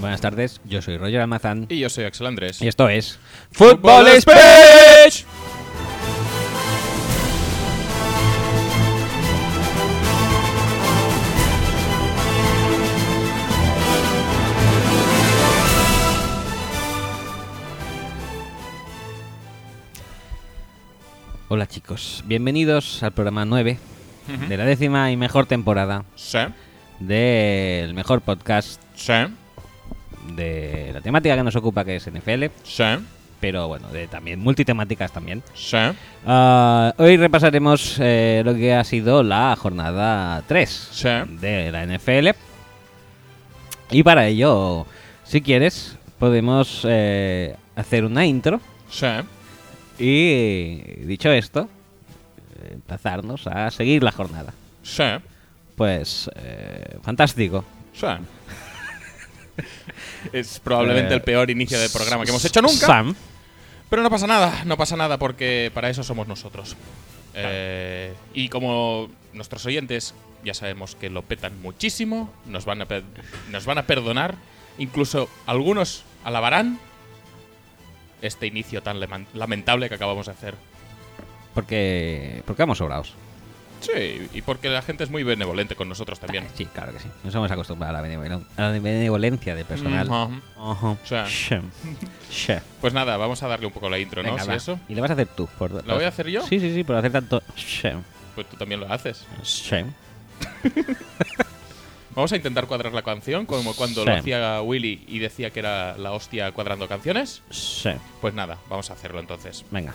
buenas tardes. Yo soy Roger Almazán Y yo soy Axel Andrés. y esto es ¡Fútbol Speech. Hola chicos, bienvenidos al programa 9 Ujú. de la décima y mejor temporada Sí, del mejor podcast sí, de la temática que nos ocupa que es NFL, sí, pero bueno, de también multitemáticas también. sí. Ah, hoy repasaremos eh, lo que ha sido la jornada 3 Sí. de la NFL. Y para ello, si quieres, podemos eh, hacer una intro. sí. Y dicho esto, eh, empezarnos a seguir la jornada. Sí, Pues eh, fantástico. sí. Es probablemente Eh, el peor inicio de programa que hemos hecho nunca. Sam, Pero no pasa nada, no pasa nada porque para eso somos nosotros. Eh, y como nuestros oyentes ya sabemos que lo petan muchísimo, nos van a, pe- nos van a perdonar, incluso algunos alabarán este inicio tan leman- lamentable que acabamos de hacer. porque, porque vamos sobrados. Sí, y porque la gente es muy benevolente con nosotros también. Ah, Sí, claro que sí. Nos hemos acostumbrado a la, benevol- a la benevolencia del personal. Ujú. Ojo. sea. Shem. Shem. Pues nada, vamos a darle un poco la intro, ¿no? Venga, Si va. eso, Y lo vas a hacer tú. Por, ¿Lo voy a hacer yo? Sí, sí, sí, por hacer tanto. Shem. pues tú también lo haces. Shem. Vamos a intentar cuadrar la canción, como cuando lo Sí. hacía Willy y decía que era la hostia cuadrando canciones. Shem. Pues nada, vamos a hacerlo entonces. Venga.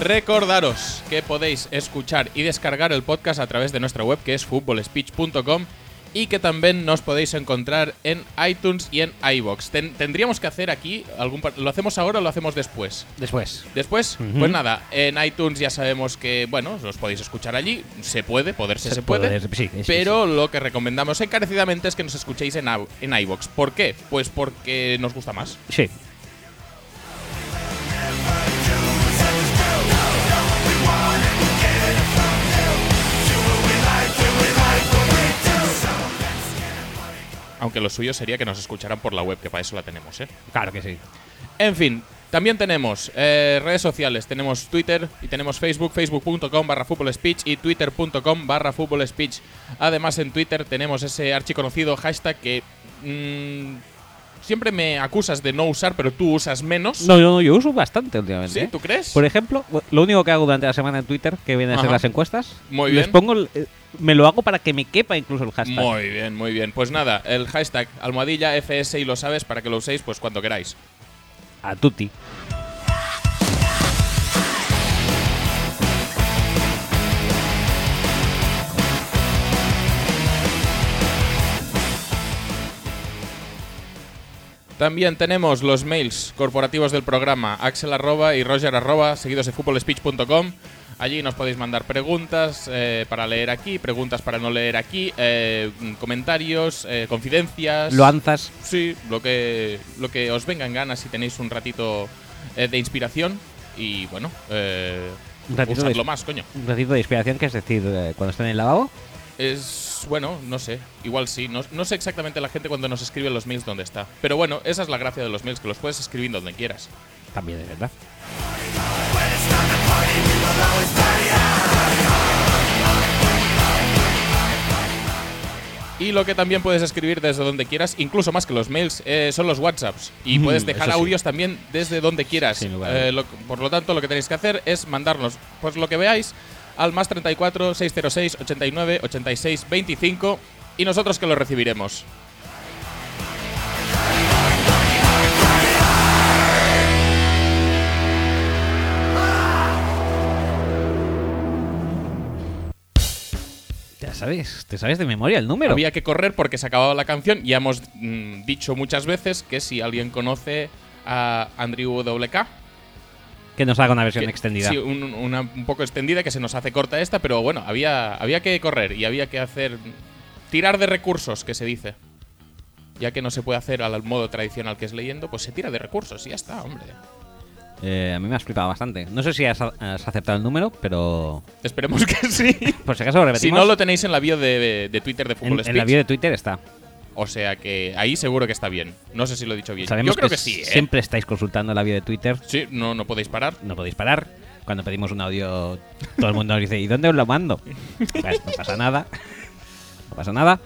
Recordaros que podéis escuchar y descargar el podcast a través de nuestra web que es footballspeech.com y que también nos podéis encontrar en iTunes y en iBox. tendríamos que hacer aquí algún par- lo hacemos ahora o lo hacemos después. Después. Después, pues nada, en iTunes ya sabemos que, bueno, los podéis escuchar allí, se puede, poderse se, Se puede, puede, sí, sí, sí. pero lo que recomendamos encarecidamente es que nos escuchéis en, au- en iVoox. ¿Por qué? Pues porque nos gusta más. Sí. Aunque lo suyo sería que nos escucharan por la web, que para eso la tenemos, ¿eh? Claro que sí. En fin, también tenemos eh, redes sociales, tenemos Twitter y tenemos Facebook, facebook.com barra Fútbol speech y twitter.com barra Fútbol speech. Además en Twitter tenemos ese archiconocido hashtag que mm, siempre me acusas de no usar, pero tú usas menos. No, yo, yo uso bastante últimamente. ¿Sí? ¿eh? ¿Tú crees? Por ejemplo, lo único que hago durante la semana en Twitter, que vienen a ser Ajá. las encuestas, Muy les bien. pongo. el- eh, me lo hago para que me quepa incluso el hashtag. Muy bien, muy bien. Pues nada, el hashtag almohadilla FS y lo sabes para que lo uséis pues cuando queráis. A tutti. También tenemos los mails corporativos del programa axel arroba y roger arroba, seguidos de footballspeech.com. Allí nos podéis mandar preguntas eh, para leer aquí, preguntas para no leer aquí, eh, mm, comentarios, eh, confidencias. Loanzas. Sí, lo que, lo que os venga en ganas si tenéis un ratito eh, de inspiración. Y bueno, eh, Un ratito de- usadlo más, coño. Un ratito de inspiración, que es decir, eh, cuando estén en el lavabo. Es bueno, no sé, igual sí, no, no sé exactamente la gente cuando nos escribe los mails dónde está, pero bueno, esa es la gracia de los mails, que los puedes escribir donde quieras. También es verdad. Y lo que también puedes escribir desde donde quieras, incluso más que los mails, eh, son los WhatsApps. Y Mm, puedes dejar eso sí. audios también desde donde quieras. Sin lugar a dudas. Eh, lo- por lo tanto, lo que tenéis que hacer es mandarnos, pues lo que veáis, al más 34 606 89 86 25 y nosotros que lo recibiremos. sabes, te sabes de memoria el número. Había que correr porque se acababa la canción. Ya hemos mm, dicho muchas veces que si alguien conoce a Andrew WK, Que nos haga una versión que- extendida. Sí, un, una un poco extendida que se nos hace corta esta, pero bueno, había, había que correr y había que hacer. Tirar de recursos, que se dice. Ya que no se puede hacer al modo tradicional que es leyendo, pues se tira de recursos y ya está, hombre. Eh, a mí me has flipado bastante. No sé si has, has aceptado el número, pero Esperemos que sí. por si acaso lo si repetimos. no, lo tenéis en la bio de, de- de Twitter de en, Fútbol en la Speech. bio de Twitter está. O sea que ahí seguro que está bien. No sé si lo he dicho bien. Sabemos Yo creo que, que, sí, ¿eh? siempre estáis consultando la bio de Twitter. Sí, no, no podéis parar. No podéis parar. Cuando pedimos un audio, todo el mundo nos dice, ¿y dónde os lo mando? Pues, no pasa nada. No pasa nada.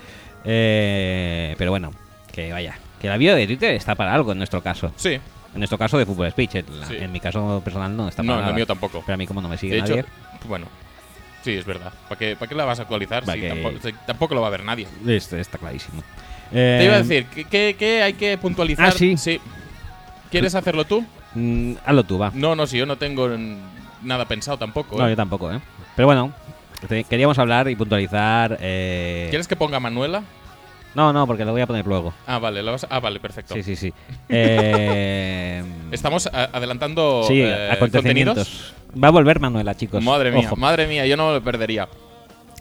Eh, pero bueno, que vaya. Que la bio de Twitter está para algo en nuestro caso. Sí. En nuestro caso de Fútbol Speech. En, la- Sí. en mi caso personal no está No, para en el nada. mío tampoco. Pero a mí como no me sigue De hecho, nadie... bueno. Sí, es verdad. ¿Para qué, para qué la vas a actualizar? Pa' si que- tampoco, si tampoco lo va a ver nadie. Este está clarísimo. Te iba a Eh, decir, que, que- que hay que puntualizar. Ah, sí. ¿Quieres hacerlo tú? mm, hazlo tú, va. No, no, si yo no tengo mm, nada pensado tampoco. No, ¿eh? yo tampoco, ¿eh? Pero bueno, te- queríamos hablar y puntualizar... eh, ¿Quieres que ponga Manuela? No, no, porque lo voy a poner luego. Ah, vale, la vas a- ah, vale, perfecto. Sí, sí, sí. Eh, Estamos a- adelantando sí, eh, contenidos. acontecimientos. Va a volver Manuela, chicos. Madre mía, Ojo. madre mía, yo no me lo perdería.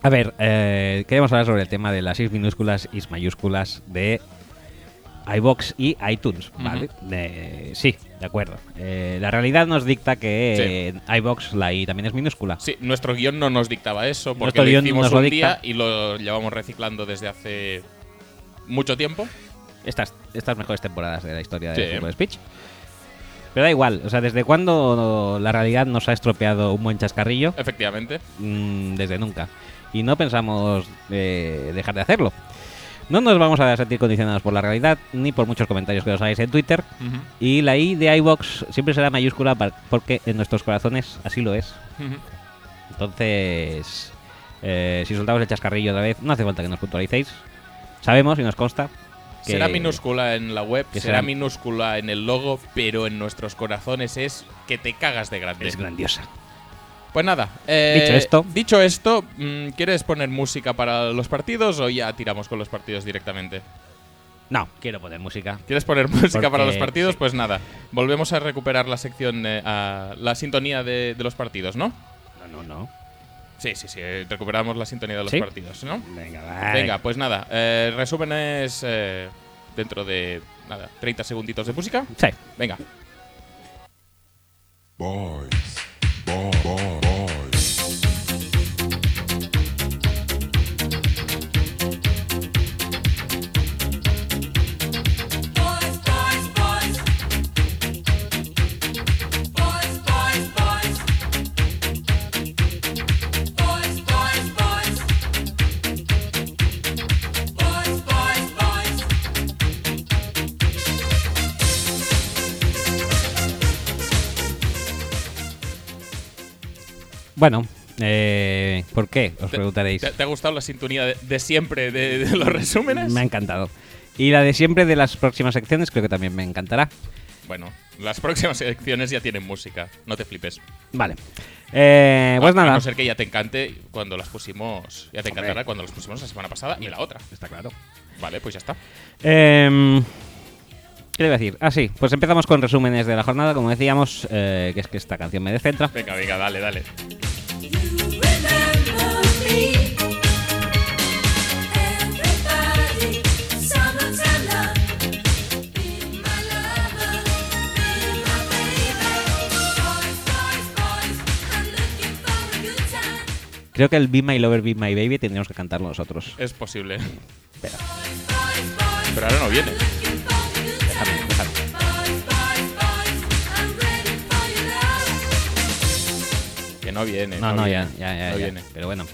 A ver, eh, queremos hablar sobre el tema de las is minúsculas, is mayúsculas de iBox y iTunes, ¿vale? De- sí, de acuerdo. Eh, la realidad nos dicta que Sí. en iBox la i también es minúscula. Sí, nuestro guión no nos dictaba eso, porque Nuestro lo guión hicimos nos lo un dicta. día y lo llevamos reciclando desde hace mucho tiempo. Estas, estas mejores temporadas de la historia Sí. de Football Speech. Pero da igual, o sea, ¿desde cuándo la realidad nos ha estropeado un buen chascarrillo? Efectivamente. Mm, desde nunca. Y no pensamos eh, dejar de hacerlo. No nos vamos a sentir condicionados por la realidad ni por muchos comentarios que nos hagáis en Twitter. Y la I de iBox siempre será mayúscula par- porque en nuestros corazones así lo es. Ujú. Entonces, eh, si soltamos el chascarrillo otra vez, no hace falta que nos puntualicéis. Sabemos y nos consta que. Será minúscula en la web, que será será- minúscula en el logo, pero en nuestros corazones es que te cagas de grande. Es grandiosa. Pues nada, eh, Dicho esto. dicho esto, mm, ¿quieres poner música para los partidos o ya tiramos con los partidos directamente? No, quiero poner música. ¿Quieres poner música para los Porque- partidos? sí. Pues nada, volvemos a recuperar la sección, eh, a la sintonía de, de los partidos, ¿no? No, no, no. Sí, sí, sí, eh, recuperamos la sintonía de los ¿Sí? partidos, ¿no? Venga, va. Venga, pues nada, eh, resumen es eh, dentro de, nada, 30 segunditos de música. Sí. Venga. Boys. Boy, boy, boys. Boys, boys, boys. Boys, boys, boys. Boys, boys, boys. Boys, boys, boys. Bueno, eh, ¿por qué? Os ¿Te- preguntaréis. ¿Te, te ha gustado la sintonía de, de siempre de, de los resúmenes? Me ha encantado. Y la de siempre de las próximas secciones creo que también me encantará. Bueno, las próximas secciones ya tienen música, no te flipes. Vale. Eh, pues A- A nada. no ser Ah, que ya te encante cuando las pusimos. Ya te encantará cuando las pusimos la semana pasada y la otra. Está claro. Vale, pues ya está. Em, ¿Qué le iba a decir? Ah, sí. Pues empezamos con resúmenes de la jornada, como decíamos, eh, que es que esta canción me descentra. Venga, venga, dale, dale. You remember me. Everybody, summertime love. Be my lover, be my baby. Boys, boys, boys. I'm looking for a good time. Creo que el Be My Lover, Be My Baby tendríamos que cantarlo nosotros. Es posible. Pero ahora no viene. Déjame, déjame. Que no viene. No, no, ya, viene, ya, ya. no ya. viene. Pero bueno.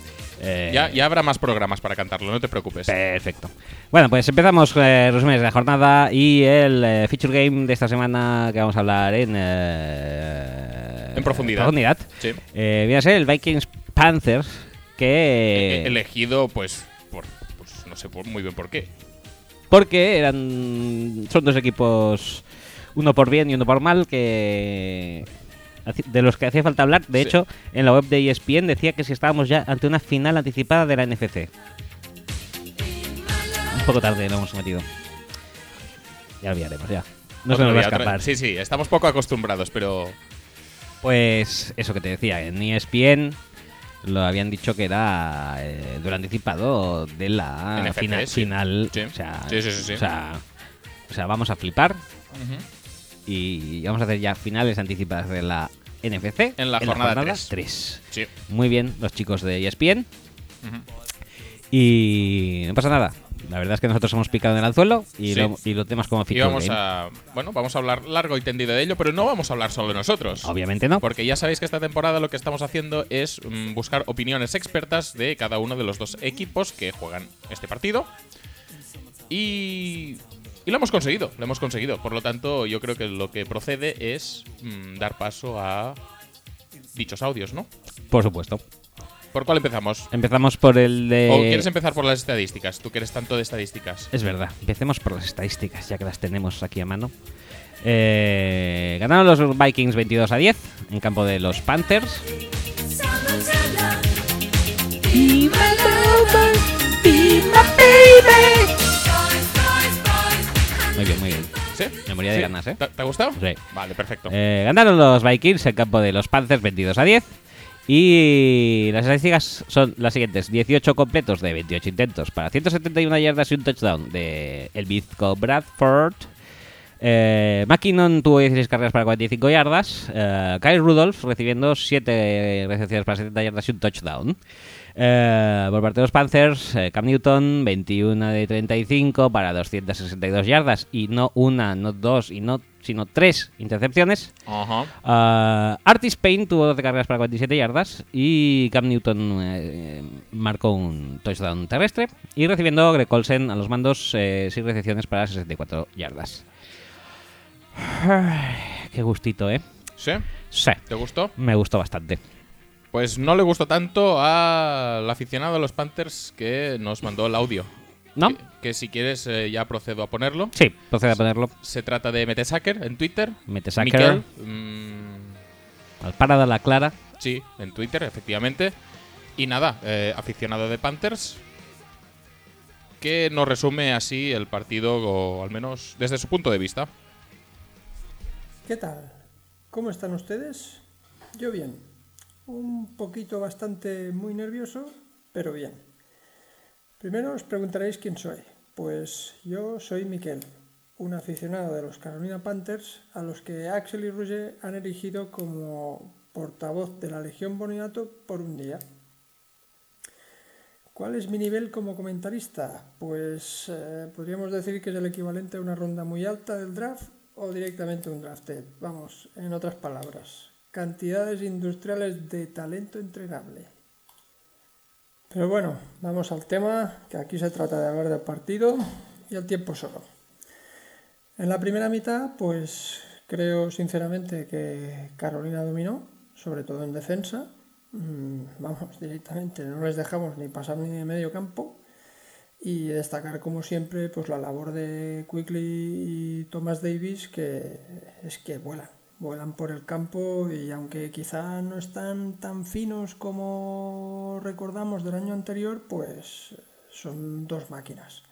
eh, Ya, ya habrá más programas para cantarlo, no te preocupes. Perfecto. Bueno, pues empezamos eh, resúmenes de la jornada y el eh, feature game de esta semana que vamos a hablar en. eh, En profundidad. Sí. Eh, viene a ser el Vikings Panthers que. He elegido, pues, por, pues, no sé por- muy bien por qué. Porque eran. Son dos equipos. Uno por bien y uno por mal. Que. haci- de los que hacía falta hablar. De Sí. hecho, en la web de E ESPN decía que si estábamos ya ante una final anticipada de la NFC. Un poco tarde lo hemos metido. Ya olvidaremos, ya. No se Otro nos va a día, otra- escapar. Sí, sí, estamos poco acostumbrados, pero Pues eso que te decía, en ESPN lo habían dicho que era eh, duelo anticipado de la NFC, fina- sí. final. Sí. O, sea, Sí, sí, sí, sí. O, sea, o sea, vamos a flipar y vamos a hacer ya finales anticipadas de la NFC En la jornada tres. 3. sí. Muy bien, los chicos de E ESPN. Ujú. Y no pasa nada. La verdad es que nosotros hemos picado en el anzuelo y, Sí. lo, y lo tenemos como ¿eh? Y feature vamos game. a, bueno, vamos a hablar largo y tendido de ello, pero no vamos a hablar solo nosotros. Obviamente no. Porque ya sabéis que esta temporada lo que estamos haciendo es mm, buscar opiniones expertas de cada uno de los dos equipos que juegan este partido. Y, y lo hemos conseguido, lo hemos conseguido. Por lo tanto, yo creo que lo que procede es mm, dar paso a dichos audios, ¿no? Por supuesto. ¿Por cuál empezamos? Empezamos por el de... ¿O quieres empezar por las estadísticas? Tú que eres tanto de estadísticas. Es verdad. Empecemos por las estadísticas, ya que las tenemos aquí a mano. Eh, ganaron los Vikings 22 a 10 en campo de los Panthers. Be my lover, be my baby. Boys, boys, boys, I'm Muy bien, muy bien. ¿Sí? Me moría de ¿Sí? ganas, ¿eh? ¿Te, te ha gustado? Sí. Vale, perfecto. Eh, ganaron los Vikings en campo de los Panthers 22 a 10. Y las estadísticas son las siguientes: 18 completos de 28 intentos para 171 yardas y un touchdown de el bizco Bradford. Eh, McKinnon tuvo 16 carreras para 45 yardas. Eh, Kyle Rudolph recibiendo 7 recepciones para 70 yardas y un touchdown. Eh, por parte de los Panthers, eh, Cam Newton 21 de 35 para 262 yardas y no una, no dos, y no, sino tres intercepciones. Ajá. Ah, Artis Payne tuvo 12 carreras para 47 yardas y Cam Newton eh, marcó un touchdown terrestre. Y recibiendo Greg Olsen a los mandos, 6 recepciones para 64 yardas. Qué gustito, ¿eh? ¿Sí? Sí, ¿Te gustó? me gustó bastante. Pues no le gustó tanto al aficionado de los Panthers que nos mandó el audio. ¿No? Que, que si quieres eh, ya procedo a ponerlo. Sí, procede a ponerlo. Se trata de Metesacker en Twitter. Metesacker. Miquel, mm, Al parada la clara. sí, en Twitter, efectivamente. Y nada, eh, aficionado de Panthers. Que nos resume así el partido, o al menos desde su punto de vista. ¿Qué tal? ¿Cómo están ustedes? Yo bien. Un poquito bastante muy nervioso, pero bien. Primero os preguntaréis quién soy. Pues yo soy Miquel, un aficionado de los Carolina Panthers a los que Axel y Ruge han elegido como portavoz de la Legión Boniato por un día. ¿Cuál es mi nivel como comentarista? Pues eh, podríamos decir que es el equivalente a una ronda muy alta del draft o directamente un drafted. Vamos, en otras palabras, cantidades industriales de talento entregable. Pero bueno, vamos al tema, que aquí se trata de hablar del partido y al tiempo solo. En la primera mitad, pues creo sinceramente que Carolina dominó, sobre todo en defensa. Mm, Vamos, directamente no les dejamos ni pasar ni de medio campo. Y destacar, como siempre, pues la labor de Quickly y Thomas Davis, que es que vuelan, vuelan por el campo y aunque quizá no están tan finos como recordamos del año anterior, pues son dos máquinas.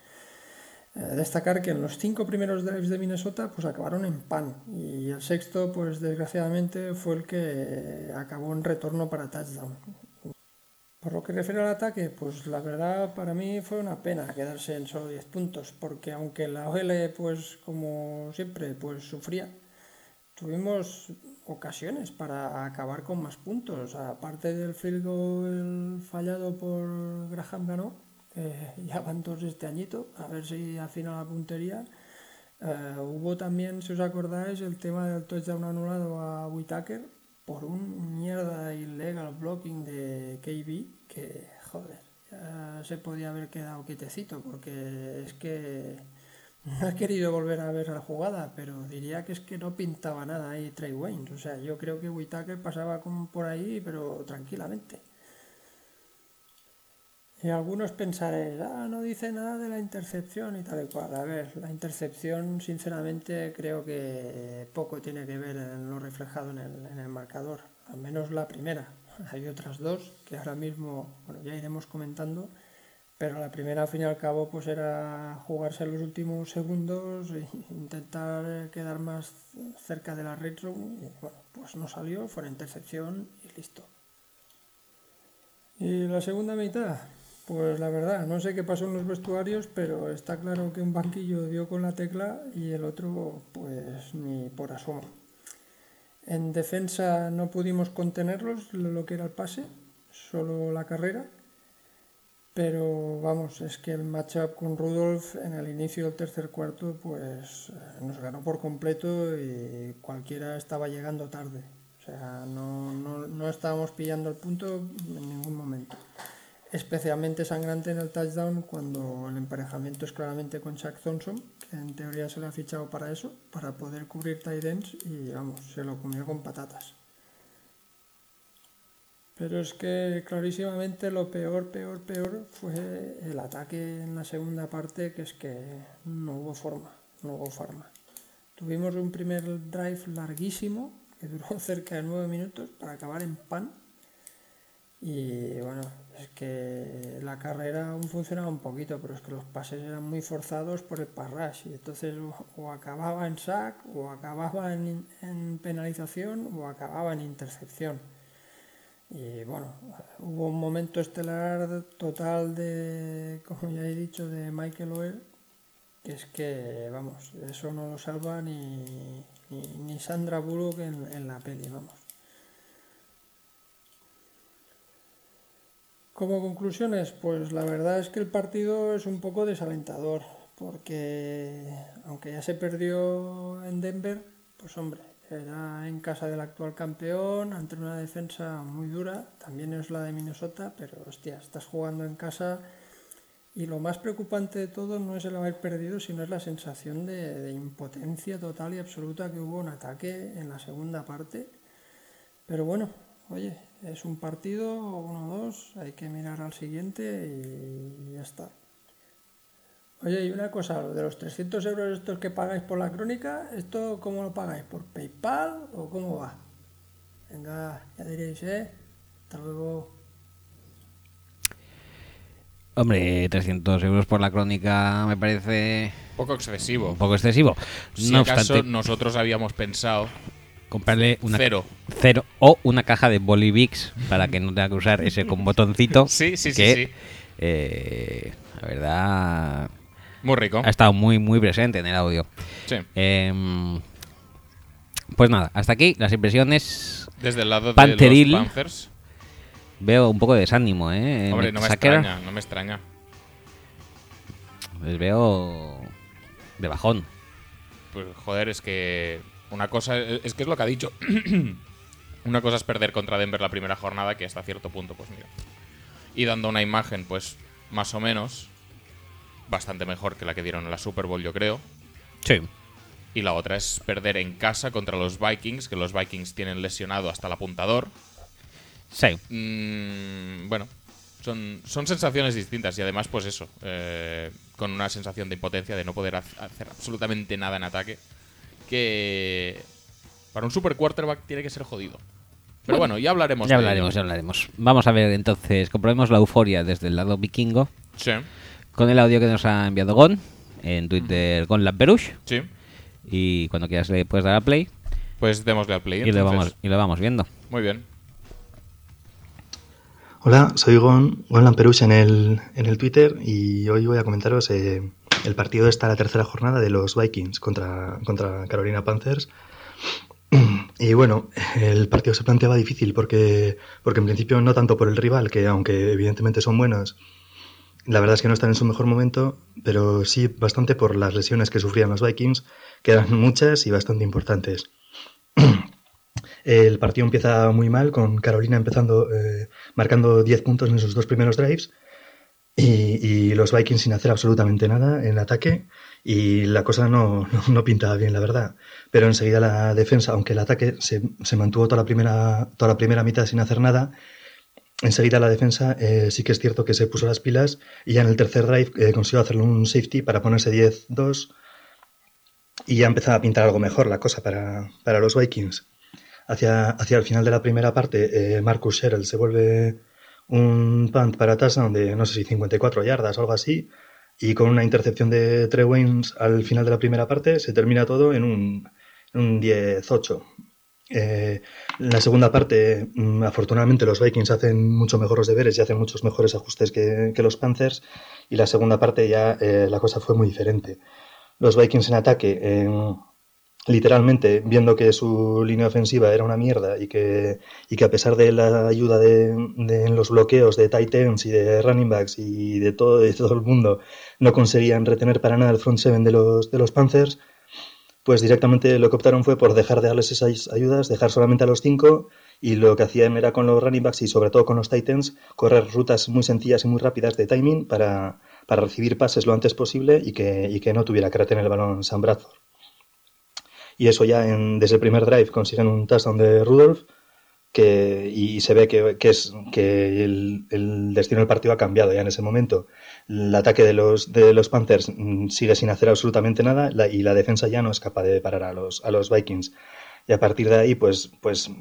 Eh, destacar que en los cinco primeros drives de Minnesota pues acabaron en pan y el sexto pues desgraciadamente fue el que eh, acabó en retorno para touchdown. Por lo que refiere al ataque, pues la verdad para mí fue una pena quedarse en solo 10 puntos, porque aunque la OL pues como siempre pues sufría, tuvimos ocasiones para acabar con más puntos, aparte del field goal fallado por Graham ganó, ya van dos este añito, a ver si afina la puntería. Eh, hubo también, si os acordáis, el tema del touchdown anulado a Whitaker por un mierda ilegal blocking de KB que, joder, ya se podía haber quedado quietecito porque es que no he querido volver a ver la jugada, pero diría que es que no pintaba nada ahí Trey Wayne. O sea, yo creo que Whitaker pasaba como por ahí, pero tranquilamente. Y algunos pensaréis, ah, no dice nada de la intercepción y tal y cual. A ver, la intercepción, sinceramente, creo que poco tiene que ver en lo reflejado en el, en el marcador, al menos la primera. Hay otras dos que ahora mismo, bueno, ya iremos comentando, pero la primera, al fin y al cabo, pues era jugarse los últimos segundos, e intentar quedar más cerca de la retro, y bueno, pues no salió, fue una intercepción y listo. Y la segunda mitad, pues la verdad, no sé qué pasó en los vestuarios, pero está claro que un banquillo dio con la tecla y el otro, pues ni por asomo. En defensa no pudimos contenerlos, lo que era el pase, solo la carrera. Pero vamos, es que el matchup con Rudolf en el inicio del tercer cuarto, pues eh, nos ganó por completo y cualquiera estaba llegando tarde. O sea, no, no, no estábamos pillando el punto en ningún momento. Especialmente sangrante en el touchdown cuando el emparejamiento es claramente con Shaq Thompson, que en teoría se le ha fichado para eso, para poder cubrir tight ends y vamos, se lo comió con patatas. Pero es que clarísimamente lo peor, peor, peor fue el ataque en la segunda parte, que es que no hubo forma, no hubo forma. Tuvimos un primer drive larguísimo, que duró cerca de nueve minutos, para acabar en pan. Y bueno, es que la carrera aún funcionaba un poquito, pero es que los pases eran muy forzados por el parrash. Y entonces o- o acababa en sack, o acababa en, en penalización, o acababa en intercepción. Y bueno, hubo un momento estelar total de, como ya he dicho, de Michael Oher, que es que, vamos, eso no lo salva ni, ni, ni Sandra Bullock en, en la peli, vamos. Como conclusiones, pues la verdad es que el partido es un poco desalentador, porque aunque ya se perdió en Denver, pues hombre, era en casa del actual campeón, ante una defensa muy dura, también es la de Minnesota, pero hostia, estás jugando en casa y lo más preocupante de todo no es el haber perdido, sino es la sensación de, de impotencia total y absoluta que hubo en ataque en la segunda parte. Pero bueno, oye, es un partido, uno o dos, hay que mirar al siguiente y ya está. Oye, y una cosa, lo de los 300 euros estos que pagáis por la crónica, ¿esto cómo lo pagáis? ¿Por PayPal o cómo va? Venga, ya diréis, ¿eh? Hasta luego. Hombre, 300 euros por la crónica me parece Poco excesivo. un poco excesivo. si no acaso obstante, nosotros habíamos pensado comprarle una cero. cero o una caja de Bolivix para que no tenga que usar ese con botoncito. Sí, sí, sí, que, sí. eh, la verdad Muy rico. ha estado muy, muy presente en el audio. Sí. Em, pues nada, hasta aquí las impresiones. Desde el lado Panteril. de los Panthers. Veo un poco de desánimo, ¿eh? Hombre, no me Saquera. extraña, no me extraña. Les veo de bajón. Pues joder, es que una cosa es que es lo que ha dicho. una cosa es perder contra Denver la primera jornada, que hasta cierto punto, pues mira. Y dando una imagen, pues más o menos, bastante mejor que la que dieron en la Super Bowl, yo creo. Sí. Y la otra es perder en casa contra los Vikings, que los Vikings tienen lesionado hasta el apuntador. Sí. Mm, bueno, son, son sensaciones distintas y además, pues eso, eh, con una sensación de impotencia de no poder haz- hacer absolutamente nada en ataque, que para un super quarterback tiene que ser jodido. Pero bueno, ya hablaremos. Ya de hablaremos, ya ello. hablaremos. Vamos a ver entonces, comprobemos la euforia desde el lado vikingo Sí, con el audio que nos ha enviado Gon en Twitter con la Perush sí. y cuando quieras le puedes dar a play Pues démosle al play. y lo entonces. vamos y lo vamos viendo. Muy bien. Hola, soy Gon, Gon Lamperouche en el, en el Twitter y hoy voy a comentaros eh, el partido está la tercera jornada de los Vikings contra, contra Carolina Panthers. Y bueno, el partido se planteaba difícil porque, porque en principio no tanto por el rival, que aunque evidentemente son buenos, la verdad es que no están en su mejor momento, pero sí bastante por las lesiones que sufrían los Vikings, que eran muchas y bastante importantes. El partido empieza muy mal, con Carolina empezando eh, marcando 10 puntos en sus dos primeros drives y, y los Vikings sin hacer absolutamente nada en ataque y la cosa no, no, no pintaba bien, la verdad. Pero enseguida la defensa, aunque el ataque se, se mantuvo toda la, primera, toda la primera mitad sin hacer nada, enseguida la defensa eh, sí que es cierto que se puso las pilas y ya en el tercer drive eh, consiguió hacerle un safety para ponerse 10-2 y ya empezaba a pintar algo mejor la cosa para, para los Vikings. Hacia, hacia el final de la primera parte, eh, Marcus Sherrill se vuelve un punt para touchdown de no sé si 54 yardas o algo así y con una intercepción de Trey Waynes al final de la primera parte se termina todo en un, en un 10-8. Eh, en la segunda parte, mm, afortunadamente, los Vikings hacen mucho mejor los deberes y hacen muchos mejores ajustes que, que los Panthers. Y la segunda parte ya eh, la cosa fue muy diferente. Los Vikings en ataque, eh, literalmente, viendo que su línea ofensiva era una mierda y que, y que a pesar de la ayuda de, de los bloqueos de tight ends y de running backs y de todo, de todo el mundo, no conseguían retener para nada el front seven de los, de los Panthers, pues directamente lo que optaron fue por dejar de darles esas ayudas, dejar solamente a los cinco y lo que hacían era con los running backs y sobre todo con los Titans correr rutas muy sencillas y muy rápidas de timing para, para recibir pases lo antes posible y que, y que no tuviera que retener el balón Sam Bradford. Y eso ya en- desde el primer drive consiguen un touchdown de Rudolph que, y se ve que, que es, que el, el destino del partido ha cambiado ya en ese momento. El ataque de los, de los Panthers mm, sigue sin hacer absolutamente nada la- y la defensa ya no es capaz de parar a los, a los Vikings. Y a partir de ahí, pues, pues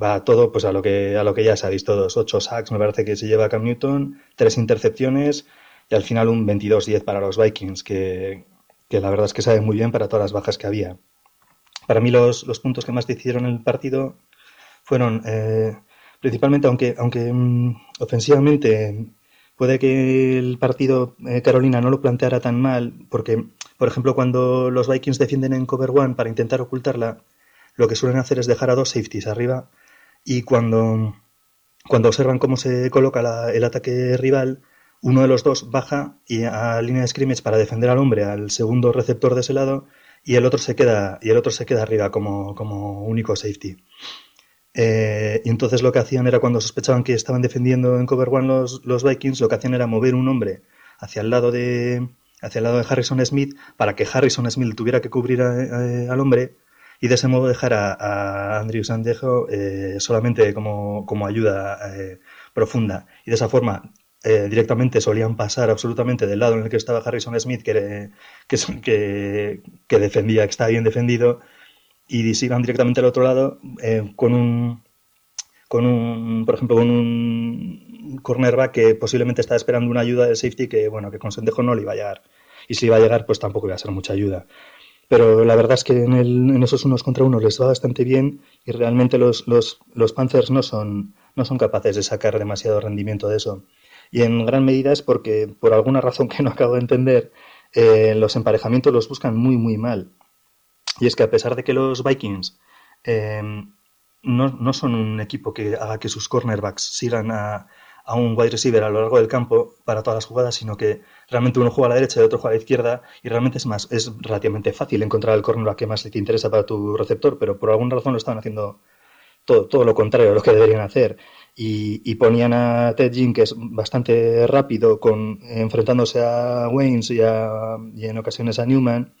va todo pues a lo que, a lo que ya sabéis todos. Ocho sacks me parece que se lleva Cam Newton, tres intercepciones y al final un 22-10 para los Vikings, que, que la verdad es que sabe muy bien para todas las bajas que había. Para mí los, los puntos que más decidieron el partido fueron eh, principalmente, aunque, aunque mm, ofensivamente puede que el partido eh, Carolina no lo planteara tan mal, porque, por ejemplo, cuando los Vikings defienden en cover one para intentar ocultarla, lo que suelen hacer es dejar a dos safeties arriba y cuando, cuando observan cómo se coloca la- el ataque rival, uno de los dos baja y a línea de scrimmage para defender al hombre, al segundo receptor de ese lado, y el otro se queda, y el otro se queda arriba como, como único safety. Eh, y entonces lo que hacían era cuando sospechaban que estaban defendiendo en Cover One los, los Vikings, lo que hacían era mover un hombre hacia el lado de hacia el lado de Harrison Smith para que Harrison Smith tuviera que cubrir a- a- al hombre y de ese modo dejar a, a Andrew Sandejo eh, solamente como, como ayuda eh, profunda. Y de esa forma eh, directamente solían pasar absolutamente del lado en el que estaba Harrison Smith, que, era- que, es- que, que defendía, que estaba bien defendido, y se iban directamente al otro lado eh, con un con un por ejemplo con un cornerback que posiblemente estaba esperando una ayuda del safety que bueno que con Sendejo no le iba a llegar y si iba a llegar pues tampoco iba a ser mucha ayuda pero la verdad es que en, el- en esos unos contra unos les va bastante bien y realmente los, los, los Panthers no son, no son capaces de sacar demasiado rendimiento de eso. Y en gran medida es porque, por alguna razón que no acabo de entender, eh, los emparejamientos los buscan muy, muy mal. Y es que a pesar de que los Vikings eh, no, no son un equipo que haga que sus cornerbacks sigan a, a un wide receiver a lo largo del campo para todas las jugadas, sino que realmente uno juega a la derecha y otro juega a la izquierda y realmente es más es relativamente fácil encontrar el cornerback que más te interesa para tu receptor, pero por alguna razón lo estaban haciendo todo, todo lo contrario a lo que deberían hacer. Y, y ponían a Ted Jean, que es bastante rápido, con, enfrentándose a Waynes y, a- y en ocasiones a Newman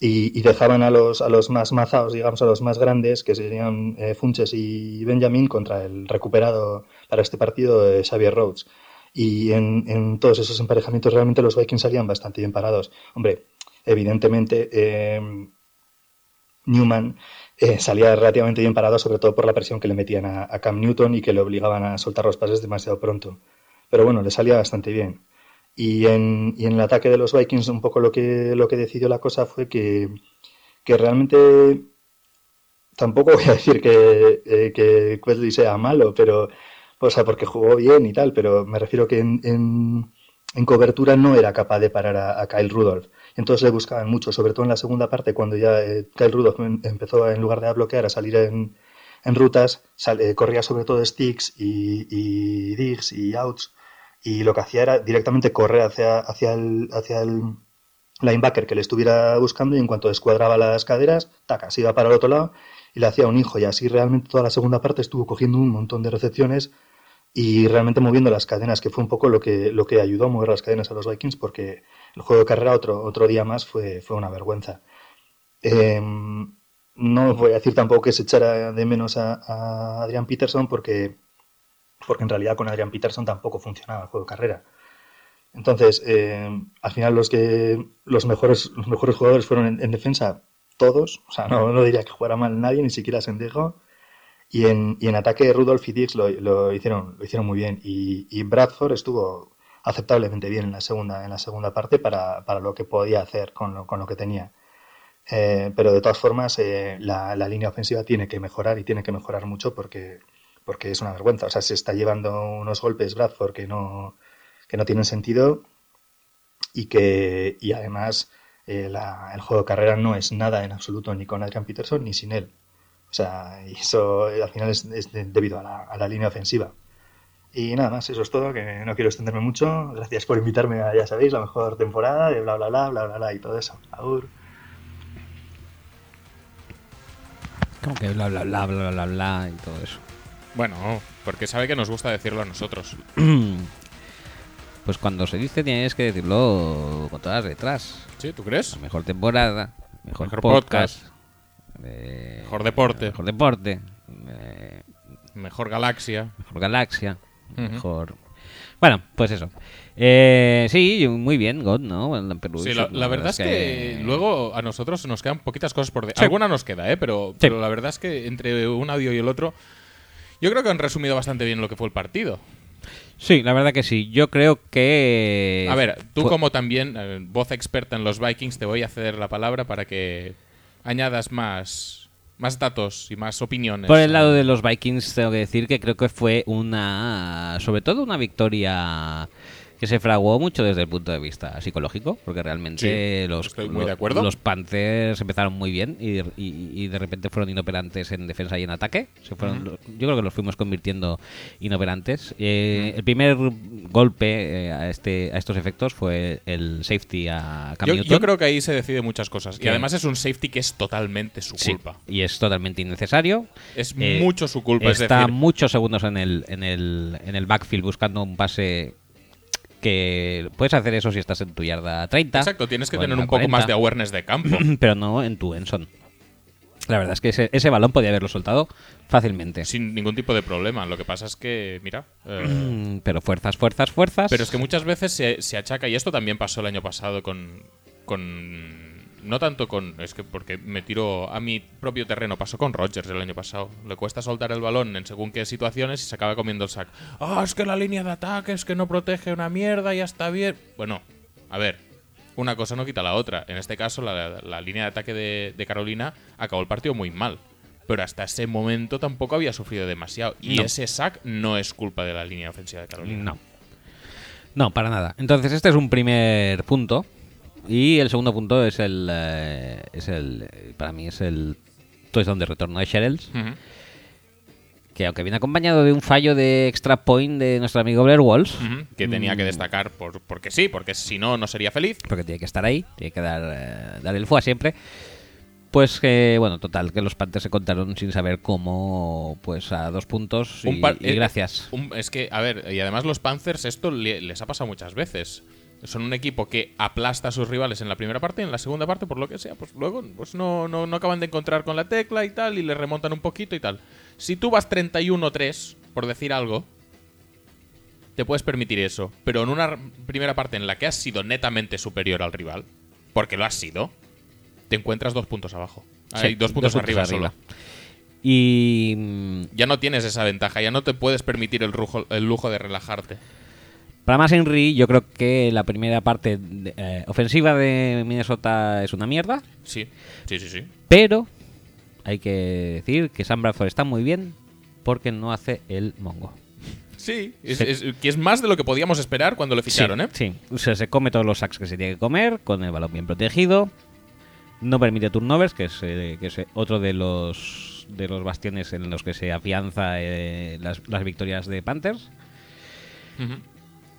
y, y dejaban a los, a los más mazaos, digamos, a los más grandes, que serían eh, Funches y Benjamin, contra el recuperado para este partido eh, Xavier Rhodes. Y en, en todos esos emparejamientos realmente los Vikings salían bastante bien parados. Hombre, evidentemente eh, Newman eh, salía relativamente bien parado, sobre todo por la presión que le metían a, a Cam Newton y que le obligaban a soltar los pases demasiado pronto. Pero bueno, le salía bastante bien. Y en, y en el ataque de los Vikings, un poco lo que, lo que decidió la cosa fue que, que realmente tampoco voy a decir que, eh, que Quetzalcoatl sea malo, pero, o sea, porque jugó bien y tal, pero me refiero que en, en, en cobertura no era capaz de parar a, a Kyle Rudolph. Entonces le buscaban mucho, sobre todo en la segunda parte, cuando ya eh, Kyle Rudolph em- empezó, en lugar de a bloquear, a salir en, en rutas, sal- eh, corría sobre todo sticks y, y digs y outs y lo que hacía era directamente correr hacia, hacia, el, hacia el linebacker que le estuviera buscando y en cuanto descuadraba las caderas, taca, se iba para el otro lado y le hacía un hijo y así realmente toda la segunda parte estuvo cogiendo un montón de recepciones y realmente moviendo las cadenas, que fue un poco lo que, lo que ayudó a mover las cadenas a los Vikings porque el juego de carrera otro, otro día más fue, fue una vergüenza. Eh, no voy a decir tampoco que se echara de menos a, a Adrian Peterson porque porque en realidad con Adrian Peterson tampoco funcionaba el juego de carrera. Entonces, eh, al final los que los mejores, los mejores jugadores fueron en, en defensa todos, o sea, no, no diría que jugara mal nadie, ni siquiera Sendejo. Y en, y en ataque Rudolph y Dix lo, lo hicieron, lo hicieron muy bien. Y, y Bradford estuvo aceptablemente bien en la segunda, en la segunda parte para, para lo que podía hacer con lo, con lo que tenía. Eh, pero de todas formas, eh, la, la línea ofensiva tiene que mejorar y tiene que mejorar mucho porque, porque es una vergüenza. O sea, se está llevando unos golpes Bradford que no, que no tienen sentido y que y además eh, la- el juego de carrera no es nada en absoluto ni con Adrian Peterson ni sin él. O sea, y eso eh, al final es, es de- debido a la, a la línea ofensiva. Y nada más, eso es todo, que no quiero extenderme mucho. Gracias por invitarme a, ya sabéis, la mejor temporada de bla bla bla, bla bla bla y todo eso. Agur. Como que bla, bla, bla, bla, bla, bla y todo eso. Bueno, porque sabe que nos gusta decirlo a nosotros. Pues cuando se dice tienes que decirlo con todas las letras. ¿Sí? ¿Tú crees? La mejor temporada, mejor, Mejor podcast, podcast. eh, Mejor deporte. mejor deporte, eh, Mejor galaxia. mejor galaxia, Ujú. mejor... Bueno, pues eso. Eh, sí, muy bien, God, ¿no? Bueno, en Perú, Sí, eso, la, la verdad es que, luego a nosotros nos quedan poquitas cosas por decir. Sí. Alguna nos queda, ¿eh? Pero, pero la verdad es que entre un audio y el otro, yo creo que han resumido bastante bien lo que fue el partido. Sí, la verdad que sí. Yo creo que... A ver, tú fue- como también eh, voz experta en los Vikings, te voy a ceder la palabra para que añadas más, más datos y más opiniones. Por el lado de los Vikings, tengo que decir que creo que fue una. Sobre todo una victoria que se fraguó mucho desde el punto de vista psicológico, porque realmente Sí, los, estoy muy lo- de acuerdo. los Panthers empezaron muy bien y, de- y- y de repente fueron inoperantes en defensa y en ataque. Se fueron, los- Yo creo que los fuimos convirtiendo inoperantes. Eh, El primer golpe eh, a, este, a estos efectos fue el safety a Cam yo, Newton. yo creo que ahí se decide muchas cosas. Que- Y además es un safety que es totalmente su Sí, culpa. y es totalmente innecesario. Es Eh, mucho su culpa. Es Está decir, muchos segundos en el, en, el, en el backfield buscando un pase que puedes hacer eso si estás en tu yarda 30. exacto, tienes que o en tener la un poco más 40, de awareness de campo. Pero no en tu Enson. La verdad es que ese, ese balón podía haberlo soltado fácilmente. sin ningún tipo de problema. Lo que pasa es que, mira. eh, Mm, Pero fuerzas, fuerzas, fuerzas. pero es que muchas veces se, se achaca, y esto también pasó el año pasado con. con no tanto con. Es que porque me tiro a mi propio terreno. Pasó con Rogers el año pasado. Le cuesta soltar el balón en según qué situaciones y se acaba comiendo el sack. Ah, es que la línea de ataque es que no protege una mierda, ya está bien. Bueno, a ver. Una cosa no quita la otra. En este caso, la, la línea de ataque de, de Carolina acabó el partido muy mal. Pero hasta ese momento tampoco había sufrido demasiado. Y No. ese sack no es culpa de la línea ofensiva de Carolina. No. No, para nada. Entonces, este es un primer punto. Y el segundo punto es el. eh, es el para mí es el touchdown de retorno de Sherels. Ujú. que aunque viene acompañado de un fallo de extra point de nuestro amigo Blair Walls, Ujú, que tenía que destacar por, porque sí, porque si no, no sería feliz. porque tiene que estar ahí, tiene que dar, eh, dar el FUA siempre, pues que, bueno, total, que los Panthers se contaron sin saber cómo, pues a dos puntos y, Un par- y eh, gracias. un- es que, a ver, y además los Panthers, esto le- les ha pasado muchas veces. Son un equipo que aplasta a sus rivales en la primera parte y en la segunda parte, por lo que sea, pues luego pues no, no, no acaban de encontrar con la tecla y tal, y le remontan un poquito y tal. Si tú vas 31-3, por decir algo, te puedes permitir eso. Pero en una r- primera parte en la que has sido netamente superior al rival, porque lo has sido, te encuentras dos puntos abajo. Sí, eh, Hay dos puntos, arriba, solo. Y mm, Ya no tienes esa ventaja, ya no te puedes permitir el, rujo- el lujo de relajarte. Para más Henry, yo creo que la primera parte de- eh, ofensiva de Minnesota es una mierda, Sí, sí, sí, sí. pero hay que decir que Sam Bradford está muy bien porque no hace el mongo. Sí, es, Sí. es- que es más de lo que podíamos esperar cuando lo ficharon, ¿eh? Sí, sí. O sea, se come todos los sacks que se tiene que comer, con el balón bien protegido. No permite turnovers, que es, eh, que es eh, otro de los de los bastiones en los que se afianza eh, las, las victorias de Panthers. Ujú.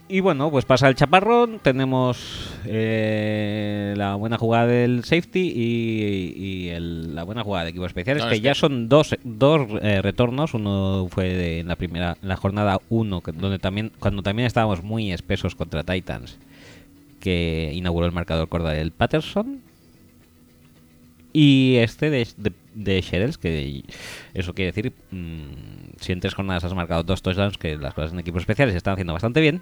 Y bueno, pues pasa el chaparrón, tenemos eh, la buena jugada del safety y, y el- la buena jugada de equipos especiales, No, que es ya que- son dos, dos eh, retornos, uno fue de- en la primera, en la jornada 1, donde también, cuando también estábamos muy espesos contra Titans, que inauguró el marcador del Patterson. Y este de, de, de Sherels, que eso quiere decir mm, si en tres jornadas has marcado dos touchdowns, que las cosas en equipos especiales se están haciendo bastante bien.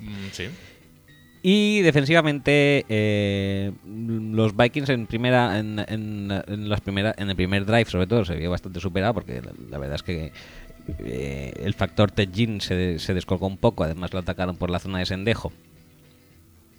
Mm, sí. Y defensivamente, eh, los Vikings en primera, en, en- en las primera, en el primer drive sobre todo se vio bastante superado porque la, la verdad es que eh, el factor Ted Ginn se, se descolgó un poco. Además lo atacaron por la zona de Sendejo.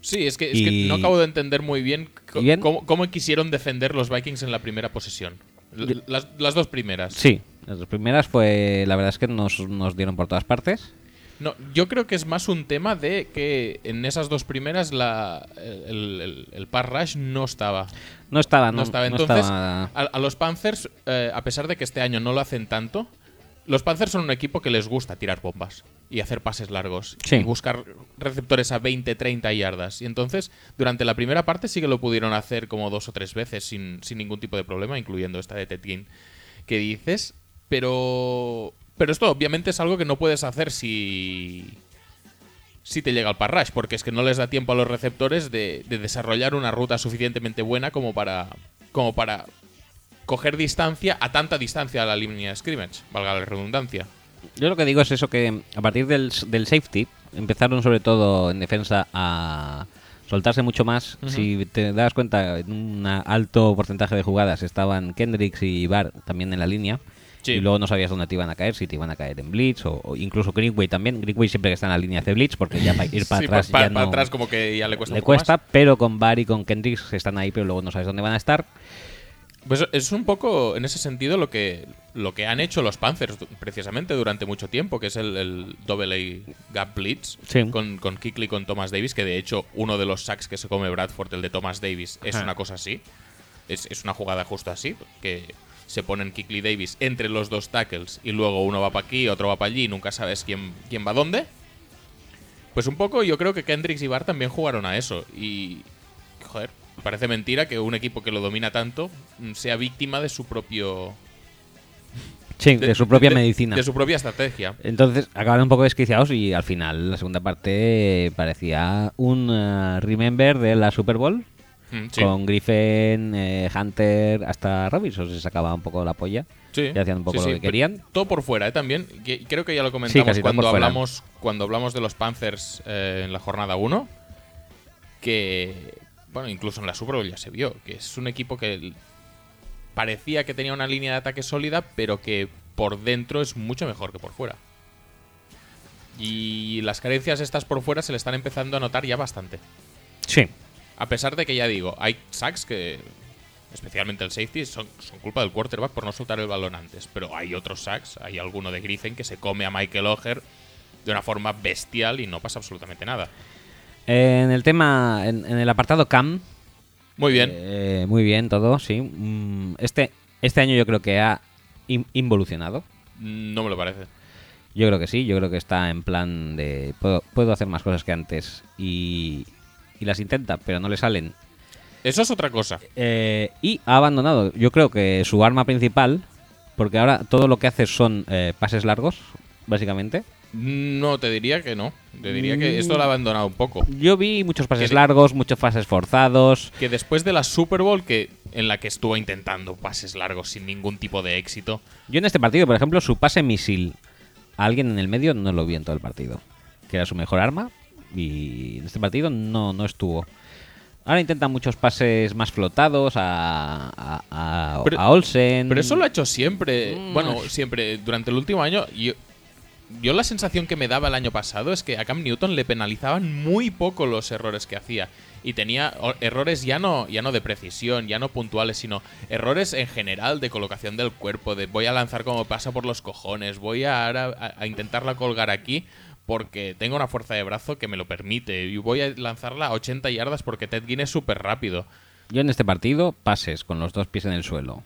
Sí, es que, es Y- que no acabo de entender muy bien, co- ¿Y bien? Cómo, cómo quisieron defender los Vikings en la primera posesión. L- Las, las dos primeras. Sí, las dos primeras fue, la verdad es que nos, nos dieron por todas partes. No, yo creo que es más un tema de que en esas dos primeras la, el, el, el pass rush no estaba. No estaba, Ah, no, No estaba. no Entonces, estaba- A, a los Panthers, eh, a pesar de que este año no lo hacen tanto, los Panthers son un equipo que les gusta tirar bombas y hacer pases largos Sí. y buscar receptores a 20, 30 yardas. Y entonces, durante la primera parte sí que lo pudieron hacer como dos o tres veces sin, sin ningún tipo de problema, incluyendo esta de Tetkin que dices, pero... Pero esto obviamente es algo que no puedes hacer si si te llega el parrash, porque es que no les da tiempo a los receptores de, de desarrollar una ruta suficientemente buena como para, como para coger distancia a tanta distancia a la línea de scrimmage, valga la redundancia. Yo lo que digo es eso que a partir del, del safety empezaron sobre todo en defensa a soltarse mucho más. Si te das cuenta, en un alto porcentaje de jugadas estaban Kendricks y Bar también en la línea. Sí. Y luego no sabías dónde te iban a caer, si te iban a caer en Blitz o, o incluso Greenway también. Greenway siempre que está en la línea hace Blitz porque ya para ir para Sí, pa- atrás pa- ya para no- atrás como que ya le cuesta. un le poco más. cuesta, pero con Bar y con Kendricks están ahí, pero luego no sabes dónde van a estar. Pues es un poco en ese sentido lo que, lo que han hecho los Panthers du- precisamente durante mucho tiempo, que es el, el double A gap blitz Sí. con, con Kikli y con Thomas Davis, que de hecho uno de los sacks que se come Bradford, el de Thomas Davis, es Ajá. una cosa así. Es, es una jugada justo así, que se ponen Kikli y Davis entre los dos tackles y luego uno va para aquí, otro va para allí y nunca sabes quién, quién va dónde. Pues un poco yo creo que Kendricks y Bar también jugaron a eso. Y. Joder, parece mentira que un equipo que lo domina tanto mm, sea víctima de su propio. Sí, de, su propia de- medicina. De su propia estrategia. Entonces acabaron un poco desquiciados y al final la segunda parte eh, parecía un eh, remember de la Super Bowl Mm, sí. con Griffin, eh, Hunter, hasta Robinson se sacaba un poco la polla Sí. y hacían un poco lo Sí, sí, que pero querían. Todo por fuera, ¿eh? También. Que- Creo que ya lo Sí, comentamos casi todo cuando, por fuera. hablamos, cuando hablamos de los Panthers eh, en la jornada 1. Que. Bueno, incluso en la Super Bowl ya se vio. Que es un equipo que l- parecía que tenía una línea de ataque sólida, pero que por dentro es mucho mejor que por fuera. Y las carencias estas por fuera se le están empezando a notar ya bastante. Sí, A pesar de que ya digo, hay sacks que, especialmente el safety, son, son culpa del quarterback por no soltar el balón antes. Pero hay otros sacks, hay alguno de Griffin que se come a Michael Oher de una forma bestial y no pasa absolutamente nada. en el tema, en, en el apartado CAM, Muy bien. eh, muy bien todo, sí. Mm, Este, este año yo creo que ha in- involucionado. No me lo parece. Yo creo que sí, yo creo que está en plan de puedo, puedo hacer más cosas que antes y, y las intenta, pero no le salen. Eso es otra cosa. Eh, y ha abandonado, yo creo que su arma principal, porque ahora todo lo que hace son eh, pases largos, básicamente. No, te diría que no. Te diría que esto lo ha abandonado un poco. Yo vi muchos pases Que- largos, muchos pases forzados. Que después de la Super Bowl, que, en la que estuvo intentando pases largos sin ningún tipo de éxito, Yo en este partido, por ejemplo, su pase misil a alguien en el medio no lo vi en todo el partido, que era su mejor arma, y en este partido no, no estuvo. Ahora intenta muchos pases más flotados a, a, a- Pero- a Olsen. Pero eso lo ha hecho siempre. Bueno, siempre. Durante el último año, yo, yo la sensación que me daba el año pasado es que a Cam Newton le penalizaban muy poco los errores que hacía. Y tenía o- errores ya no, ya no de precisión, ya no puntuales, sino errores en general de colocación del cuerpo, de voy a lanzar como pasa por los cojones, voy a, ahora a- a intentarla colgar aquí porque tengo una fuerza de brazo que me lo permite y voy a lanzarla a 80 yardas porque Ted Ginn es súper rápido. Yo en este partido, pases con los dos pies en el suelo.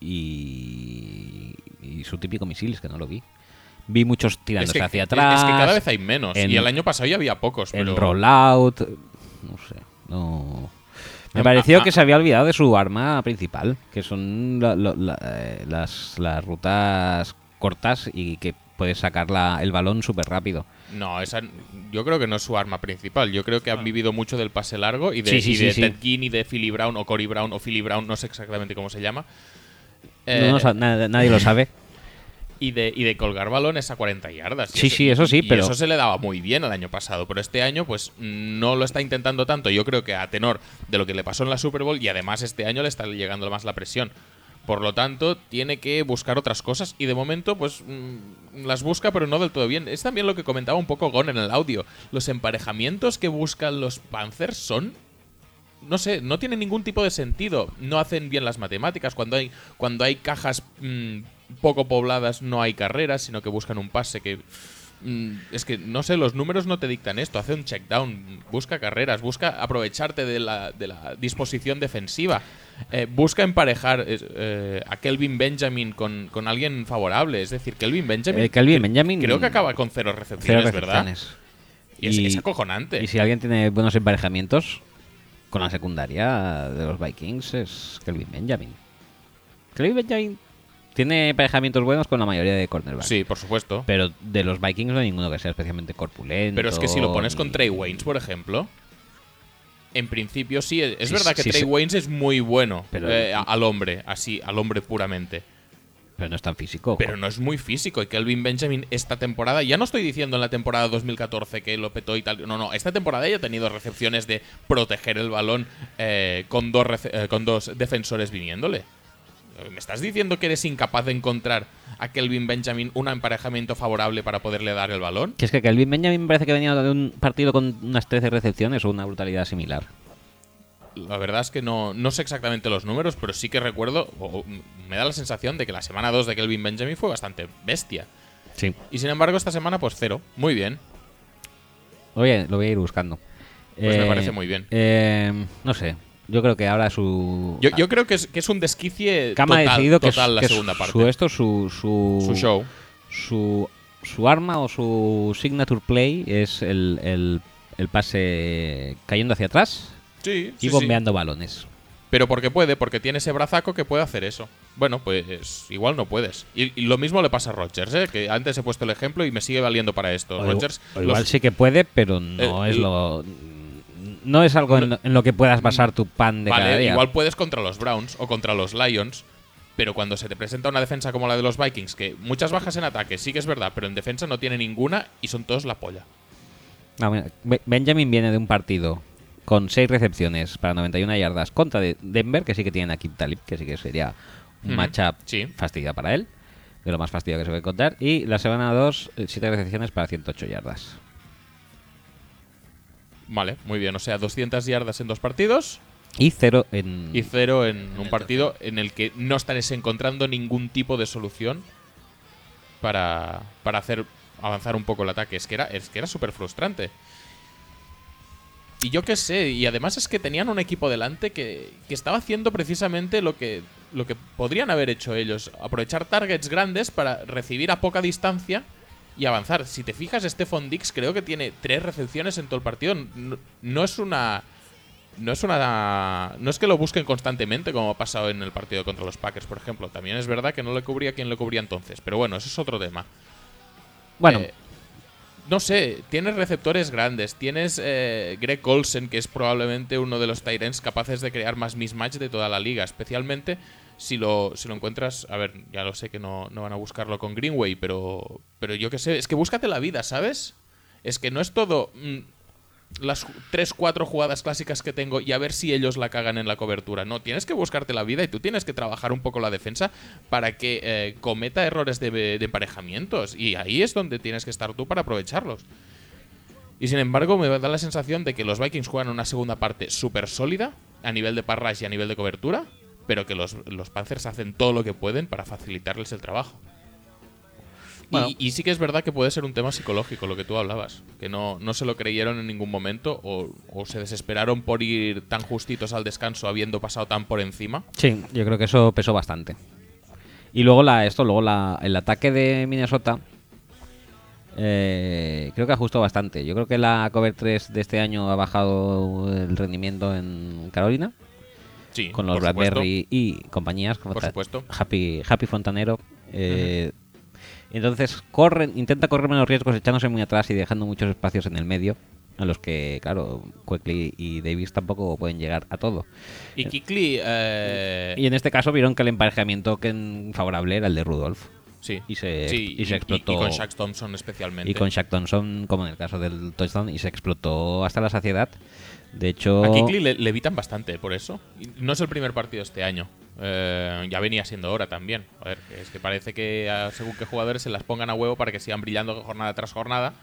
Y, y su típico misil, es que no lo vi. Vi muchos tirándose hacia atrás. Es que cada vez hay menos. en- y el año pasado ya había pocos. El Pero rollout. No sé. No. Me Ah, pareció ah, que ah. se había olvidado de su arma principal, que son la- la- la- eh, las, las rutas cortas y que puedes sacar la- el balón súper rápido. No, esa, yo creo que no es su arma principal. Yo creo que han vivido mucho del pase largo y de, Sí, sí, y de sí, sí. Ted Ginn y de Philly Brown o Cory Brown o Philly Brown, no sé exactamente cómo se llama. No, Eh, no sa- na- nadie lo sabe. y de, y de colgar balones a 40 yardas. Y Sí, sí, eso sí, y pero- Eso se le daba muy bien el año pasado, pero este año, pues no lo está intentando tanto. Yo creo que a tenor de lo que le pasó en la Super Bowl, y además este año le está llegando más la presión. Por lo tanto, tiene que buscar otras cosas y de momento, pues mm, las busca, pero no del todo bien. Es también lo que comentaba un poco Gon en el audio. Los emparejamientos que buscan los Panzers son no sé, no tiene ningún tipo de sentido. No hacen bien las matemáticas. Cuando hay, cuando hay cajas mm, poco pobladas, no hay carreras, sino que buscan un pase que. mm, es que no sé, los números no te dictan esto. Hace un check down, busca carreras, busca aprovecharte de la, de la disposición defensiva. eh, busca emparejar eh, eh, a Kelvin Benjamin con, con alguien favorable. Es decir, Kelvin Benjamin. Eh, Kelvin Benjamin- Creo que acaba con cero Cero recepciones, ¿verdad? recepciones. Y es, es acojonante. Y si alguien tiene buenos emparejamientos con la secundaria de los Vikings es Kelvin Benjamin. Kelvin Benjamin tiene emparejamientos buenos con la mayoría de cornerbacks. Sí, por supuesto. Pero de los Vikings no hay ninguno que sea especialmente corpulento. Pero es que si lo pones con ni- Trey Waynes, por ejemplo, en principio sí. Es es Sí, verdad que sí, Trey sí. Waynes es muy bueno Pero- eh, a- al hombre, así, al hombre puramente. Pero no es tan físico. Pero no es muy físico. Y Kelvin Benjamin esta temporada, ya no estoy diciendo en la temporada 2014 que lo petó y tal. No, no, esta temporada ya ha tenido recepciones de proteger el balón eh, con, dos rece- eh, con dos defensores viniéndole. ¿Me estás diciendo que eres incapaz de encontrar a Kelvin Benjamin un emparejamiento favorable para poderle dar el balón? Que es que Kelvin Benjamin parece que venía de un partido con unas 13 recepciones o una brutalidad similar. La verdad es que no, no sé exactamente los números, pero sí que recuerdo, o- o me da la sensación de que la semana 2 de Kelvin Benjamin fue bastante bestia. Sí. Y sin embargo, esta semana, pues cero. Muy bien. Oye, lo voy a ir buscando. Pues me parece muy bien. eh, no sé. Yo creo que ahora su. Yo, yo creo que es, que es un desquicie Cama ha Eh, total, decidido que, total su, la que su- segunda parte. su esto, su, su, Su show. Su, su arma o su signature play es el, el- el pase cayendo hacia atrás Sí, y sí, sí. bombeando balones. Pero porque puede, porque tiene ese brazaco que puede hacer eso. Bueno, pues igual no puedes. Y, y lo mismo le pasa a Rodgers, ¿eh? que antes he puesto el ejemplo y me sigue valiendo para esto. O Rodgers, igu- o los- igual sí que puede, pero no Eh, es l- lo. No es algo en, lo, en lo que puedas basar tu pan de cada Vale, día. igual puedes contra los Browns o contra los Lions, pero cuando se te presenta una defensa como la de los Vikings, que muchas bajas en ataque, sí que es verdad, pero en defensa no tiene ninguna y son todos la polla. Ah, bueno, Be- Benjamin viene de un partido con 6 recepciones para 91 yardas contra de Denver, que sí que tienen a Kim Talib, que sí que sería un Ujú, matchup sí. fastidiado para él, de lo más fastidiado que se puede contar. Y la semana 2, 7 recepciones para 108 yardas. Vale, muy bien, o sea, 200 yardas en dos partidos Y 0 Mm. en. y cero en un partido en el que no estaréis encontrando ningún tipo de solución para, para hacer avanzar un poco el ataque. Es que era es que era súper frustrante. Y yo qué sé, y además es que tenían un equipo delante que, que estaba haciendo precisamente lo que, lo que podrían haber hecho ellos. Aprovechar targets grandes para recibir a poca distancia y avanzar. Si te fijas, Stephon Dix creo que tiene tres recepciones en todo el partido. No, no es una... No es una. No es que lo busquen constantemente, como ha pasado en el partido contra los Packers, por ejemplo. También es verdad que no le cubría quien le cubría entonces. Pero bueno, eso es otro tema. bueno, Eh, no sé, tienes receptores grandes, tienes eh, Greg Olsen, que es probablemente uno de los Tyrants capaces de crear más mismatch de toda la liga, especialmente si lo, si lo encuentras, a ver, ya lo sé que no, no van a buscarlo con Greenway, pero, pero yo qué sé, es que búscate la vida, ¿sabes? Es que no es todo mm, las 3-4 jugadas clásicas que tengo y a ver si ellos la cagan en la cobertura. No, tienes que buscarte la vida y tú tienes que trabajar un poco la defensa para que eh, cometa errores de, de emparejamientos. Y ahí es donde tienes que estar tú para aprovecharlos. Y sin embargo, me da la sensación de que los Vikings juegan una segunda parte súper sólida a nivel de parrash y a nivel de cobertura, pero que los, los Panthers hacen todo lo que pueden para facilitarles el trabajo. Y- Bueno. Y, sí que es verdad que puede ser un tema psicológico lo que tú hablabas, que no, no se lo creyeron en ningún momento o, o se desesperaron por ir tan justitos al descanso habiendo pasado tan por encima. sí, yo creo que eso pesó bastante. Y luego la, esto, luego la, el ataque de Minnesota. eh, creo que ajustó bastante. Yo creo que la cover 3 de este año ha bajado el rendimiento en Carolina. Sí, con los por supuesto. BlackBerry y compañías como Por ta- supuesto. Happy, Happy Fontanero. eh, Entonces corren, intenta correr menos riesgos echándose muy atrás y dejando muchos espacios en el medio a los que, claro, Quickly y Davis tampoco pueden llegar a todo. Y Kikli, eh, Y en este caso vieron que el emparejamiento que en- favorable era el de Rudolf. Sí. Y se- Sí, y se explotó. Y, con Shaq Thompson especialmente. Y con Shaq Thompson, como en el caso del touchdown, y se explotó hasta la saciedad. De hecho, A Kikli le, le evitan bastante por eso. Y No es el primer partido este año. Eh, ya venía siendo hora también. A ver, es que parece que a- según qué jugadores se las pongan a huevo para que sigan brillando jornada tras jornada.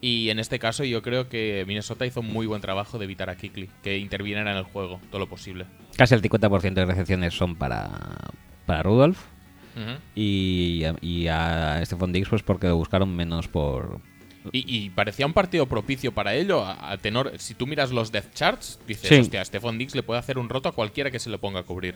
Y en este caso yo creo que Minnesota hizo un muy buen trabajo de evitar a Kikli, que interviniera en el juego todo lo posible. casi el 50% de recepciones son para, para Rudolph. Ujú. Y, y a Stephon Diggs, pues porque lo buscaron menos por. Y, y parecía un partido propicio para ello. A, a tenor, si tú miras los death charts, dices, Sí. hostia, Stephon Dix le puede hacer un roto a cualquiera que se le ponga a cubrir.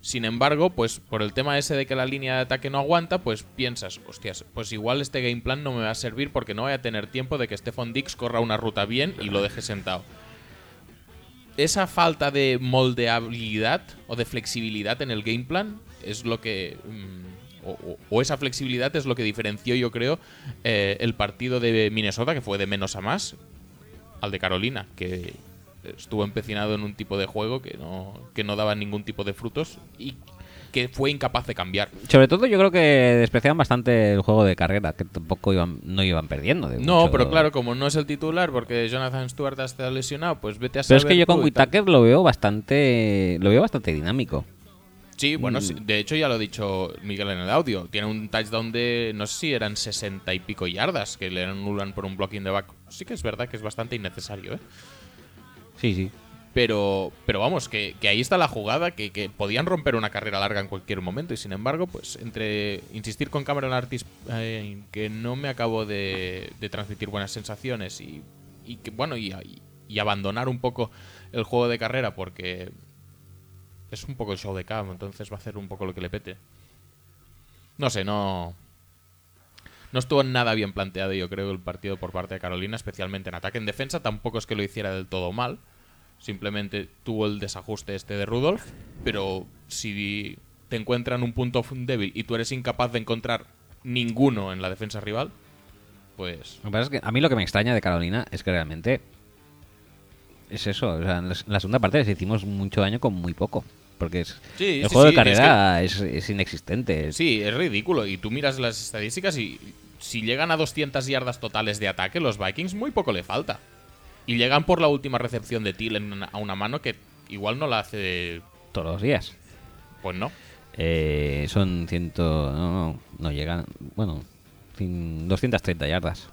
Sin embargo, pues por el tema ese de que la línea de ataque no aguanta, pues piensas, hostias, pues igual este game plan no me va a servir porque no voy a tener tiempo de que Stephon Dix corra una ruta bien y lo deje sentado. Esa falta de moldeabilidad o de flexibilidad en el game plan es lo que. mm, o, o- o esa flexibilidad es lo que diferenció, yo creo, eh, el partido de Minnesota, que fue de menos a más, al de Carolina, que estuvo empecinado en un tipo de juego que no, que no daba ningún tipo de frutos y que fue incapaz de cambiar. Sobre todo, yo creo que despreciaban bastante el juego de carrera, que tampoco iban, no iban perdiendo. de No, mucho. pero claro, como no es el titular porque Jonathan Stewart ha estado lesionado, pues vete a Pero saber. es que yo con tú y tal. Whittaker lo veo bastante. Lo veo bastante dinámico. Sí, bueno, sí, de hecho ya lo ha dicho Miguel en el audio. Tiene un touchdown de, no sé si eran sesenta y pico yardas que le anulan por un blocking de back. Sí que es verdad que es bastante innecesario, ¿eh? Sí, sí. Pero, pero vamos, que, que ahí está la jugada, que, que podían romper una carrera larga en cualquier momento y sin embargo, pues entre insistir con Cameron Artis, eh, que no me acabo de, de transmitir buenas sensaciones y, y que bueno, y, y- y abandonar un poco el juego de carrera porque es un poco el show de Cam, entonces va a hacer un poco lo que le pete. No sé, no... No estuvo nada bien planteado, yo creo, el partido por parte de Carolina, especialmente en ataque. En defensa tampoco es que lo hiciera del todo mal. Simplemente tuvo el desajuste este de Rudolph, pero si te encuentran un punto débil y tú eres incapaz de encontrar ninguno en la defensa rival, pues... Lo que pasa es que a mí lo que me extraña de Carolina es que realmente es eso. O sea, en la en la segunda parte les hicimos mucho daño con muy poco. Porque es, Sí, el sí, juego sí, de es carrera es, es inexistente. Sí, es ridículo. Y tú miras las estadísticas y si llegan a 200 yardas totales de ataque, los Vikings muy poco le falta. Y llegan por la última recepción de Till en una- a una mano que igual no la hace... Todos los días. Pues no. Eh, son ciento. No, no, no llegan. Bueno, cien- 230 yardas.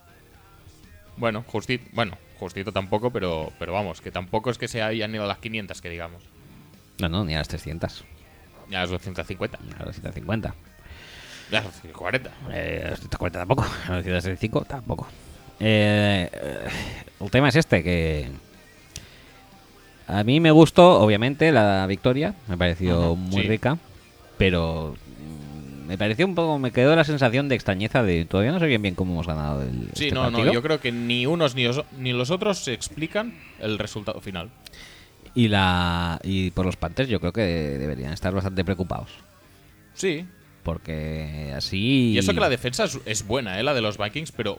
Bueno, justito, bueno, justito tampoco, pero, pero vamos, que tampoco es que se hayan ido a las 500, que digamos. No, no, ni a las 300. Ni a las 250. Ni a las 250. Ya, 40. Eh, a las 240 tampoco. A las 235 tampoco. Eh, eh, el tema es este, que... A mí me gustó, obviamente, la victoria. Me pareció Ajá, muy sí. rica. Pero... mm, Me pareció un poco... Me quedó la sensación de extrañeza de... Todavía no sé bien bien cómo hemos ganado el... Sí, este no, no, partido. yo creo que ni unos ni, os- ni los otros se explican el resultado final. Y la... Y por los Panthers yo creo que deberían estar bastante preocupados. Sí. Porque así... Y eso que la defensa es, es buena, ¿eh? la de los Vikings, pero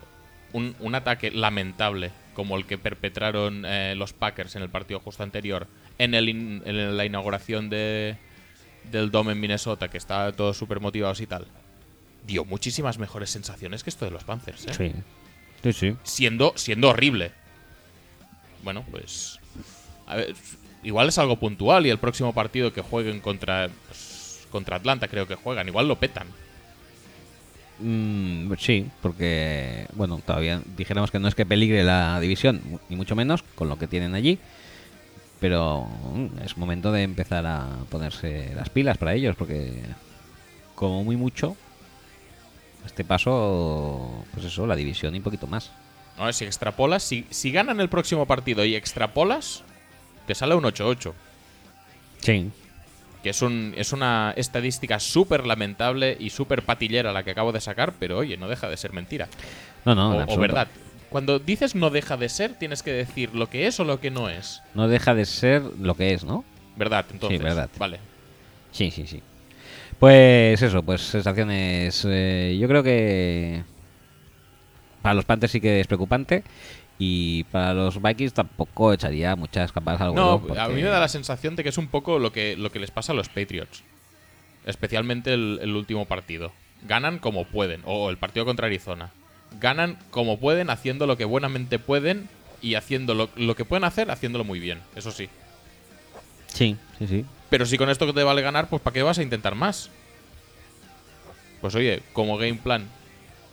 un, un ataque lamentable como el que perpetraron eh, los Packers en el partido justo anterior, en, el in- en la inauguración de, del Dome en Minnesota, que estaban todos súper motivados y tal, dio muchísimas mejores sensaciones que esto de los Panthers. ¿eh? Sí. Sí, sí. siendo, siendo horrible. Bueno, pues. A ver, igual es algo puntual y el próximo partido que jueguen contra. pues, contra Atlanta, creo que juegan. Igual lo petan. Mm, sí, porque, bueno, todavía dijéramos que no es que peligre la división, mu- ni mucho menos con lo que tienen allí, pero mm, es momento de empezar a ponerse las pilas para ellos, porque como muy mucho, a este paso, pues eso, la división y un poquito más. No, si extrapolas, si, si ganan el próximo partido y extrapolas, te sale un 8-8. Sí. Que es, un, es una estadística súper lamentable y súper patillera la que acabo de sacar, pero oye, no deja de ser mentira. No, no, en o, o absoluto. verdad. Cuando dices no deja de ser, tienes que decir lo que es o lo que no es. No deja de ser lo que es, ¿no? ¿Verdad? Entonces, verdad. Vale, Sí, sí, sí. Pues eso, pues sensaciones. eh, yo creo que para los Panthers sí que es preocupante y para los Vikings tampoco echaría muchas campanas al No, huevo. porque- a mí me da la sensación de que es un poco lo que, lo que les pasa a los Patriots. Especialmente el, el último partido. ganan como pueden, o el partido contra Arizona, ganan como pueden, haciendo lo que buenamente pueden y haciendo lo, lo que pueden hacer, haciéndolo muy bien, eso sí. Sí, sí, sí. Pero si con esto te vale ganar, pues ¿para qué vas a intentar más? Pues oye, como game plan,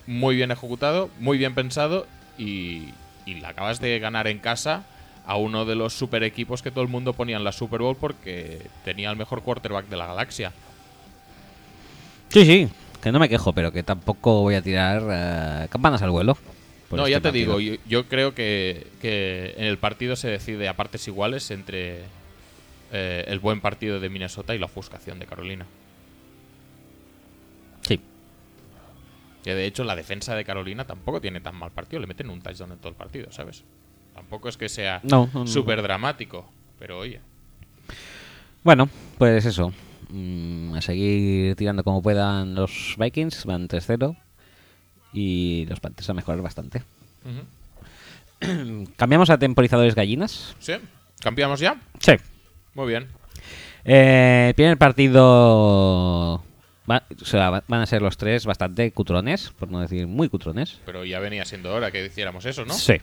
muy bien ejecutado, muy bien pensado y, y le acabas de ganar en casa a uno de los super equipos que todo el mundo ponía en la Super Bowl porque tenía el mejor quarterback de la galaxia. Sí, sí. Que no me quejo, pero que tampoco voy a tirar eh, campanas al vuelo. por no, este ya te partido. digo, yo, yo creo que, que en el partido se decide a partes iguales entre eh, el buen partido de Minnesota y la ofuscación de Carolina. Sí. Que de hecho la defensa de Carolina tampoco tiene tan mal partido. Le meten un touchdown en todo el partido, ¿sabes? Tampoco es que sea No, no, no. súper dramático. Pero oye, Bueno, pues eso. Mm, a seguir tirando como puedan los Vikings. Van 3-0. Y los Panthers a mejorar bastante. Ujú. ¿Cambiamos a temporizadores gallinas? ¿sí? ¿Cambiamos ya? Sí. Muy bien. Eh, primer partido. va- o sea, va- van a ser los tres bastante cutrones, por no decir muy cutrones. Pero ya venía siendo hora que hiciéramos eso, ¿no? Sí.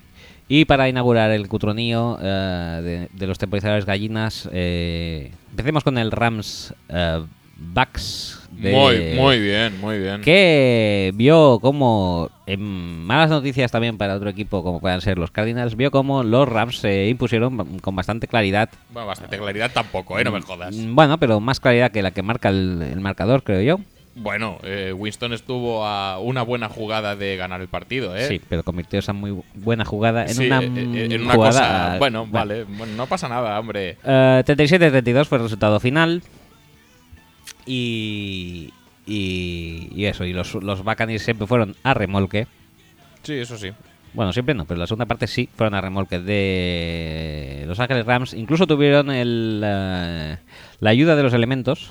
Y para inaugurar el cutronío eh, de, de los temporizadores gallinas, eh, empecemos con el Rams eh, Bucks. de- Muy, muy bien, muy bien. Que vio como, en malas noticias también para otro equipo como puedan ser los Cardinals, vio como los Rams se impusieron con bastante claridad Bueno, bastante claridad tampoco, ¿eh? No me jodas. Mm, Bueno, pero más claridad que la que marca el, el marcador, creo yo. Bueno, eh, Winston estuvo a una buena jugada de ganar el partido, ¿eh? Sí, pero convirtió esa muy bu- buena jugada en Sí, una, eh, eh, en mm, una jugada. cosa. Bueno, vale, bueno, no pasa nada, hombre. Eh, 37-32 fue el resultado final. Y. Y, y eso, y los, los Buccaneers siempre fueron a remolque. Sí, eso sí. Bueno, siempre no, pero la segunda parte sí fueron a remolque de Los Ángeles Rams. Incluso tuvieron el, eh, la ayuda de los elementos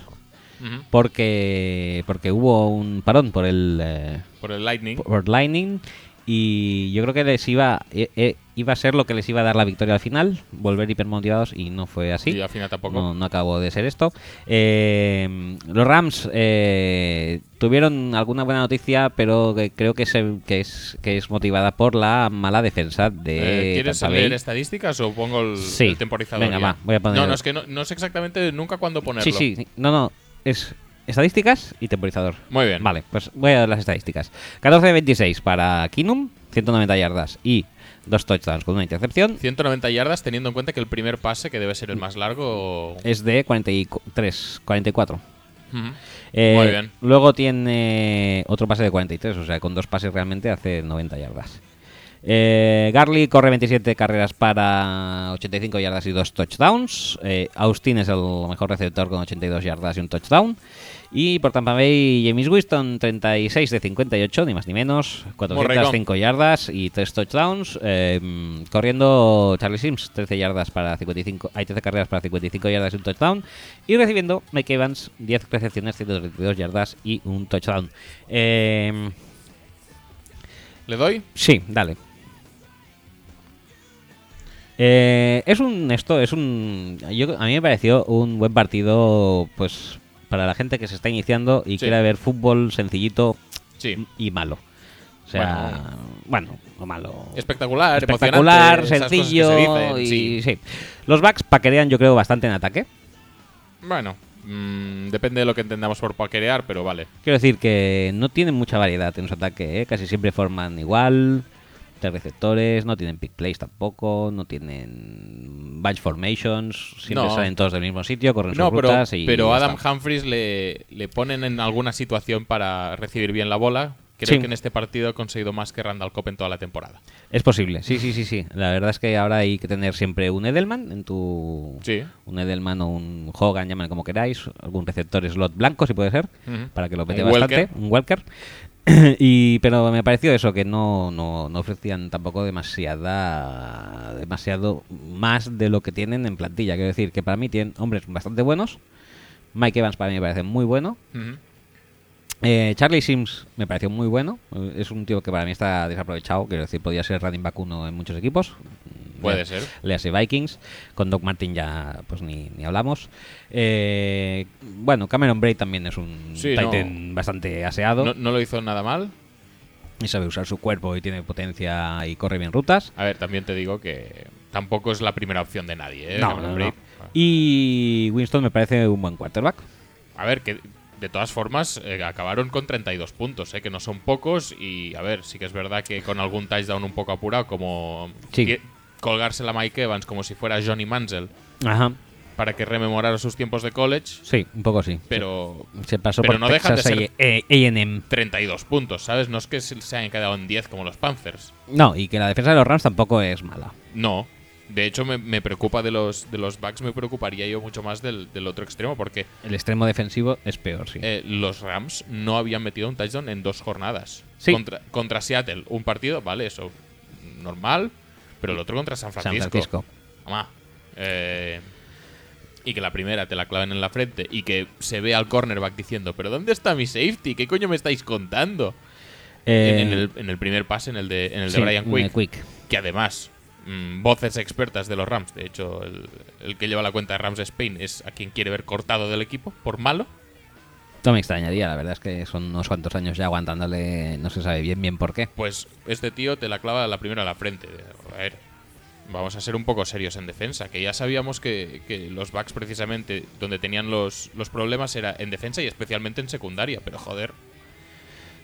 Ujú. porque, porque hubo un parón por el, eh, Por el Lightning. por Lightning y yo creo que les iba eh, eh, iba a ser lo que les iba a dar la victoria al final, volver hipermotivados y no fue así. Y al final tampoco. No, no acabó de ser esto. Eh, los Rams eh, tuvieron alguna buena noticia, pero que- creo que, se- que, es, que es motivada por la mala defensa de Eh, ¿Quieres Tampa leer Bay. estadísticas o pongo el, Sí. el temporizador? Venga, ya? va, voy a poner- No, no, es que no, no sé exactamente nunca cuándo ponerlo. Sí, sí, sí. no, no, es estadísticas y temporizador. Muy bien. Vale, pues voy a dar las estadísticas. 14 de 26 para Kinum, 190 yardas y dos touchdowns con una intercepción. 190 yardas, teniendo en cuenta que el primer pase, que debe ser el más largo. Es de 43, 44. Ujú. Eh, Muy bien. Luego tiene otro pase de 43, o sea, con dos pases realmente hace 90 yardas. Eh, Garly corre 27 carreras para 85 yardas y dos touchdowns. Eh, Austin es el mejor receptor con 82 yardas y un touchdown. Y por Tampa Bay, James Winston, 36 de 58, ni más ni menos, 405 yardas y tres touchdowns. Eh, mm, corriendo Charlie Sims, 13 yardas para 55, hay 13 carreras para 55 yardas y un touchdown. Y recibiendo Mike Evans, 10 recepciones, 132 yardas y un touchdown. Eh, ¿Le doy? Sí, dale. Eh, es un esto, es un yo- a mí me pareció un buen partido pues para la gente que se está iniciando y Sí. quiera ver fútbol sencillito Sí. y malo. O sea, bueno, o malo. Espectacular, Espectacular, Ah, emocionante, esas cosas que sencillo se dicen, y sí. sí. Los backs paquerean yo creo bastante en ataque. Bueno, mm, depende de lo que entendamos por paquerear, pero vale. Quiero decir que no tienen mucha variedad en su ataque, ¿eh? casi siempre forman igual, tres receptores, no tienen pick plays tampoco, no tienen bunch formations, siempre No. salen todos del mismo sitio, corren No, sus pero, rutas y pero ya Adam está. Humphries le, le ponen en alguna situación para recibir bien la bola. Creo Sí. que en este partido ha conseguido más que Randall Cobb en toda la temporada. Es posible, sí, sí, sí, sí. La verdad es que ahora hay que tener siempre un Edelman en tu... Sí. Un Edelman o un Hogan, llaman como queráis, algún receptor slot blanco, si puede ser, Ujú. para que lo Un pete Welker. bastante, un Welker. y, pero me pareció eso, que no, no, no ofrecían tampoco demasiada, demasiado más de lo que tienen en plantilla. Quiero decir, que para mí tienen hombres bastante buenos. Mike Evans para mí me parece muy bueno. Ujú. Eh, Charlie Sims me pareció muy bueno. Eh, Es un tío que para mí está desaprovechado. Quiero decir, podía ser running back uno en muchos equipos. Mm, Puede ser. Le hace Vikings. Con Doc Martin ya pues ni, ni hablamos. Eh, bueno, Cameron Bray también es un Sí, Titan bastante aseado No, no lo hizo nada mal. y sabe usar su cuerpo y tiene potencia y corre bien rutas. A ver, también te digo que tampoco es la primera opción de nadie. ¿eh? No, Cameron no, no. Brate. Y Winston me parece un buen quarterback. A ver, que de todas formas eh, acabaron con 32 puntos, ¿eh? que no son pocos. Y a ver, sí que es verdad que con algún touchdown un poco apurado, como Sí. que- colgarse la Mike Evans como si fuera Johnny Manziel Ajá. para que rememorara sus tiempos de college, Sí, un poco sí. pero se pasó pero por no dejan de Texas ser- A- A&M. 32 puntos, ¿sabes? No es que se se hayan quedado en 10 como los Panthers. No, y que la defensa de los Rams tampoco es mala. No. De hecho, me, me preocupa de los, de los Bucks, me preocuparía yo mucho más del, del otro extremo, porque El extremo defensivo es peor, sí. eh, los Rams no habían metido un touchdown en dos jornadas. Sí. Contra, contra Seattle, un partido, vale, eso normal, pero el otro contra San San Francisco. Francisco. Amá. Eh, y que la primera te la claven en la frente y que se ve al cornerback diciendo, pero ¿dónde está mi safety? ¿Qué coño me estáis contando? Eh, en, en el, en el primer pase, en el de, en el sí, de Brian en Quick, el Quick. que además, mm, voces expertas de los Rams, de hecho, el, el que lleva la cuenta de Rams Spain es a quien quiere ver cortado del equipo por malo. No me extrañaría, la verdad es que son unos cuantos años ya aguantándole, no se sabe bien bien por qué. Pues este tío te la clava la primera a la frente. A ver, vamos a ser un poco serios en defensa, que ya sabíamos que, que los backs precisamente donde tenían los, los problemas era en defensa y especialmente en secundaria, pero joder.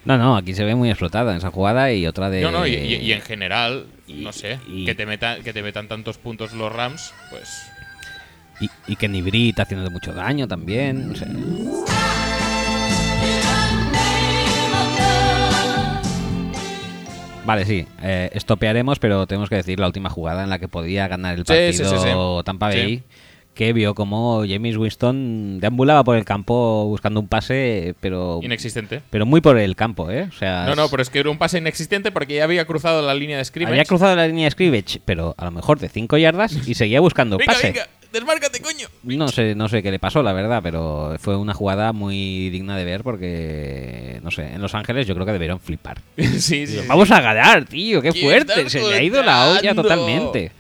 No, no, aquí se ve muy explotada en esa jugada y otra de... No, no, y, y- y en general, Eh, y- no sé, y- que, te meta- que te metan tantos puntos los Rams, pues... y- y que Nibri está haciéndole mucho daño también. o sea, Vale, sí, eh, estopearemos, pero tenemos que decir la última jugada en la que podía ganar el Sí, partido sí, sí, sí. Tampa Sí. Bay, que vio como James Winston deambulaba por el campo buscando un pase, pero, Inexistente. pero muy por el campo, ¿eh? O sea, No, no, es- pero es que era un pase inexistente porque ya había cruzado la línea de scrimmage. había cruzado la línea de scrimmage, pero a lo mejor de 5 yardas y seguía buscando venga, pase. venga, desmárcate, coño. No sé, no sé qué le pasó, la verdad, pero fue una jugada muy digna de ver porque, no sé, en Los Ángeles yo creo que debieron flipar. sí, sí, sí. Vamos a ganar, tío, qué ¿Qué fuerte. estás Se le ha ido la olla contando? totalmente.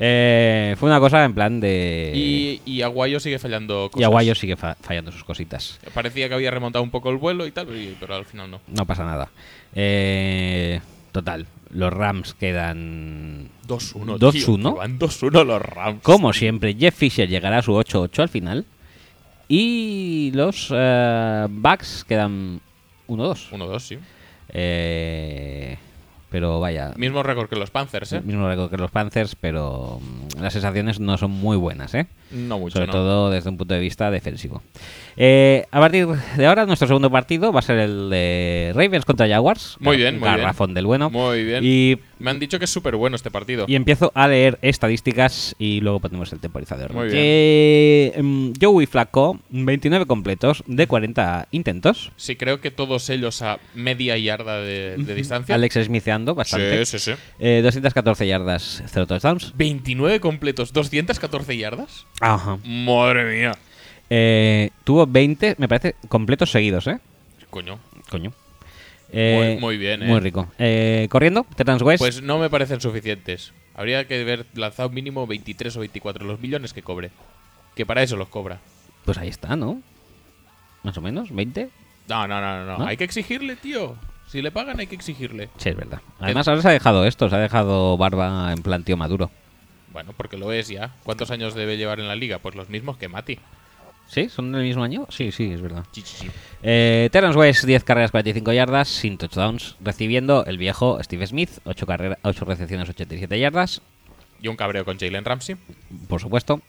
Eh, fue una cosa en plan de... Y, y Aguayo sigue fallando cosas. y Aguayo sigue fa- fallando sus cositas. Parecía que había remontado un poco el vuelo y tal, y- pero al final no. No pasa nada. Eh, total, los Rams quedan... 2-1. 2-1. tío, que Van 2-1 los Rams. Como siempre, Jeff Fisher llegará a su 8-8 al final. Y los eh, Bucks quedan 1-2. 1-2, sí. Eh, pero vaya, Mismo récord que los Panthers, ¿eh? mismo récord que los Panthers, pero mm, las sensaciones no son muy buenas, ¿eh? No mucho, Sobre no. todo desde un punto de vista defensivo. Eh, a partir de ahora, nuestro segundo partido va a ser el de Ravens contra Jaguars. Muy bien, muy bien. Garrafón del bueno. Muy bien. Y, Me han dicho que es súper bueno este partido. y empiezo a leer estadísticas y luego ponemos el temporizador. Muy bien. Que, mm, Joey Flacco, 29 completos de 40 intentos. Sí, creo que todos ellos a media yarda de, de distancia. Alex Smitheando bastante. sí, sí, sí. Eh, 214 yardas, 0 touchdowns. 29 completos, 214 yardas. Ajá. Madre mía. Eh, tuvo 20, me parece, completos seguidos, ¿eh? Coño. Coño. muy bien, ¿eh? Muy rico. Eh, corriendo, Terrence West. Pues no me parecen suficientes. Habría que haber lanzado mínimo 23 o 24 los millones que cobre. Que para eso los cobra. Pues ahí está, ¿no? Más o menos, 20. No, no, no, no, no. ¿No? Hay que exigirle, tío. Si le pagan, hay que exigirle. Sí, es verdad. Además, ahora se ha dejado esto, se ha dejado barba en plan tío maduro. Bueno, porque lo es ya. ¿Cuántos años debe llevar en la liga? Pues los mismos que Mati. ¿Sí? ¿Son del mismo año? Sí, sí, es verdad. Sí, sí, sí. Eh, Terrence West, 10 carreras, 45 yardas, sin touchdowns. Recibiendo el viejo Steve Smith, 8, carreras, 8 recepciones, 87 yardas. Y un cabreo con Jalen Ramsey. Por supuesto.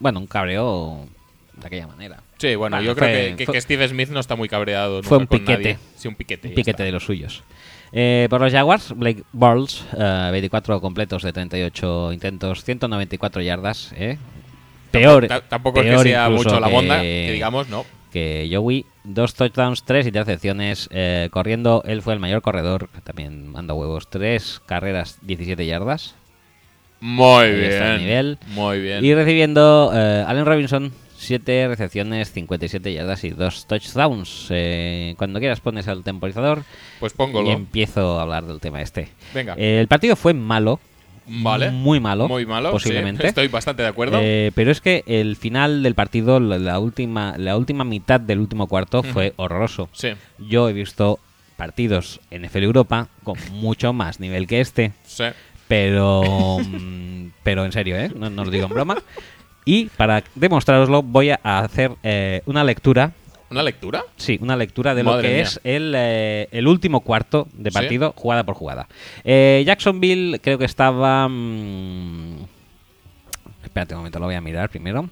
Bueno, un cabreo de aquella manera. Sí, bueno, Bueno, yo fue- creo que- que, fue- que Steve Smith no está muy cabreado. Fue nunca un con piquete. nadie. Sí, un piquete. Un ya piquete está. de los suyos. Eh, por los Jaguars, Blake Burles, eh, 24 completos de 38 intentos, 194 yardas. ¿eh? Peor. Ta- Tampoco es peor que sea incluso mucho la bonda, que digamos, no. Que Joey, dos touchdowns, tres intercepciones. eh, corriendo, él fue el mayor corredor. También manda huevos. Tres carreras, 17 yardas. Muy Ahí bien. está el nivel. Muy bien. Y recibiendo eh, Allen Robinson, 7 recepciones, 57 yardas y dos touchdowns. Eh, cuando quieras pones al temporizador Pues y póngolo. empiezo a hablar del tema este. Venga. Eh, el partido fue malo. Vale. muy malo. Muy malo, sí. Posiblemente. Estoy bastante de acuerdo. Eh, pero es que el final del partido, la, la última, la última mitad del último cuarto fue horroroso. Sí, Yo he visto partidos en NFL Europa con mucho más nivel que este, sí. pero, mm, pero en serio, ¿eh? no, no lo digo en broma. Y para demostraroslo voy a hacer eh, una lectura, ¿Una lectura? sí, una lectura de lo Madre que mía. es el, eh, el último cuarto de Sí. partido, jugada por jugada. Eh, Jacksonville creo que estaba... mm, espérate un momento, lo voy a mirar primero.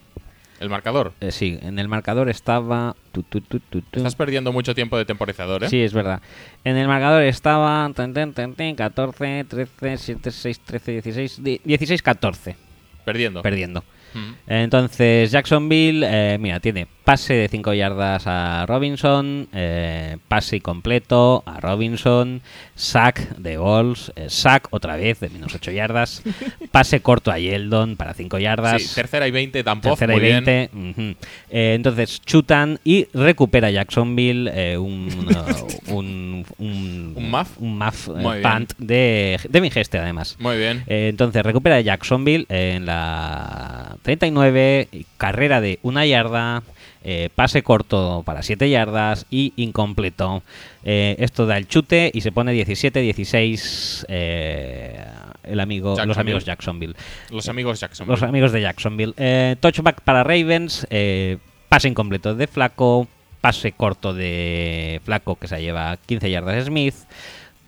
El marcador. Eh, sí, en el marcador estaba... tu, tu, tu, tu, tu. Estás perdiendo mucho tiempo de temporizador, ¿eh? Sí, es verdad. En el marcador estaba tan, tan, tan, tan, 14, 13, 7, 6, 13, 16, di- 16, 14, Perdiendo. perdiendo. Mm. Entonces, Jacksonville, eh, mira, tiene pase de 5 yardas a Robinson, eh, pase y completo a Robinson, sack de Balls, sack otra vez de menos 8 yardas, pase corto a Yeldon para 5 yardas. Sí, tercera y 20, tampoco. Tercera y muy bien. 20. ujú. Eh, entonces chutan y recupera Jacksonville eh, un, uh, un, un, ¿Un muff? un muff, eh, Muy bien. punt de, de mi geste, además. Muy bien. Eh, entonces recupera Jacksonville en la 39, carrera de una yarda, eh, pase corto para 7 yardas y incompleto. Eh, esto da el chute y se pone 17-16 eh, el amigo, los Jacksonville. amigos Jacksonville. Los amigos Jackson. Los amigos de Jacksonville. Eh, touchback para Ravens. eh, pase incompleto de Flaco. Pase corto de Flaco que se lleva 15 yardas Smith.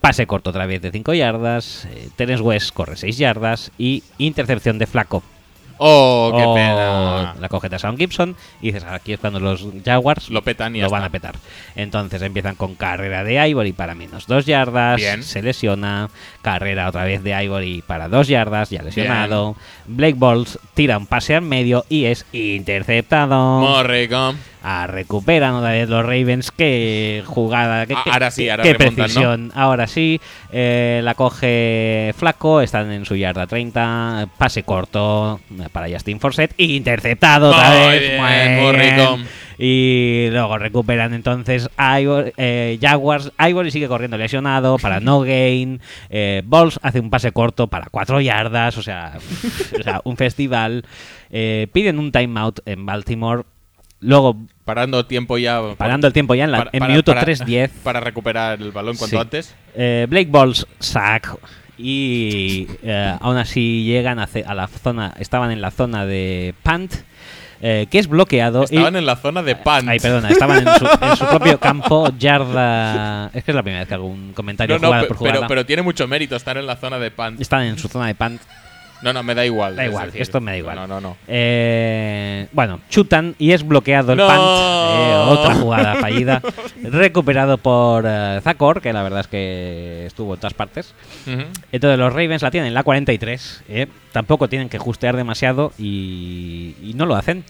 Pase corto otra vez de 5 yardas. eh, Terence West corre 6 yardas. Y intercepción de Flaco. Oh, qué Oh, pena. La cojeta Sam Gibson. Y dices, aquí es cuando los Jaguars Lo petan y ya lo van está. a petar. Entonces empiezan con carrera de Ivory para menos 2 yardas. Bien. Se lesiona. Carrera otra vez de Ivory para 2 yardas. Ya lesionado. Blake Balls tira un pase al medio y es interceptado. Morricone. Ah, recuperan otra vez los Ravens. Qué jugada. Qué, Ah, qué- ahora sí, ahora qué remontan, ¿no? precisión. Ahora sí. Eh, la coge Flaco. Están en su yarda 30. Pase corto para Justin Forsett. Interceptado otra Muy vez. bien, muy rico. Y luego recuperan entonces Ivor, eh, Jaguars. Ivory sigue corriendo lesionado para no gain. Eh, Balls hace un pase corto para 4 yardas. O sea, o sea, un festival. Eh, piden un timeout en Baltimore. Luego Parando tiempo ya. por- Parando el tiempo ya en, la- para- en para- minuto para- 3.10. Para recuperar el balón cuanto Sí. antes. Eh, Blake Balls, sack. Y eh, aún así llegan a, ce- a la zona. Estaban en la zona de Pant, eh, que es bloqueado. y- Estaban en la zona de pan. Ay, perdona, estaban en su, en su propio campo, yarda. Es que es la primera vez que hago un comentario No, no, jugada pe- por jugada. pero, pero tiene mucho mérito estar en la zona de pan. Están en su zona de Pant. No, no, me da Da igual. Pues es igual, decir, esto me da igual. No, no, no. Eh, bueno, chutan y es bloqueado el No. punt. Eh, otra jugada fallida. Recuperado por eh, Zakor, que la verdad es que estuvo en todas partes. Ujú. Entonces los Ravens la tienen, la 43. ¿eh? Tampoco tienen que justear demasiado y, y no lo hacen.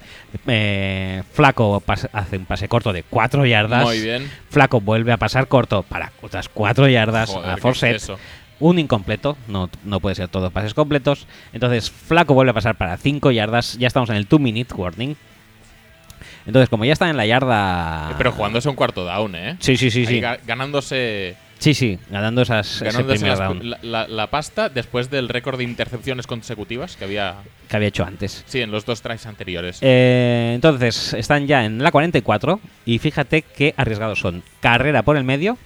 Eh, Flaco pas- hace un pase corto de 4 yardas. Muy bien. Flaco vuelve a pasar corto para otras 4 yardas Joder, a qué Forsett. exceso. Un incompleto, no, no puede ser todos pases completos. Entonces Flaco vuelve a pasar para 5 yardas. Ya estamos en el 2-minute warning. Entonces, como ya están en la yarda. Eh, Pero jugándose un cuarto down, ¿eh? Sí, sí, sí. Ahí Sí, ga- Ganándose, sí, sí ganando esas, ese ganándose primer las- down la, la- la pasta después del récord de intercepciones consecutivas que había. que había hecho antes. Sí, en los dos tries anteriores. Eh, entonces, están ya en la 44 y fíjate qué arriesgados son. Carrera por el medio,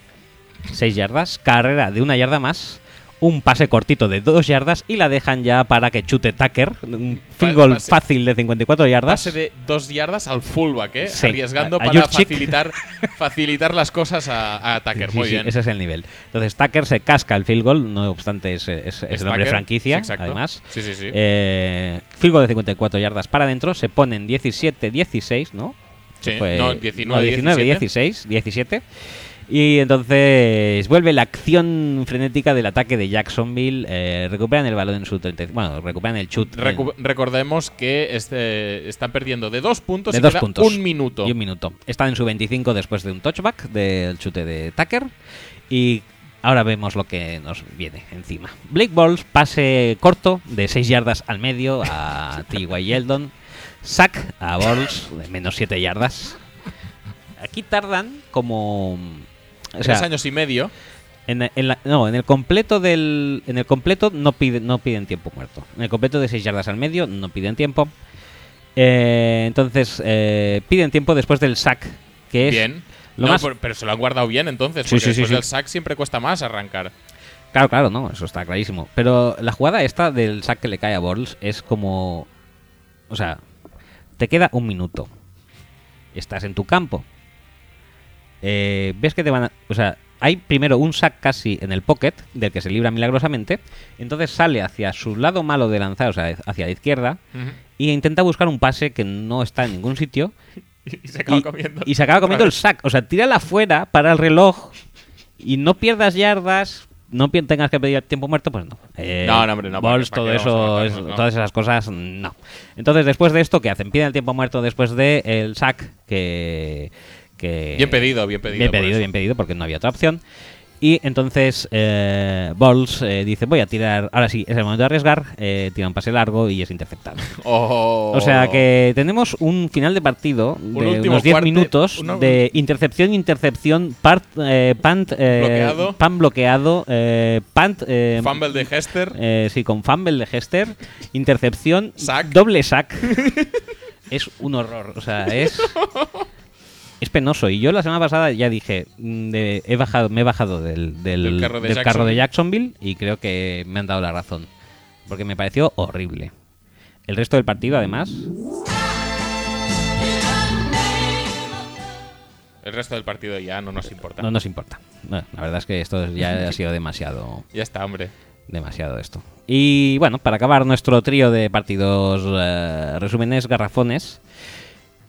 6 yardas, carrera de una yarda más, un pase cortito de 2 yardas y la dejan ya para que chute Tucker, un field goal pase. fácil de 54 yardas. Pase de dos yardas al fullback, ¿eh? Sí, Arriesgando a- a para Jurczyk. facilitar, facilitar las cosas a, a Tucker. Sí, Muy sí, bien. ese es el nivel. Entonces Tucker se casca el field goal, no obstante es, es- es Es el nombre Tucker, franquicia, exacto. además. Sí, sí, sí. Eh, field goal de 54 yardas para adentro, se ponen 17-16, ¿no? Sí, Fue- no, no, 19, 17. 16, 17. Y entonces vuelve la acción frenética del ataque de Jacksonville. eh, recuperan el balón en su 30. Bueno, recuperan el chute. Recu- recordemos que este, están perdiendo de dos puntos de y dos queda puntos. un minuto. Y un minuto. Están en su 25 después de un touchback del chute de Tucker. Y ahora vemos lo que nos viene encima. Blake Balls, pase corto de 6 yardas al medio a T.Y. Yeldon. Sack a Balls de menos 7 yardas. Aquí tardan como. o Tres sea, años y medio En, la- en la- no, en el completo del, en el completo no piden, no piden tiempo muerto. En el completo de 6 yardas al medio no piden tiempo. Eh, entonces eh, piden tiempo después del sack, que es Bien. lo No, más- pero, pero se lo han guardado bien entonces, Sí, porque sí, sí, después sí. del sack siempre cuesta más arrancar. Claro, claro, no, eso está clarísimo. Pero la jugada esta del sack que le cae a Borls es como. O sea, te queda un minuto. Estás en tu campo. Eh, ves que te van a. O sea, hay primero un sack casi en el pocket, del que se libra milagrosamente. Entonces sale hacia su lado malo de lanzar, o sea, hacia la izquierda. Y intenta buscar un pase que no está en ningún sitio. Y se acaba y, comiendo. y se acaba otra comiendo el vez. sack. O sea, tírala fuera para el reloj y no pierdas yardas, no pi- tengas que pedir tiempo muerto, pues no. Eh, No, no, hombre, no, Balls, ¿para todo qué- para qué eso, vamos a es- matarnos, no? todas esas cosas, no. Entonces, después de esto, ¿qué hacen? Piden el tiempo muerto después del el sack que, que... Bien pedido, bien pedido. Bien por pedido, eso. bien pedido, porque no había otra opción. Y entonces eh, Balls eh, dice, voy a tirar, ahora sí, es el momento de arriesgar, eh, tira un pase largo y es interceptado. Oh. O sea que tenemos un final de partido de último unos 10 cuarto, minutos una- de intercepción, intercepción, part, eh, punt, eh, Bloqueado. punt bloqueado, eh, punt, eh, Fumble de Hester. eh, sí, con fumble de Hester, intercepción, Sack. doble sack. es un horror, o sea, es... Es penoso. Y yo la semana pasada ya dije, mm, de- he bajado, me he bajado del, del- Del carro de del carro de Jacksonville y creo que me han dado la razón. Porque me pareció horrible. El resto del partido, además, El resto del partido ya no nos importa. No nos importa. Bueno, la verdad es que esto ya ha sido demasiado, Ya está, hombre. demasiado esto. Y bueno, para acabar nuestro trío de partidos, eh, resúmenes, garrafones,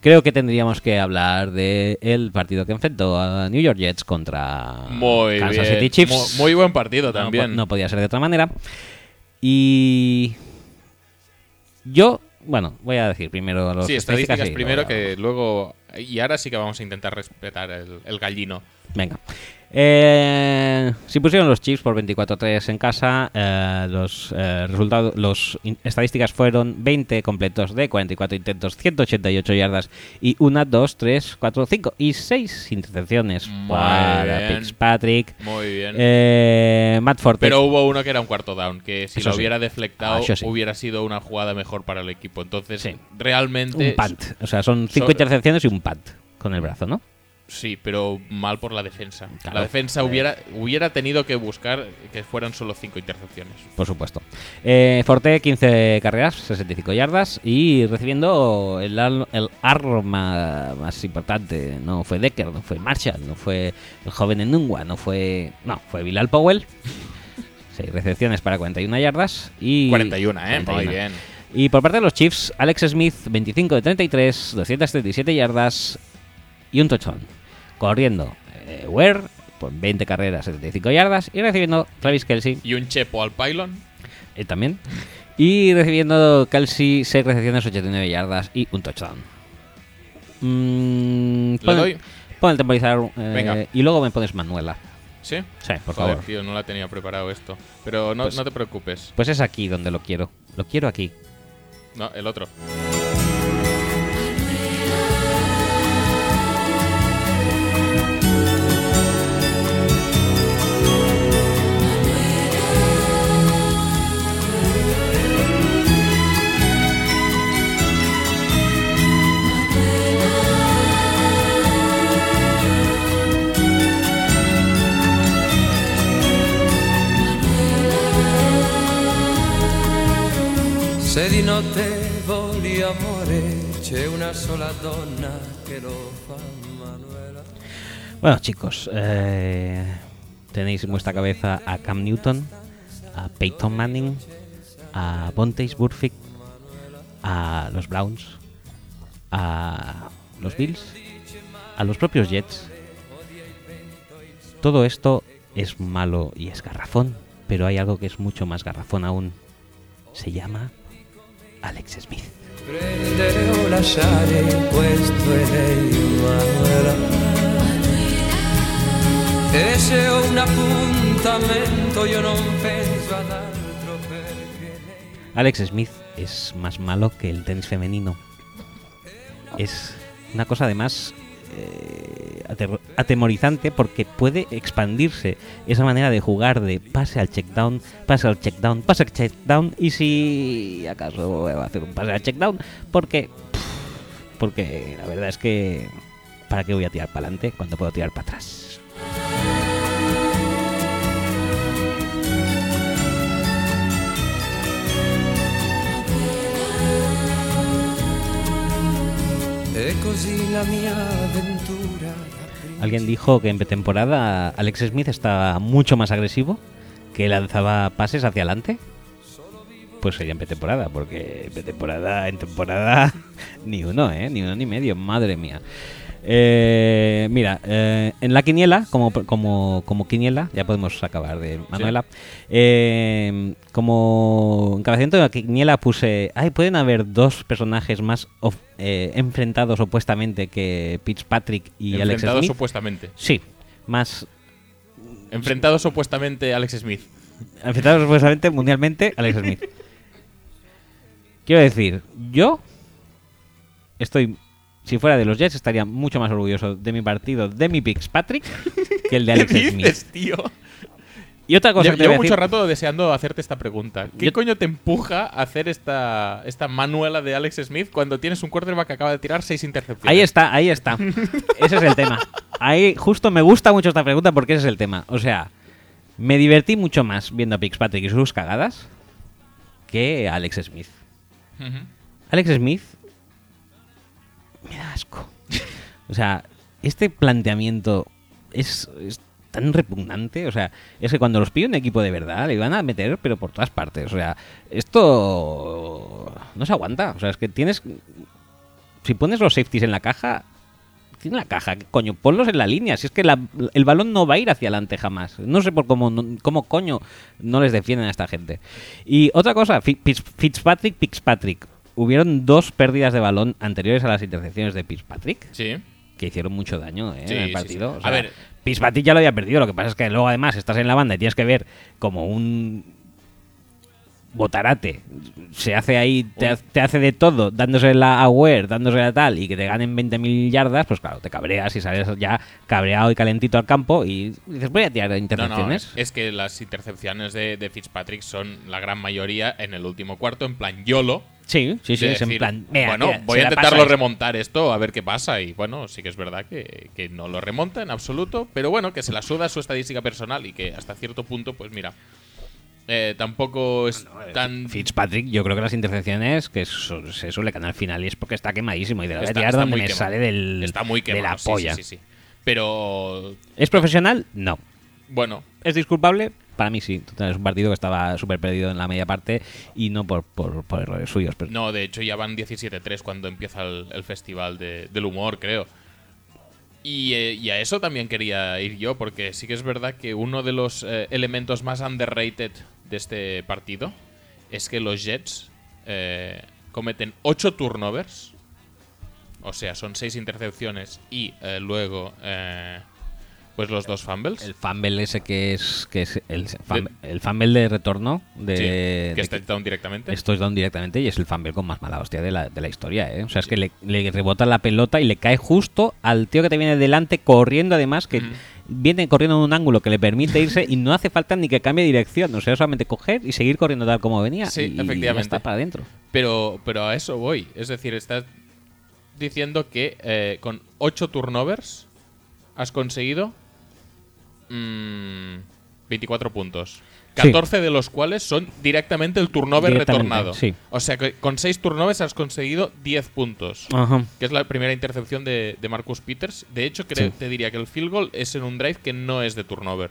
creo que tendríamos que hablar de el partido que enfrentó a New York Jets contra Muy Ah, Kansas bien. City Chiefs. Mu- Muy buen partido No po- también. No, podía ser de otra manera. Y yo, bueno, voy a decir primero los sí, estadísticas y luego primero ya que luego. Y ahora sí que vamos a intentar respetar el, el gallino. Venga. Eh, si pusieron los Chiefs por 24-3 en casa, eh, los eh, resultados, los in- estadísticas fueron 20 completos de 44 intentos, 188 yardas y 1, 2, 3, 4, 5 y 6 intercepciones Muy para bien. Fitzpatrick. Muy bien. Eh, Matt Forte. Pero hubo uno que era un cuarto down, que si Eso lo sí. hubiera Ah, deflectado eso sí. hubiera sido una jugada mejor para el equipo. Entonces, Sí. realmente. un punt. O sea, son 5 so- intercepciones y un punt con el brazo, ¿no? Sí, pero mal por la defensa. Claro. Eh. La defensa hubiera, hubiera tenido que buscar que fueran solo cinco intercepciones. Por supuesto. Eh, Forte, 15 carreras, 65 yardas y recibiendo el, al- el arma más importante. No fue Decker, no fue Marshall, no fue el joven Enungua, no fue. No, fue Bilal Powell. 6 recepciones para 41 yardas y. 41, ¿eh? 41. Muy bien. Y por parte de los Chiefs, Alex Smith, 25 de 33, 237 yardas y un touchdown. Corriendo, eh, Ware, por 20 carreras, 75 yardas y recibiendo Travis Kelsey, Y un chepo al pylon. él Eh, también. Y recibiendo Kelsey 6 recepciones, 89 yardas y un touchdown. Mm, ¿Le doy? pon el temporizador eh, Venga. y luego me pones Manuela. ¿Sí? Sí, por Joder, favor. tío, no la tenía preparado esto. Pero no, Pues- no te preocupes. Pues es aquí donde lo quiero. Lo quiero aquí. No, el otro. Se di notte voli amore, c'è una sola donna che lo fa Manuela. Bueno, chicos, eh, tenéis en vuestra cabeza a Cam Newton, a Peyton Manning, a Bontace Burfict, a los Browns, a los Bills, a los propios Jets. Todo esto es malo y es garrafón, pero hay algo que es mucho más garrafón aún. Se llama Alex Smith. Prendere o lasciare, questo è lei Manuela. E se ho un appuntamento io non penso ad altro perché lei... Alex Smith es más malo que el tenis femenino. Es una cosa además eh, aterro- atemorizante porque puede expandirse esa manera de jugar de pase al checkdown, pase al checkdown, pase al checkdown y si acaso va a hacer un pase al checkdown porque pff, porque la verdad es que para qué voy a tirar para adelante cuando puedo tirar para atrás. E così la mia avventura. aprì. Alguien dijo que en pretemporada Alex Smith estaba mucho más agresivo, que lanzaba pases hacia adelante. Pues sería en pretemporada, porque en pretemporada, en temporada, ni uno, ¿eh? Ni uno ni medio, madre mía. Eh, mira, eh, en la quiniela, como, como, como quiniela, ya podemos acabar de Manuela. eh, como encabezamiento de la quiniela puse, ay, pueden haber dos personajes más of- eh, enfrentados opuestamente que Fitzpatrick y Alex Enfrentados Smith. supuestamente. Sí, más Enfrentados supuestamente a Alex Smith. afectados supuestamente mundialmente Alex Smith. Quiero decir, yo estoy, si fuera de los Jets, estaría mucho más orgulloso de mi partido, de mi Pix Patrick, que el de Alex ¿Qué Smith. dices, tío? Y otra cosa Lle- que te voy Llevo a mucho decir, rato deseando hacerte esta pregunta. ¿Qué Yo- coño te empuja a hacer esta, esta manuela de Alex Smith cuando tienes un quarterback que acaba de tirar seis intercepciones? ahí está, ahí está. Ese es el tema. Ahí justo me gusta mucho esta pregunta porque ese es el tema. O sea, me divertí mucho más viendo a Pix Patrick y sus cagadas que a Alex Smith. Ujú. Alex Smith me da asco. O sea, este planteamiento es, es tan repugnante. O sea, es que cuando los pide un equipo de verdad, le van a meter, pero por todas partes. O sea, esto no se aguanta. O sea, es que tienes. Si pones los safeties en la caja, tiene la caja, ¿qué coño, ponlos en la línea. Si es que la- el balón no va a ir hacia adelante jamás. No sé por cómo, no- cómo coño no les defienden a esta gente. Y otra cosa, Fi- Fitz- Fitzpatrick, Fitzpatrick. Hubieron dos pérdidas de balón anteriores a las intercepciones de Fitzpatrick Sí. que hicieron mucho daño ¿eh? Sí, en sí, el partido. sí. O sea, A ver. Fitzpatrick ya lo había perdido. Lo que pasa es que luego, además, estás en la banda y tienes que ver como un botarate se hace ahí, te, ha- te hace de todo, dándose la aware, dándose la tal, y que te ganen 20.000 yardas, pues claro, te cabreas y sales ya cabreado y calentito al campo y dices, voy a tirar No, eh, no, intercepciones. es, es que las intercepciones de, de Fitzpatrick son la gran mayoría en el último cuarto, en plan YOLO. sí, sí, sí, de es en decir, plan, "Mira, bueno, mira, voy a se la intentarlo paso". remontar esto, a ver qué pasa. Y bueno, sí que es verdad que, que no lo remonta en absoluto, pero bueno, que se la suda su estadística personal y que hasta cierto punto, pues mira, eh, tampoco es tan... Fitzpatrick, yo creo que las intercepciones que su- se suele ganar finales porque está quemadísimo y de la Está- tirar está donde muy me quemado. sale del, está muy de quemado, la sí, polla. Sí, sí, sí. Pero ¿Es profesional? No. bueno, ¿Es disculpable? Para mí sí. Total, Es un partido que estaba súper perdido en la media parte y no por, por, por errores suyos. Pero no, de hecho ya van 17-3 cuando empieza el, el festival de- del humor, creo. Y, eh, y a eso también quería ir yo, porque sí que es verdad que uno de los eh, elementos más underrated de este partido es que los Jets eh, cometen 8 turnovers, o sea, son 6 intercepciones y eh, luego eh, pues los dos fumbles. El fumble ese que es, que es el, fumble, el fumble de retorno de, Sí, que de- es touchdown directamente. Esto es down directamente y es el fumble con más mala hostia de la, de la historia, ¿eh? O sea, es que le, le rebota la pelota y le cae justo al tío que te viene delante corriendo, además, Mm. que viene corriendo en un ángulo que le permite irse y no hace falta ni que cambie dirección. O sea, solamente coger y seguir corriendo tal como venía. Sí, y- y ya efectivamente. está para adentro. Pero, pero a eso voy. Es decir, estás diciendo que eh, con 8 turnovers has conseguido mm, 24 puntos. Sí. 14 de los cuales son directamente el turnover Directamente, retornado. sí. O sea que con 6 turnovers has conseguido 10 puntos. Ajá. Que es la primera intercepción de, de Marcus Peters. De hecho, creo, te diría que el field goal es en un drive que no es de turnover.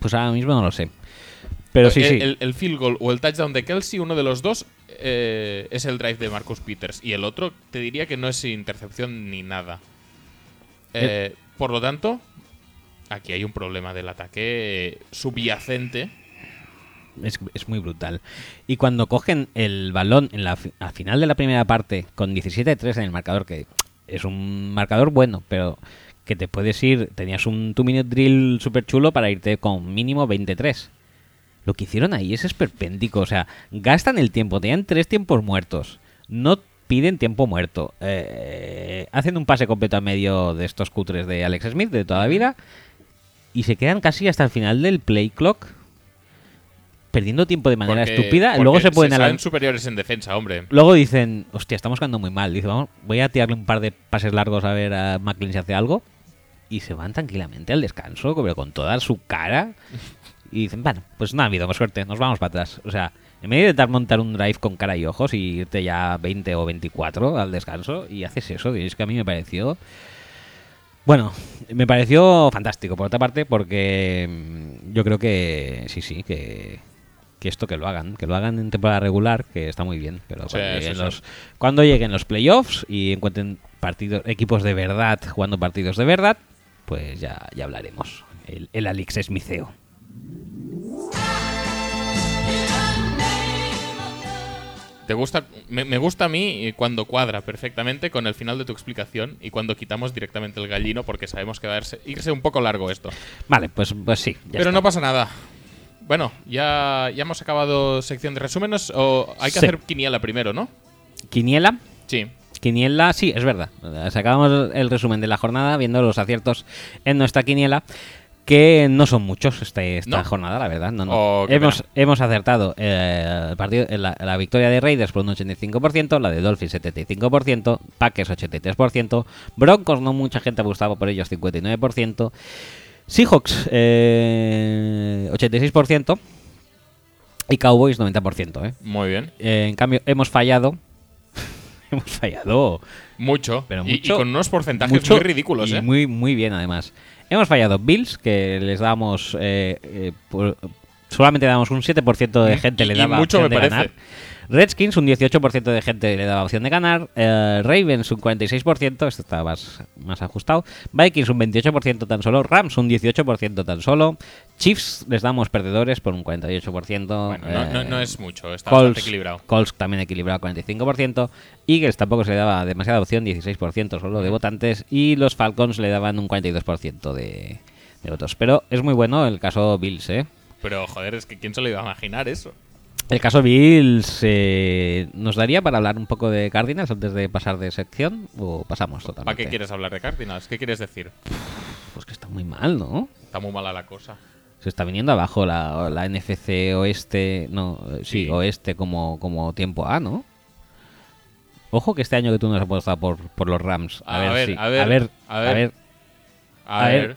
Pues ahora mismo no lo sé. Pero sí, el, sí. El, el field goal o el touchdown de Kelsey, uno de los dos eh, es el drive de Marcus Peters. Y el otro te diría que no es intercepción ni nada. Eh, por lo tanto, aquí hay un problema del ataque subyacente. Es, es muy brutal. Y cuando cogen el balón en la, fi- al final de la primera parte con 17-3 en el marcador, que es un marcador bueno, pero que te puedes ir, tenías un 2-minute drill súper chulo para irte con mínimo 23. Lo que hicieron ahí es esperpéntico. O sea, gastan el tiempo, tenían tres tiempos muertos. No piden tiempo muerto. Eh, hacen un pase completo a medio de estos cutres de Alex Smith de toda la vida y se quedan casi hasta el final del play clock perdiendo tiempo de manera Porque- estúpida. porque Luego se pueden saben alan- superiores en defensa, hombre. Luego dicen, hostia, estamos jugando muy mal. Dice, vamos, voy a tirarle un par de pases largos a ver a McLean si hace algo. Y se van tranquilamente al descanso, pero con toda su cara. Y dicen, bueno, pues no ha habido más suerte, nos vamos para atrás. O sea, en vez de intentar montar un drive con cara y ojos y irte ya 20 o 24 al descanso, y haces eso, y es que a mí me pareció. Bueno, me pareció fantástico, por otra parte, porque mm, yo creo que sí, sí, que, que esto que lo hagan, que lo hagan en temporada regular, que está muy bien, pero Sí, cuando, lleguen sí, sí. los, cuando lleguen los playoffs y encuentren partidos, equipos de verdad jugando partidos de verdad, pues ya, ya hablaremos. El, el Alex es miceo. Te gusta, me, me gusta a mí eh, cuando cuadra perfectamente con el final de tu explicación y cuando quitamos directamente el gallino porque sabemos que va a irse, irse un poco largo esto. Vale, pues, pues sí. ya Pero está. no pasa nada. Bueno, ya, ya hemos acabado sección de resúmenes o hay que Sí. hacer quiniela primero, ¿no? Quiniela. Sí. Quiniela, sí, es verdad. Sacamos el resumen de la jornada viendo los aciertos en nuestra quiniela, que no son muchos este- esta No. jornada, la verdad. No, no. Oh, qué hemos, pena. hemos acertado eh, el partido, eh, la, la victoria de Raiders por un 85%, la de Dolphins 75%, Packers 83%, Broncos no mucha gente apostaba por ellos 59%, Seahawks eh, 86% y Cowboys 90%. ¿eh? Muy bien. Eh, en cambio, hemos fallado. hemos fallado. Mucho. Pero Y- y, mucho- con unos porcentajes mucho muy ridículos, y ¿eh? Muy, muy bien, además. Hemos fallado Bills, que les damos. eh, eh, por- solamente damos un 7% de Mm, gente y- le y daba mucho opción me de parece. ganar. Redskins, un 18% de gente le daba opción de ganar. Eh, Ravens, un 46%. Esto está más, más ajustado. Vikings, un 28% tan solo. Rams, un 18% tan solo. Chiefs, les damos perdedores por un 48%. Bueno, no, no- Eh, no es mucho, está Colts, bastante equilibrado. Colts también equilibrado 45%. Eagles tampoco se le daba demasiada opción, 16% solo de votantes. Y los Falcons le daban un 42% de, de votos. Pero es muy bueno el caso Bills, ¿eh? Pero joder, es que ¿quién se lo iba a imaginar eso? El caso Bills eh, nos daría para hablar un poco de Cardinals antes de pasar de sección o pasamos totalmente. ¿Para qué quieres hablar de Cardinals? ¿Qué quieres decir? Pues que está muy mal, ¿no? Está muy mala la cosa. Se está viniendo abajo la, la NFC oeste, no, eh, sí, Sí. oeste como, como tiempo A, ¿no? Ojo que este año que tú no has apostado por, por los Rams. A, A ver, ver, sí. a ver, a ver, a ver. a ver. A, A ver. ver.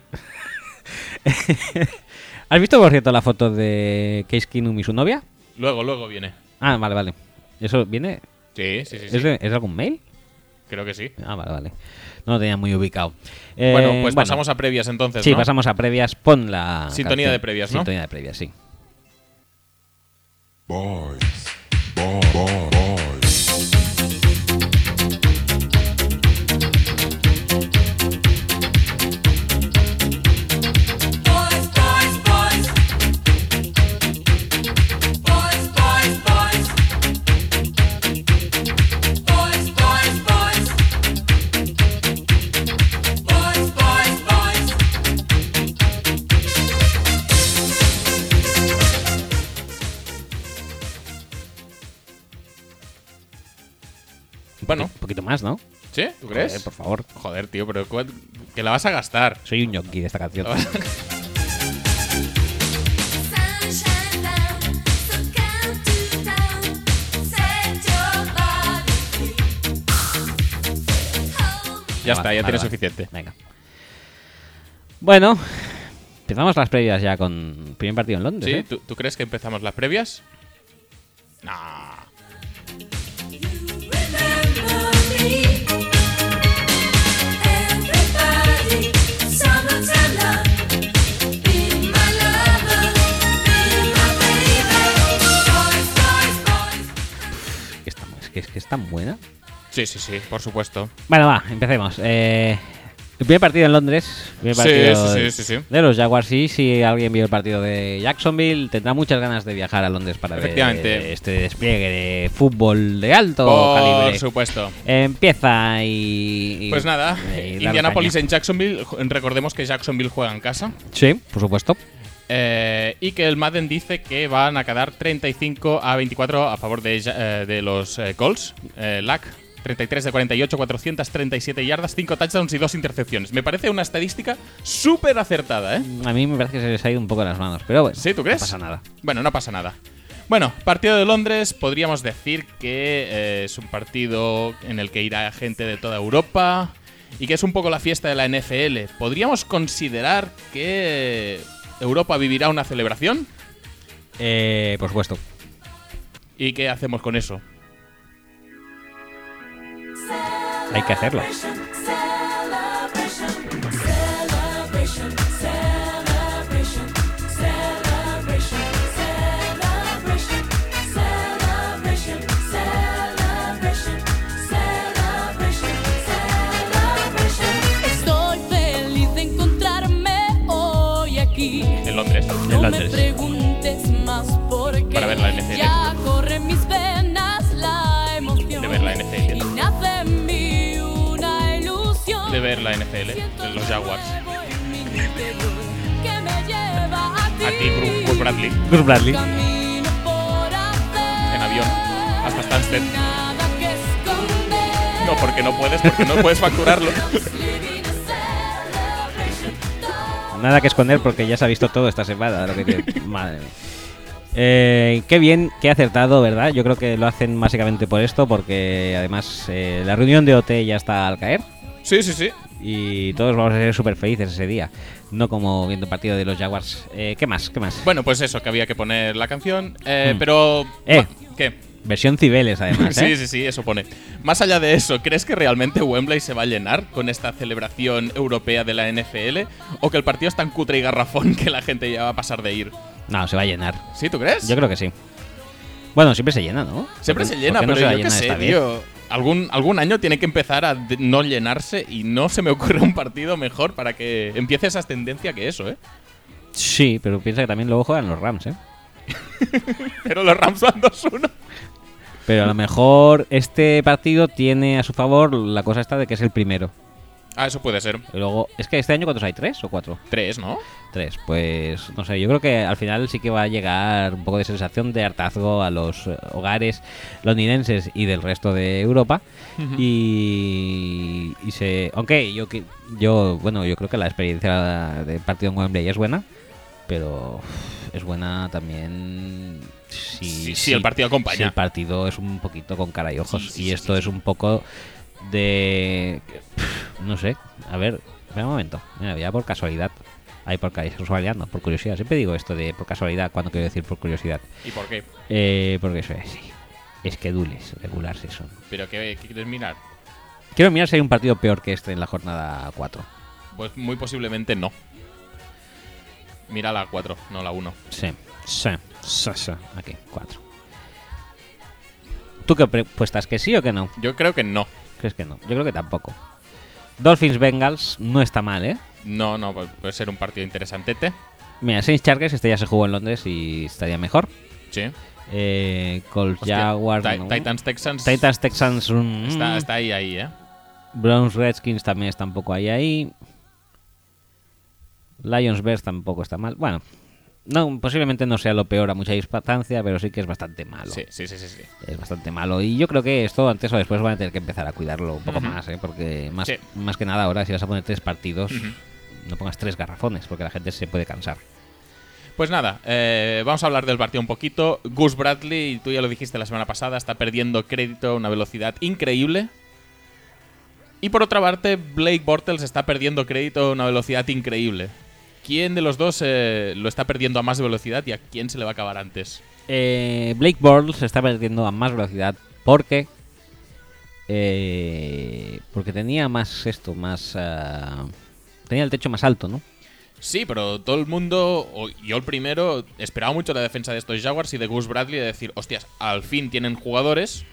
¿Has visto, por cierto, la foto de Case Keenum y su novia? Luego, luego viene. Ah, vale, vale. ¿Eso viene? Sí, sí, sí. sí. ¿Es, de- es de algún mail? Creo que sí. Ah, vale, vale. No lo tenía muy ubicado. bueno, Eh, pues pasamos a previas entonces. Sí, ¿no? pasamos a previas. Pon la. Sintonía de previas, ¿no? Sintonía de previas, sí. boys, boy, boy, boys, Boys, boys, boys. Boys, boys, boys. Boys, boys, boys. Boys, boys, boys. Bueno, Un poquito más, ¿no? ¿sí? ¿Tú crees? Joder, por favor. Joder, tío, pero cu- que la vas a gastar. Soy un yonki de esta canción. Sunshine down, so count to down. Set your body free. Vale, ya está, ya vale, tienes vale. suficiente. Venga. Bueno, empezamos las previas ya con primer partido en Londres. ¿Sí? ¿eh? ¿Tú, tú crees que empezamos las previas? Nah. Es, tan- es que es que es tan buena. Sí, sí, sí, por supuesto. Bueno, va, empecemos. Eh, el primer partido en Londres. primer Sí, partido sí, sí, sí, sí. De los Jaguars, sí. Si alguien vio el partido de Jacksonville, tendrá muchas ganas de viajar a Londres para ver Efectivamente. este despliegue de fútbol de alto Por calibre. supuesto. Empieza y. y- Pues nada, y darle Indianapolis caña. en Jacksonville. jo- Recordemos que Jacksonville juega en casa. Sí, por supuesto. Eh, y que el Madden dice que van a quedar 35 a 24 a favor de, Ja- eh, de los eh, Colts. Eh, Lack, 33 de 48, 437 yardas, 5 touchdowns y 2 intercepciones. Me parece una estadística súper acertada, ¿eh? A mí me parece que se les ha ido un poco de las manos, pero bueno. ¿Sí, tú crees? No pasa nada. Bueno, no pasa nada. Bueno, partido de Londres, podríamos decir que eh, es un partido en el que irá gente de toda Europa y que es un poco la fiesta de la NFL. ¿Podríamos considerar que Europa vivirá una celebración? Eh, por supuesto. ¿Y qué hacemos con eso? Hay que hacerlo. Estoy feliz de encontrarme hoy aquí. En Londres. No me Londres. preguntes más por qué. Para ver la NFL. Ya corre en mis venas la emoción. De ver la NFL. Y nace en mí una ilusión. De ver la NFL, de los Jaguars. Que me lleva a ti. A ti, Bruce Bruce Bradley, Bruce Bradley. Camino por hacer. en avión, hasta Stansted. Nada que esconder. No, porque no puedes, porque no puedes facturarlo. Living a celebration. Nada que esconder porque ya se ha visto todo esta semana. lo que tiene. Madre mía. Eh, qué bien, qué acertado, ¿verdad? Yo creo que lo hacen básicamente por esto, porque además eh, la reunión de OT ya está al caer Sí, sí, sí. y todos vamos a ser súper felices ese día, no como viendo un partido de los Jaguars. Eh, ¿Qué más? ¿Qué más? Bueno, pues eso, que había que poner la canción. eh, Mm. Pero. Eh. ma- ¿Qué? Versión Cibeles, además. ¿eh? Sí, sí, sí, eso pone. Más allá de eso, ¿crees que realmente Wembley se va a llenar con esta celebración europea de la NFL? ¿O que el partido es tan cutre y garrafón que la gente ya va a pasar de ir? No, se va a llenar. ¿Sí, tú crees? Yo creo que sí. Bueno, siempre se llena, ¿no? Siempre ¿Por se qué- llena, por qué pero no se va a yo qué llenar sé, esta vez? tío. Algún, algún año tiene que empezar a de- no llenarse y no se me ocurre un partido mejor para que empiece esa tendencia que eso, ¿eh? Sí, pero piensa que también luego juegan los Rams, ¿eh? Pero los Rams van 2-1. Pero a lo mejor este partido tiene a su favor la cosa esta de que es el primero. Ah, eso puede ser. Y luego, es que este año ¿cuántos hay? ¿Tres o cuatro? Tres, ¿no? Tres. Pues no sé, yo creo que al final sí que va a llegar un poco de sensación de hartazgo a los eh, hogares londinenses y del resto de Europa. y, y se. Aunque yo, que- yo, bueno, yo creo que la experiencia del partido en Wembley es buena, pero uf, es buena también. Si, Si- si el partido acompaña. si el partido es un poquito con cara y ojos. Sí, sí, y sí, esto sí, es un poco de. pf, No sé. A ver, espera un momento. Mira, ya por casualidad. Ay, por casualidad, no, por curiosidad. Siempre digo esto de por casualidad cuando quiero decir por curiosidad. ¿Y por qué? Eh, porque eso es. sí. Esquedules regulares son. ¿Pero qué, qué quieres mirar? Quiero mirar si hay un partido peor que este en la jornada 4. Pues muy posiblemente no. Mira la 4, no la 1. Sí, sí, sí, sí. Aquí, 4. ¿Tú qué prepuestas? ¿Que sí o que no? Yo creo que no. ¿Crees que no? Yo creo que tampoco. Dolphins Bengals no está mal, ¿eh? No, no, pu- puede ser un partido interesantete. Mira, Saints Chargers, este ya se jugó en Londres y estaría mejor. Sí. Eh, Colts Hostia, Jaguars. Ti- no. Titans, Texans. Titans Texans. mm, Está, está ahí, ahí, ¿eh? Browns Redskins también está un poco ahí ahí. Lions Bears tampoco está mal. Bueno, no, posiblemente no sea lo peor a mucha distancia, pero sí que es bastante malo. Sí, sí, sí, sí. sí. Es bastante malo. Y yo creo que esto antes o después van a tener que empezar a cuidarlo un poco más, ¿eh? porque más, Sí. más que nada ahora si vas a poner tres partidos, no pongas tres garrafones, porque la gente se puede cansar. Pues nada, eh, vamos a hablar del partido un poquito. Gus Bradley, tú ya lo dijiste la semana pasada, está perdiendo crédito a una velocidad increíble. Y por otra parte, Blake Bortles está perdiendo crédito a una velocidad increíble. ¿Quién de los dos eh, lo está perdiendo a más velocidad y a quién se le va a acabar antes? Eh, Blake Bortles se está perdiendo a más velocidad porque eh, porque tenía más esto, más ah, tenía el techo más alto, ¿no? Sí, pero todo el mundo, o yo el primero, esperaba mucho la defensa de estos Jaguars y de Gus Bradley de decir, hostias, al fin tienen jugadores,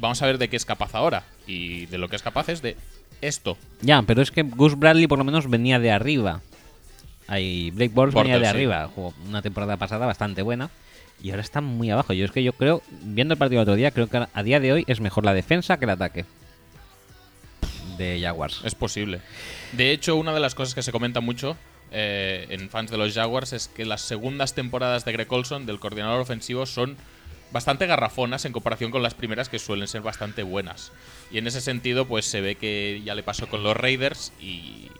vamos a ver de qué es capaz ahora. Y de lo que es capaz es de esto. Ya, pero es que Gus Bradley por lo menos venía de arriba. Ahí, Blake Bortles venía Bortles, de sí. arriba. Jugó una temporada pasada bastante buena. Y ahora está muy abajo. Yo es que yo creo, viendo el partido el otro día, creo que a día de hoy es mejor la defensa que el ataque de Jaguars. Es posible. De hecho, una de las cosas que se comenta mucho eh, en fans de los Jaguars es que las segundas temporadas de Greg Olson, del coordinador ofensivo, son bastante garrafonas en comparación con las primeras que suelen ser bastante buenas. Y en ese sentido, pues se ve que ya le pasó con los Raiders y.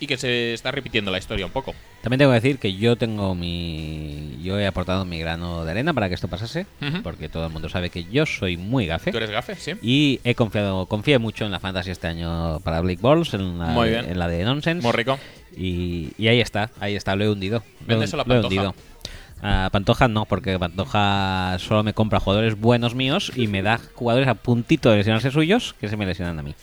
Y que se está repitiendo la historia un poco. También tengo que decir que yo tengo mi. Yo he aportado mi grano de arena para que esto pasase, Ujú. porque todo el mundo sabe que yo soy muy gafe. ¿Tú eres gafe? Sí. Y he confiado, confié mucho en la fantasy este año para Blake Balls, en la, Muy de- bien. en la de Nonsense. Muy rico. Y, y ahí está, ahí está, lo he hundido. Lo he- Véndeselo a lo he Pantoja. hundido. A Pantoja no, porque Pantoja solo me compra jugadores buenos míos y me da jugadores a puntito de lesionarse suyos que se me lesionan a mí.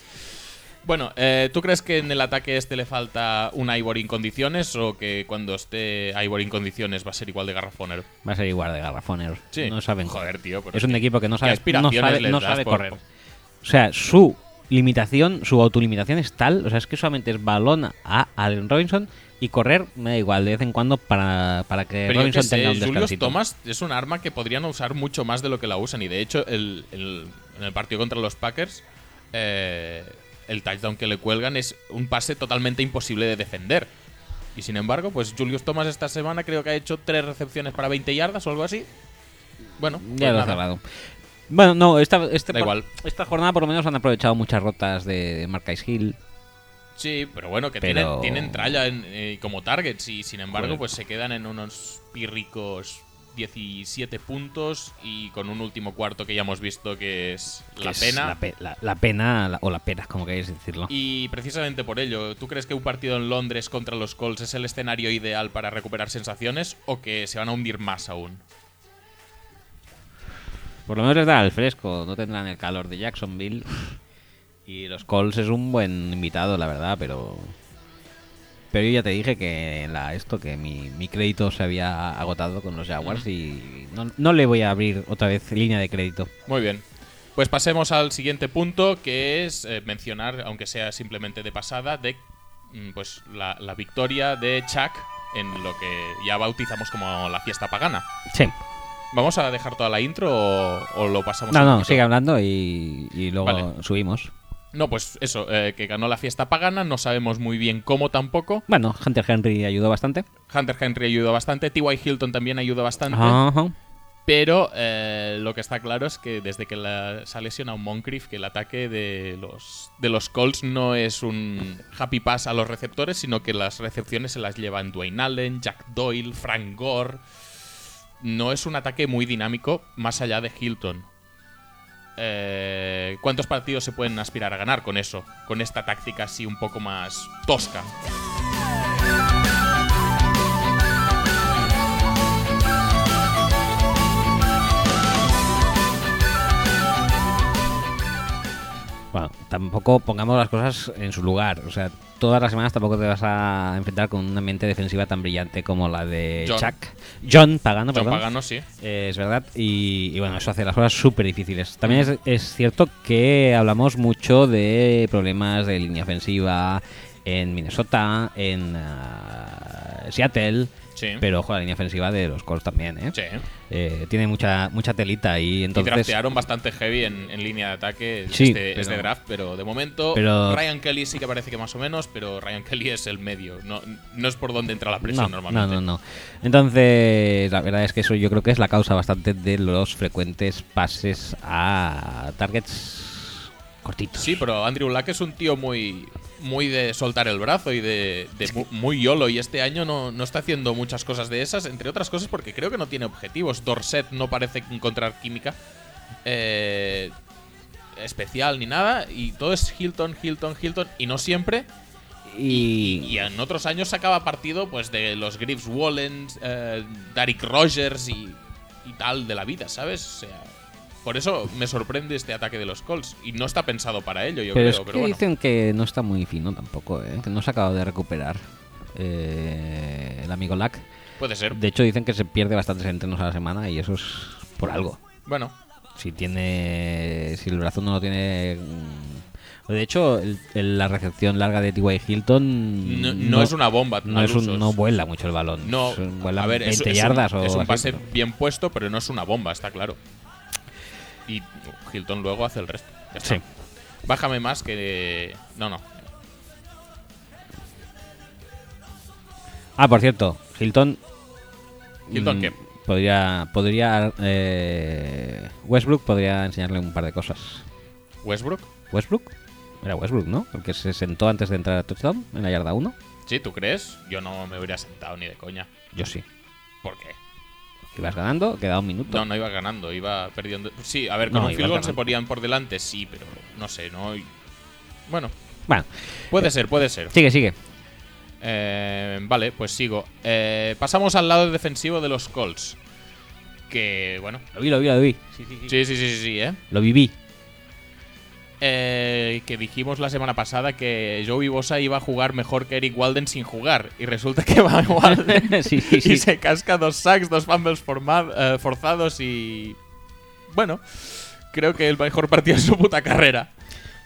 Bueno, eh, ¿tú crees que en el ataque este le falta un Ivory en condiciones o que cuando esté Ivory en condiciones va a ser igual de garrafonero? Va a ser igual de garrafoneros. Sí. No saben Joder, tío, pero Es un que- equipo que no ¿qué sabe, no aspiraciones sabe, les no das sabe por- correr. O sea, su limitación, su autolimitación es tal, o sea, es que solamente es balón a Allen Robinson y correr me da igual de vez en cuando para, para que Pero yo qué Robinson sé, tenga un Julius descansito. Thomas es un arma que podrían usar mucho más de lo que la usan. Y de hecho, el- el- en el partido contra los Packers, eh, el touchdown que le cuelgan es un pase totalmente imposible de defender. Y sin embargo, pues Julius Thomas esta semana creo que ha hecho tres recepciones para 20 yardas o algo así. Bueno, pues Ya lo he nada. cerrado. Bueno, no, esta, este Da por- igual. esta jornada por lo menos han aprovechado muchas rotas de Marcais Hill. Sí, pero bueno, que Pero- tienen, tienen tralla en- eh, como targets y sin embargo Joder. pues se quedan en unos pírricos 17 puntos y con un último cuarto que ya hemos visto que es que la es pena. La, pe- la- la pena la- o la pena, como queréis decirlo. Y precisamente por ello, ¿tú crees que un partido en Londres contra los Colts es el escenario ideal para recuperar sensaciones o que se van a hundir más aún? Por lo menos les da el fresco, no tendrán el calor de Jacksonville. Y los Colts es un buen invitado, la verdad, pero. Pero yo ya te dije que en la, esto, que mi, mi crédito se había agotado con los Jaguars y no, no le voy a abrir otra vez línea de crédito. Muy bien. Pues pasemos al siguiente punto, que es eh, mencionar, aunque sea simplemente de pasada, de mm, pues la, la victoria de Chuck en lo que ya bautizamos como la fiesta pagana. Sí. ¿Vamos a dejar toda la intro o, o lo pasamos? No, un no, poquito? sigue hablando y, y luego Vale. subimos. No, pues eso, eh, que ganó la fiesta pagana, no sabemos muy bien cómo tampoco. Bueno, Hunter Henry ayudó bastante. Hunter Henry ayudó bastante, T.Y. Hilton también ayudó bastante. Ajá. Pero eh, lo que está claro es que desde que la, se ha lesionado Moncrief, que el ataque de los, de los Colts no es un happy pass a los receptores, sino que las recepciones se las llevan Dwayne Allen, Jack Doyle, Frank Gore. No es un ataque muy dinámico más allá de Hilton. Eh, ¿Cuántos partidos se pueden aspirar a ganar con eso? Con esta táctica así un poco más tosca. Bueno, tampoco pongamos las cosas en su lugar. O sea, todas las semanas tampoco te vas a enfrentar con una mente defensiva tan brillante como la de John. Chuck. John Pagano, John perdón. Pagano, sí. Eh, es verdad. Y, y bueno, eso hace las cosas súper difíciles. También es, es cierto que hablamos mucho de problemas de línea ofensiva en Minnesota, en ah, Seattle. Sí. Pero ojo, la línea ofensiva de los Colts también, ¿eh? Sí. Eh, tiene mucha mucha telita ahí. y Entonces, draftearon bastante heavy en, en línea de ataque Sí, este, pero- este draft, pero de momento pero- Ryan Kelly sí que parece que más o menos, pero Ryan Kelly es el medio, no, no es por donde entra la presión no, normalmente. No, no, no. Entonces, la verdad es que eso yo creo que es la causa bastante de los frecuentes pases a targets cortitos. Sí, pero Andrew Luck es un tío muy muy de soltar el brazo y de, de mu- muy yolo y este año no, no está haciendo muchas cosas de esas, entre otras cosas porque creo que no tiene objetivos. Dorset no parece encontrar química eh, especial ni nada y todo es Hilton, Hilton, Hilton y no siempre y, Y en otros años sacaba partido pues de los Griffs Wallens, eh, Derrick Rogers y, y tal de la vida, ¿sabes? O sea, por eso me sorprende este ataque de los Colts. Y no está pensado para ello, pero yo creo. es que pero bueno. dicen que no está muy fino tampoco, ¿eh? que no se ha acabado de recuperar eh, el amigo Lack. Puede ser. De hecho, dicen que se pierde bastantes entrenos a la semana y eso es por algo. Bueno, Si tiene. Si el brazo no lo tiene. mm, De hecho, el- el- la recepción larga de T.Y. Hilton. no, no es una bomba. No, al es un- uso, no es- vuela mucho el balón. no, Es un- vuela a ver, 20 es, es yardas un, o es un así. pase bien puesto, pero no es una bomba, está claro. Y uh, Hilton luego hace el resto. Ya está. Sí. Bájame más que. No, no. Ah, por cierto, Hilton. ¿Hilton mm, qué? Podría, podría eh, Westbrook podría enseñarle un par de cosas. ¿Westbrook? Westbrook, era Westbrook, ¿no? El que se sentó antes de entrar a touchdown en la yarda 1. Sí, ¿tú crees? Yo no me hubiera sentado ni de coña. Yo sí. ¿Por qué? Ibas ganando, quedaba un minuto. No, no iba ganando, iba perdiendo. Sí, a ver, con No, un iba field goal se ganando. ponían por delante, sí, pero no sé, no. Bueno, Bueno, puede ser, puede ser. sigue, sigue. Eh, vale, pues sigo. Eh, pasamos al lado defensivo de los Colts. Que, bueno. Lo vi, lo vi, lo vi. Sí, sí, sí, sí, sí, ¿eh? Lo viví. Eh, que dijimos la semana pasada que Joey Bosa iba a jugar mejor que Eric Walden sin jugar. Y resulta que va Walden Sí, sí, sí. y se casca dos sacks, dos fumbles forma- eh, forzados y... Bueno, creo que el mejor partido de su puta carrera.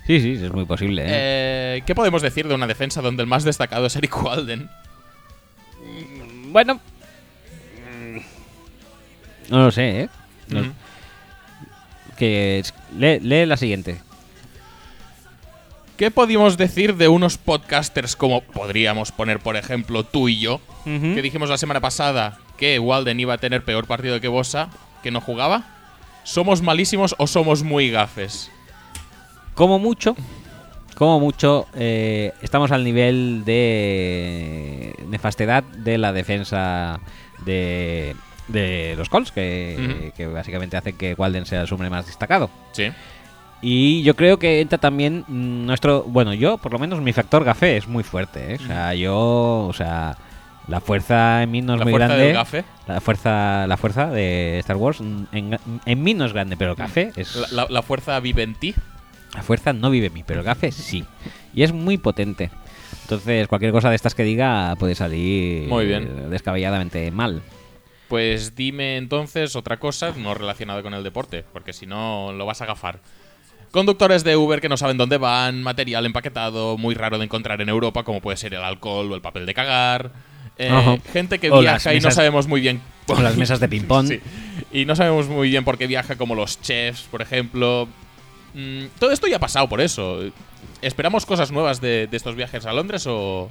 Sí, sí, es muy posible. ¿eh? Eh, ¿Qué podemos decir de una defensa donde el más destacado es Eric Walden? Bueno. No lo sé, ¿eh? No- Ujú. que es- lee, lee la siguiente. ¿Qué podíamos decir de unos podcasters como podríamos poner, por ejemplo, tú y yo? Que dijimos la semana pasada que Walden iba a tener peor partido que Bosa, que no jugaba. ¿Somos malísimos o somos muy gafes? Como mucho, como mucho, eh, estamos al nivel de nefastedad de la defensa de, de los Colts, que, Ujú. que básicamente hace que Walden sea el hombre más destacado. Sí. Y yo creo que entra también mm, nuestro. Bueno, yo, por lo menos, mi factor gafe es muy fuerte. ¿eh? O sea, yo. O sea, la fuerza en mí no es Mm. ¿La muy fuerza del grande. gafe? La fuerza, la fuerza de Star Wars mm, en, en mí no es grande, pero el gafe es. Mm. La, la- la fuerza vive en ti. La fuerza no vive en mí, pero el gafe sí. Y es muy potente. Entonces, cualquier cosa de estas que diga puede salir Muy bien. descabelladamente mal. Pues dime entonces otra cosa no relacionada con el deporte, porque si no lo vas a gafar. Conductores de Uber que no saben dónde van, material empaquetado, muy raro de encontrar en Europa, como puede ser el alcohol o el papel de cagar. eh, Ajá. Gente que O las viaja y no mesas- sabemos muy bien. o las mesas de ping-pong. Sí. Y no sabemos muy bien por qué viaja, como los chefs, por ejemplo. Mm, todo esto ya ha pasado por eso. ¿Esperamos cosas nuevas de, de estos viajes a Londres o,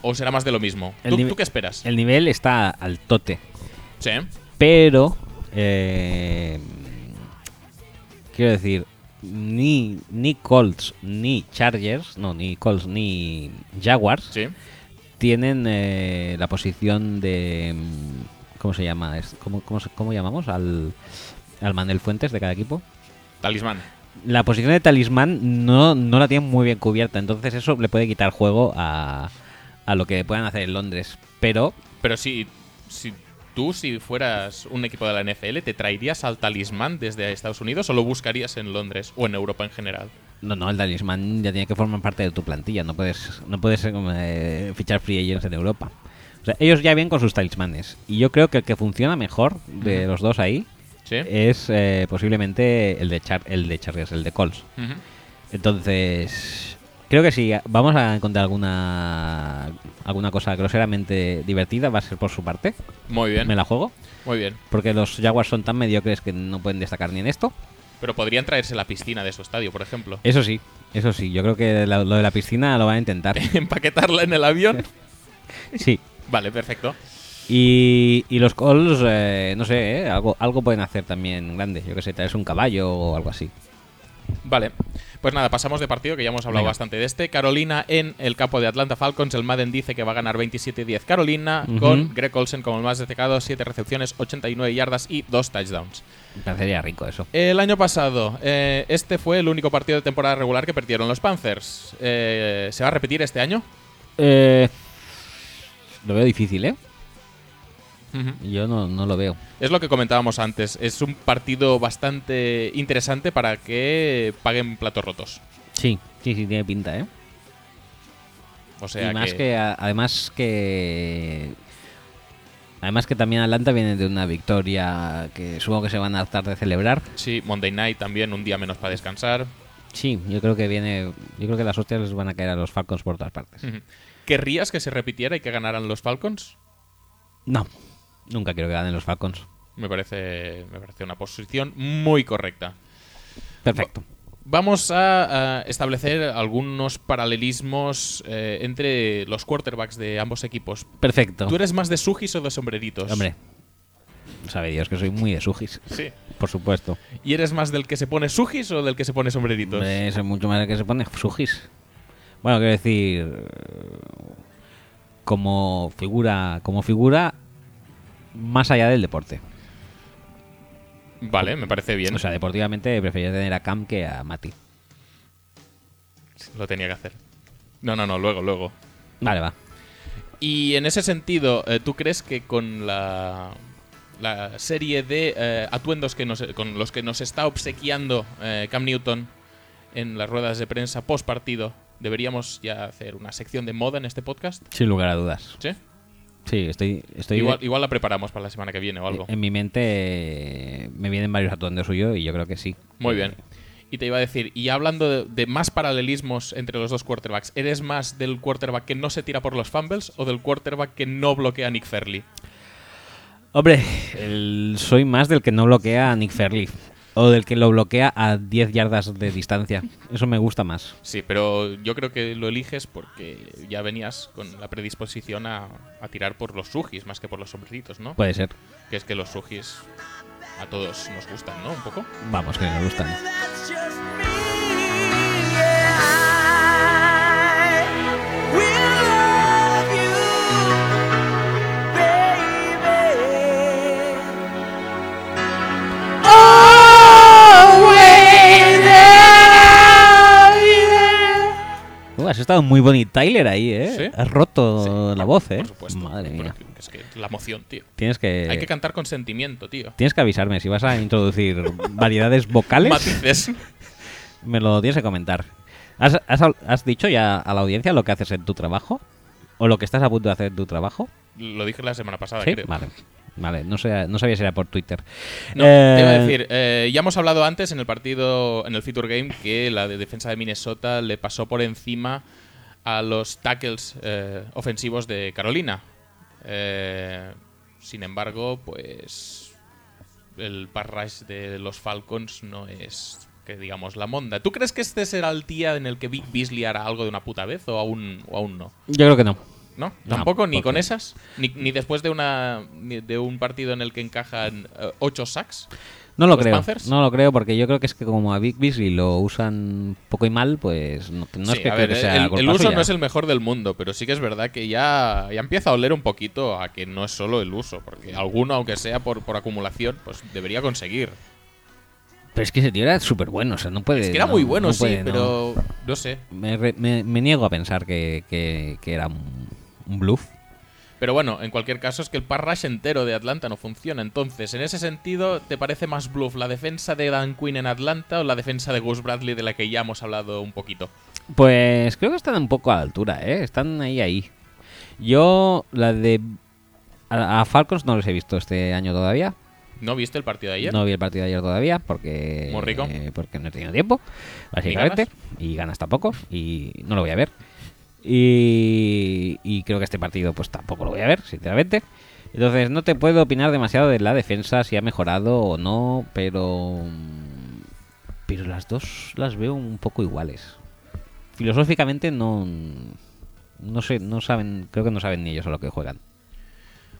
o será más de lo mismo? El ¿Tú, nive- tú qué esperas? El nivel está al tote. Sí. Pero. eh, quiero decir. Ni, ni Colts ni Chargers, no, ni Colts ni Jaguars Sí. tienen eh, la posición de. mm, ¿Cómo se llama? Es- ¿Cómo, cómo, se- cómo llamamos al, al Manel Fuentes de cada equipo? Talismán. La posición de talismán no, no la tienen muy bien cubierta, entonces eso le puede quitar juego a, a lo que puedan hacer en Londres. Pero Pero si, si tú, si fueras un equipo de la NFL, ¿te traerías al talismán desde Estados Unidos o lo buscarías en Londres o en Europa en general? No, no, el talismán ya tiene que formar parte de tu plantilla. No puedes, no puedes eh, fichar free agents en Europa. O sea, ellos ya vienen con sus talismanes. Y yo creo que el que funciona mejor de los dos ahí Sí. es eh, posiblemente el de, Char el de Chargers, el de Colts. Ujú. Entonces, creo que si vamos a encontrar alguna, alguna cosa groseramente divertida, va a ser por su parte. Muy bien. Me la juego. Muy bien. Porque los Jaguars son tan mediocres que no pueden destacar ni en esto. Pero podrían traerse la piscina de su estadio, por ejemplo. Eso sí, eso sí. Yo creo que la- lo de la piscina lo van a intentar. Empaquetarla en el avión. Sí. Vale, perfecto. Y, y los calls, eh, no sé, eh, algo, algo pueden hacer también grande. Yo que sé, traerse un caballo o algo así. Vale. Pues nada, pasamos de partido, que ya hemos hablado Venga. bastante de este. Carolina en el campo de Atlanta Falcons. El Madden dice que va a ganar 27-10 Carolina, Ujú. con Greg Olsen como el más destacado, 7 recepciones, 89 yardas y 2 touchdowns. Me parecería rico eso. El año pasado, eh, este fue el único partido de temporada regular que perdieron los Panthers. Eh, ¿Se va a repetir este año? Eh, lo veo difícil, ¿eh? Yo no, no lo veo. Es lo que comentábamos antes. Es un partido bastante interesante para que paguen platos rotos. Sí, sí, sí, tiene pinta, ¿eh? O sea y más que, que, a- además que... Además que también Atlanta viene de una victoria que supongo que se van a hartar de celebrar. Sí, Monday Night también, un día menos para descansar. Sí, yo creo que viene... Yo creo que las hostias les van a caer a los Falcons por todas partes. Ujú. ¿Querrías que se repitiera y que ganaran los Falcons? No, nunca quiero que ganen los Falcons. Me parece, me parece una posición muy correcta. Perfecto. Vamos a, a establecer algunos paralelismos eh, entre los quarterbacks de ambos equipos. Perfecto. ¿Tú eres más de sujis o de sombreritos? Hombre, Sabe Dios que soy muy de sujis. Sí. Por supuesto. ¿Y eres más del que se pone sujis o del que se pone sombreritos? Hombre, Eso es mucho más el que se pone sujis. Bueno, quiero decir. Como figura. Como figura. Más allá del deporte. Vale, me parece bien. O sea, deportivamente prefería tener a Cam que a Mati. Lo tenía que hacer. No, no, no, luego, luego. Vale, va. Y en ese sentido, eh, ¿tú crees que con la, la serie de eh, atuendos que nos, con los que nos está obsequiando eh, Cam Newton en las ruedas de prensa post partido, deberíamos ya hacer una sección de moda en este podcast? Sin lugar a dudas. ¿Sí? Sí, estoy. estoy Igual, igual la preparamos para la semana que viene o algo. En mi mente eh, me vienen varios atuendos suyos y yo creo que sí. Muy bien. Y te iba a decir, y hablando de, de más paralelismos entre los dos quarterbacks, ¿eres más del quarterback que no se tira por los fumbles o del quarterback que no bloquea a Nick Fairley? Hombre, el- soy más del que no bloquea a Nick Fairley. O del que lo bloquea a 10 yardas de distancia. Eso me gusta más. Sí, pero yo creo que lo eliges porque ya venías con la predisposición a, a tirar por los sujis más que por los sombreritos, ¿no? Puede ser. Que es que los sujis a todos nos gustan, ¿no? Un poco. Vamos, que me gustan. Uh, has estado muy bonito Tyler ahí, ¿eh? Sí. Has roto Sí, la voz, ¿eh? Por supuesto. Madre mía. Eh. Porque Es que la emoción, tío. Tienes que, Hay que cantar con sentimiento, tío. tienes que avisarme si vas a introducir variedades vocales. Matices. Me lo tienes que comentar. ¿Has, has, hab- has dicho ya a la audiencia lo que haces en tu trabajo? ¿O lo que estás a punto de hacer en tu trabajo? Lo dije la semana pasada, Sí, creo. vale. Vale, no, sé, no sabía si era por Twitter. No, Eh, te iba a decir, eh, ya hemos hablado antes en el partido, en el Feature Game, que la de defensa de Minnesota le pasó por encima a los tackles eh, ofensivos de Carolina. Eh, sin embargo, pues el parrash de los Falcons no es que digamos la monda. ¿Tú crees que este será el día en el que Big Beasley hará algo de una puta vez o aún, o aún no? Yo creo que no. ¿No? No, ¿Tampoco? ¿Ni porque- con esas? ¿Ni, ni después de, una, ni de un partido en el que encajan eh, ocho sacks? No lo ¿Los creo. Panthers? No lo creo porque yo creo que es que como a Big Beasley lo usan poco y mal, pues no, no es Sí, que, a creo ver, que sea el, culpa el uso suya. no es el mejor del mundo, pero sí que es verdad que ya, ya empieza a oler un poquito a que no es solo el uso, porque alguno, aunque sea por, por acumulación, pues debería conseguir. Pero es que ese tío era súper bueno, o sea, no puede... Es que era no- muy bueno, no sí, puede, no. pero no sé. Me, re- me- me niego a pensar que, que- que era un, un bluff. Pero bueno, en cualquier caso es que el parrash entero de Atlanta no funciona. Entonces, en ese sentido, ¿te parece más bluff la defensa de Dan Quinn en Atlanta o la defensa de Gus Bradley de la que ya hemos hablado un poquito? Pues creo que están un poco a la altura, ¿eh? Están ahí, ahí. Yo, la de... A, a Falcons no los he visto este año todavía. ¿No viste el partido de ayer? No vi el partido de ayer todavía porque... Muy rico. eh, porque no he tenido tiempo, básicamente. Y ganas tampoco. Y no lo voy a ver. Y, y creo que este partido pues tampoco lo voy a ver, sinceramente. Entonces no te puedo opinar demasiado de la defensa, si ha mejorado o no, pero... Pero las dos las veo un poco iguales. Filosóficamente no... No sé, no saben, creo que no saben ni ellos a lo que juegan.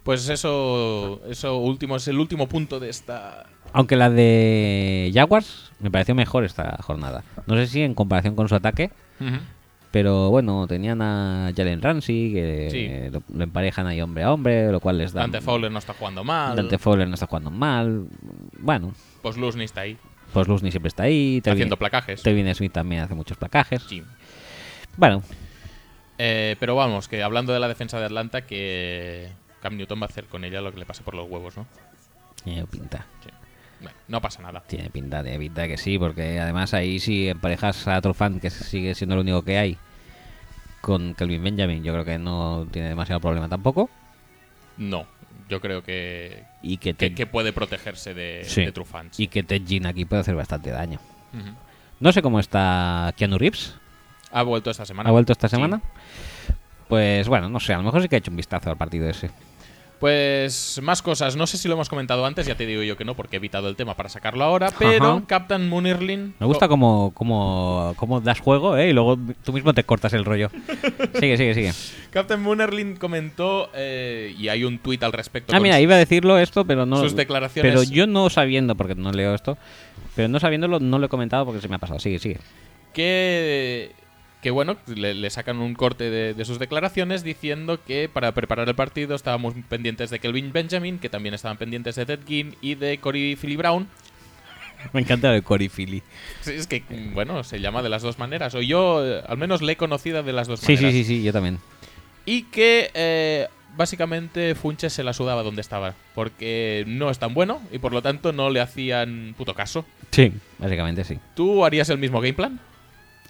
Pues eso, eso último es el último punto de esta Aunque la de Jaguars me pareció mejor esta jornada. No sé si en comparación con su ataque, pero bueno, tenían a Jalen Ramsey, que Sí. lo, lo emparejan ahí hombre a hombre, lo cual les da... Dante Fowler no está jugando mal. Dante Fowler no está jugando mal. Bueno, Pues Luz ni está ahí. pues Luzny siempre está ahí. Está haciendo Telvin- placajes. Telvin Smith también hace muchos placajes. Sí. Bueno, Eh, pero vamos, que hablando de la defensa de Atlanta, que Cam Newton va a hacer con ella lo que le pase por los huevos, ¿no? tiene pinta. Sí. Bueno, no pasa nada. Tiene pinta, tiene pinta que sí, porque además ahí si emparejas a Trofan, que sigue siendo lo único que hay, con Kelvin Benjamin, yo creo que no tiene demasiado problema tampoco. No, yo creo que, y que, que, Ted, que puede protegerse de, Sí. eh, de Trufant. y que Ted Ginn aquí puede hacer bastante daño. Ujú. No sé cómo está Keanu Reeves. Ha vuelto esta semana. ¿Ha vuelto esta Sí. semana? Pues bueno, no sé. A lo mejor sí que ha hecho un vistazo al partido ese. Pues más cosas. No sé si lo hemos comentado antes, ya te digo yo que no, porque he evitado el tema para sacarlo ahora. Pero Ajá. Captain Moonirlin. Me gusta cómo, cómo, cómo das juego, ¿eh? Y luego tú mismo te cortas el rollo. Sigue, sigue, sigue. Captain Moonerlin comentó, eh, y hay un tuit al respecto. Ah, con mira, iba a decirlo esto, pero no. Sus declaraciones- Pero yo no sabiendo, porque no leo esto, pero no sabiéndolo, no lo he comentado porque se me ha pasado. Sigue, sigue. que, que bueno, le, le sacan un corte de, de sus declaraciones diciendo que para preparar el partido estábamos pendientes de Kelvin Benjamin, que también estaban pendientes de Ted Ginn y de Cory Philly Brown. Me encanta el corifili. Sí, Es que, bueno, se llama de las dos maneras. O yo, eh, al menos, le he conocida de las dos Sí, sí, maneras. sí, sí, yo también. Y que eh, básicamente Funches se la sudaba donde estaba, porque no es tan bueno y por lo tanto no le hacían puto caso. Sí. Básicamente sí. ¿Tú harías el mismo game plan?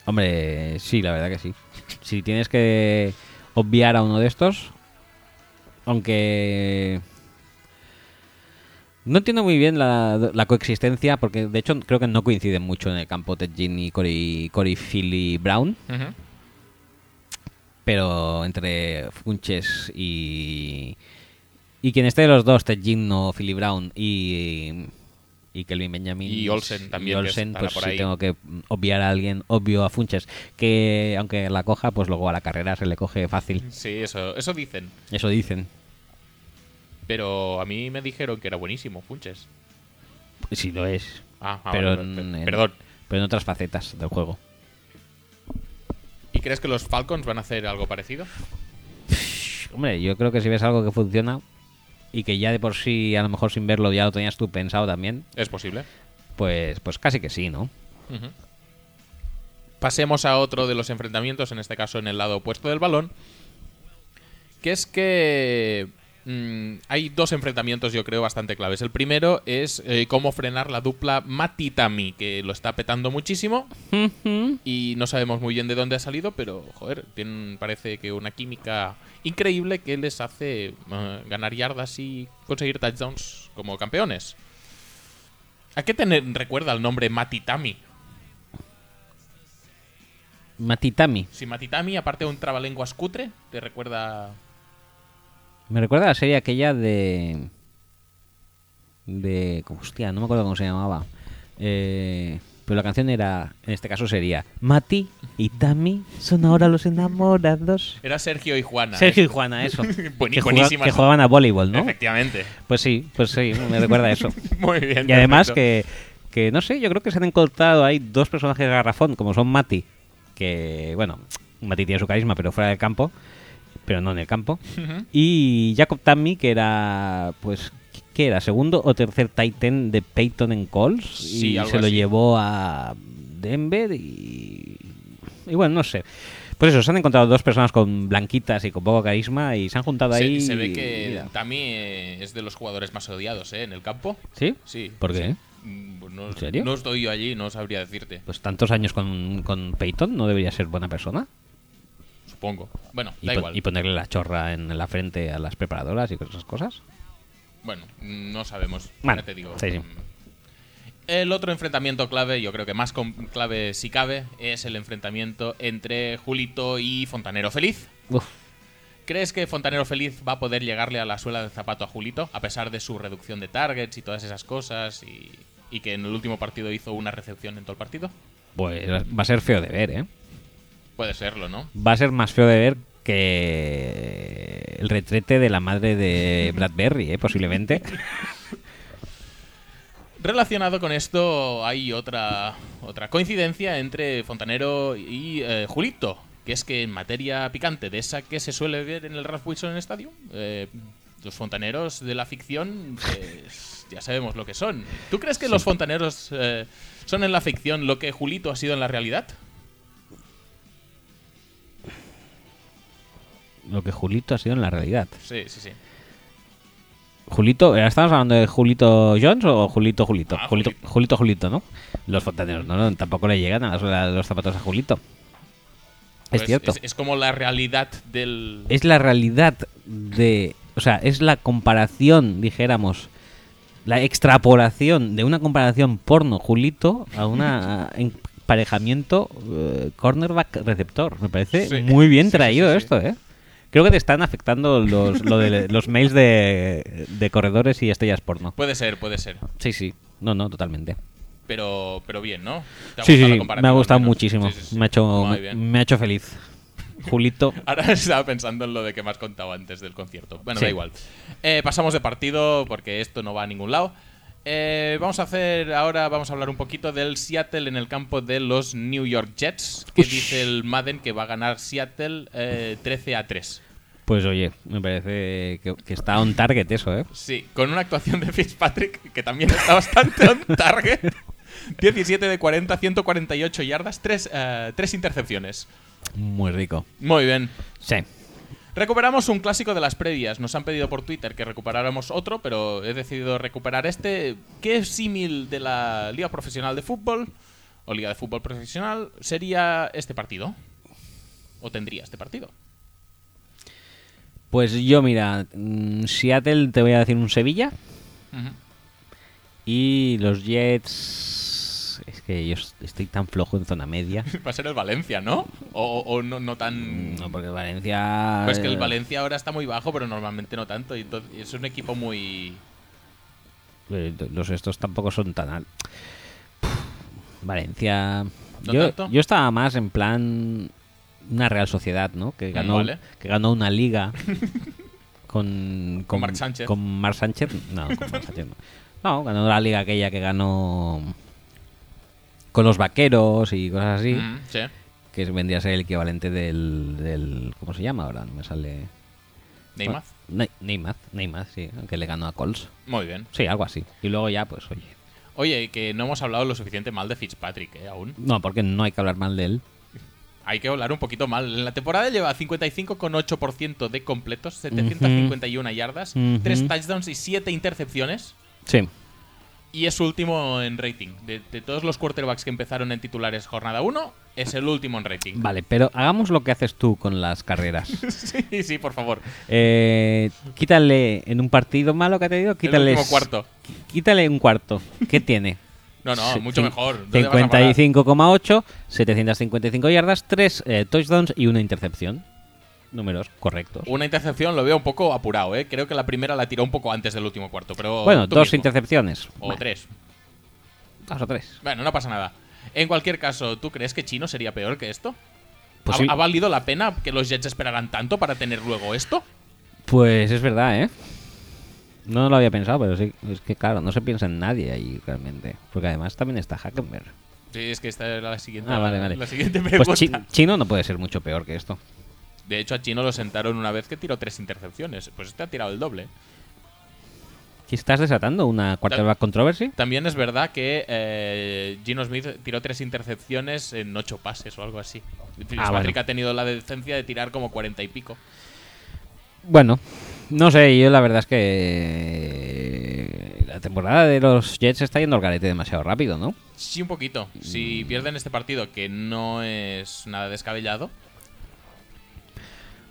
Hombre, sí, la verdad que sí. Si tienes que obviar a uno de estos, aunque... No entiendo muy bien la, la coexistencia, porque de hecho creo que no coinciden mucho en el campo Ted Ginn y Cory, Cory Philly Brown, pero entre Funches y... Y quien esté de los dos, Ted Ginn o Philly Brown y... Y Kelvin Benjamin. Y Olsen también, Y que Olsen, estará pues por sí ahí. tengo que obviar a alguien, obvio a Funches, que aunque la coja, pues luego a la carrera se le coge fácil. Sí, eso, eso dicen. Eso dicen. Pero a mí me dijeron que era buenísimo, Funches. Si lo es. Ah, ah, pero vale, en- per- per- en- perdón. Pero en otras facetas del juego. ¿Y crees que los Falcons van a hacer algo parecido? Hombre, yo creo que si ves algo que funciona y que ya de por sí, a lo mejor sin verlo, ya lo tenías tú pensado también, Es posible. pues, pues casi que sí, ¿no? Ujú. Pasemos a otro de los enfrentamientos, en este caso en el lado opuesto del balón, que es que mm, hay dos enfrentamientos yo creo bastante claves. El primero es eh, cómo frenar la dupla Matitami, que lo está petando muchísimo y no sabemos muy bien de dónde ha salido, pero joder, tienen, parece que una química increíble que les hace eh, ganar yardas y conseguir touchdowns como campeones. ¿A qué te recuerda el nombre Matitami? Matitami. Si Matitami, aparte de un trabalenguas cutre, te recuerda. Me recuerda a la serie aquella de. De. como- Hostia, no me acuerdo cómo se llamaba. Eh, pero la canción era. En este caso sería. Mati y Tami son ahora los enamorados. Era Sergio y Juana. ¿eh? Sergio y Juana, eso. Bueni- que, buenísima. que jugaban a voleibol, ¿no? ¿no? Efectivamente. Pues sí, pues sí, me recuerda a eso. Muy bien. Y además perfecto. que, que, no sé, yo creo que se han encontrado ahí dos personajes de garrafón, como son Mati, que, bueno, Mati tiene su carisma, pero fuera del campo, pero no en el campo, Ujú. y Jacob Tammy, que era, pues, ¿qué era? ¿Segundo o tercer Titan de Peyton en Calls? Sí, y algo se lo así. llevó a Denver y... Y bueno, no sé. Pues eso, se han encontrado dos personas con blanquitas y con poco carisma y se han juntado Se, ahí. se ve y- que mira. Tami eh, es de los jugadores más odiados ¿eh? en el campo. ¿Sí? Sí. ¿Por qué? sí. Mm, pues No, ¿En serio? No estoy yo allí, no sabría decirte, Pues tantos años con, con Peyton no debería ser buena persona. supongo. Bueno, Y, da pon- igual. y ponerle la chorra en la frente a las preparadoras y esas cosas. Bueno, mm, no sabemos. Bueno, ya te digo. sí, sí. Mm. El otro enfrentamiento clave, yo creo que más com- clave si cabe, es el enfrentamiento entre Julito y Fontanero Feliz. Uf. ¿Crees que Fontanero Feliz va a poder llegarle a la suela del zapato a Julito, a pesar de su reducción de targets y todas esas cosas, y, y que en el último partido hizo una recepción en todo el partido? Pues va a ser feo de ver, ¿eh? Puede serlo, ¿no? Va a ser más feo de ver que el retrete de la madre de Bradberry, ¿eh? Posiblemente. Relacionado con esto, hay otra, otra coincidencia entre Fontanero y eh, Julito, que es que en materia picante, de esa que se suele ver en el Ralph Wilson Stadium, eh, los fontaneros de la ficción, pues, ya sabemos lo que son. ¿Tú crees que los fontaneros eh, son en la ficción lo que Julito ha sido en la realidad? Lo que Julito ha sido en la realidad. Sí, sí, sí. Julito, eh, ¿estamos hablando de Julito Jones o Julito Julito? Ah, Julito, Julito. Julito Julito, ¿no? Los fontaneros, ¿no? no, Tampoco le llegan a la suela de los zapatos a Julito. Pues es cierto. Eh. Es, como la realidad del... es la realidad de. O sea, es la comparación, dijéramos, la extrapolación de una comparación porno-Julito a un emparejamiento eh, cornerback-receptor. Me parece Sí, muy bien sí, sí, traído sí, sí. esto, ¿eh? Creo que te están afectando los, lo de- los mails de, de corredores y estrellas porno. Puede ser, puede ser. Sí, sí. No, no, totalmente. Pero, pero bien, ¿no? ¿Te ha Sí, gustado la sí, sí. comparativa, Me ha al gustado menos? muchísimo. Sí, sí, sí. Me, ha hecho, Muy me, bien. me ha hecho feliz. Julito. Ahora estaba pensando en lo de que me has contado antes del concierto. Bueno, Sí. da igual. Eh, pasamos de partido porque esto no va a ningún lado. Eh, vamos a hacer ahora, vamos a hablar un poquito del Seattle en el campo de los New York Jets, que dice el Madden que va a ganar Seattle eh, 13 a 3. Pues oye, me parece que, que está on target eso, ¿eh? Sí, con una actuación de Fitzpatrick que también está bastante on target. 17 de 40, 148 yardas, 3, intercepciones. Muy rico. Muy bien. Sí. Recuperamos un clásico de las previas. Nos han pedido por Twitter que recuperáramos otro, pero he decidido recuperar este. ¿Qué es símil de la Liga Profesional de Fútbol o Liga de Fútbol Profesional sería este partido? ¿O tendría este partido? Pues yo, mira, mm, Seattle te voy a decir un Sevilla. Y los Jets. Es que yo es- estoy tan flojo en zona media. Mm, Va a ser el Valencia, ¿no? O, o no, no tan... No, porque Valencia. Pues que el eh, Valencia ahora está muy bajo, pero normalmente no tanto. Y to- y es un equipo muy... eh, Los estos tampoco son tan. al- Puf, Valencia. ¿No yo, tanto? yo estaba más en plan. Una Real Sociedad, ¿no? Que Mm, ganó, vale. que ganó una liga. Con, con Marc Sánchez. Con Marc Sánchez. No, con Marc Sánchez no. No, ganó la liga aquella que ganó. Con los vaqueros y cosas así. Mm, sí. que es- vendría a ser el equivalente del, del- ¿cómo se llama ahora? No me sale Neymar. Bueno, Ne- Neymar, Neymar, sí, que le ganó a Colts. Muy bien. Sí, algo así. Y luego ya, pues oye, Oye, que no hemos hablado lo suficiente mal de Fitzpatrick, ¿eh? Aún. no, porque no hay que hablar mal de él. Hay que hablar un poquito mal. En la temporada lleva 55,8% de completos, 751 yardas, Ujú. 3 touchdowns y 7 intercepciones. Sí. Y es último en rating. De, de todos los quarterbacks que empezaron en titulares jornada 1, es el último en rating. Vale, pero hagamos lo que haces tú con las carreras. sí, sí, por favor. Eh, quítale en un partido malo que ha tenido, quítale último cuarto. qu- Quítale un cuarto. ¿Qué tiene? No, no, Sí, mucho cin- mejor. ¿Dónde vas a parar? 55,8, 755 yardas, 3 touchdowns y una intercepción. Números correctos. Una intercepción lo veo un poco apurado, ¿eh? Creo que la primera la tiró un poco antes del último cuarto, pero... Bueno, tú dos mismo. intercepciones. O Bueno, tres. Dos o tres. Bueno, no pasa nada. En cualquier caso, ¿tú crees que Chino sería peor que esto? Pues, ¿Ha, sí. ha valido la pena que los Jets esperaran tanto para tener luego esto? Pues es verdad, ¿eh? No lo había pensado, pero sí. Es que claro, no se piensa en nadie ahí realmente. Porque además también está Hackenberg. Sí, es que esta era la siguiente, Ah, vale, vale. La siguiente Pues pregunta. chi- Chino no puede ser mucho peor que esto. de hecho, a Chino lo sentaron una vez que tiró tres intercepciones. Pues este ha tirado el doble. ¿Qué estás desatando? ¿Una quarterback controversy? También es verdad que eh, Gino Smith tiró tres intercepciones en ocho pases o algo así. Fitzpatrick bueno. ha tenido la decencia de tirar como cuarenta y pico. Bueno, no sé. Yo la verdad es que. La temporada de los Jets está yendo al garete demasiado rápido, ¿no? Sí, un poquito. Si Mm. pierden este partido, que no es nada descabellado,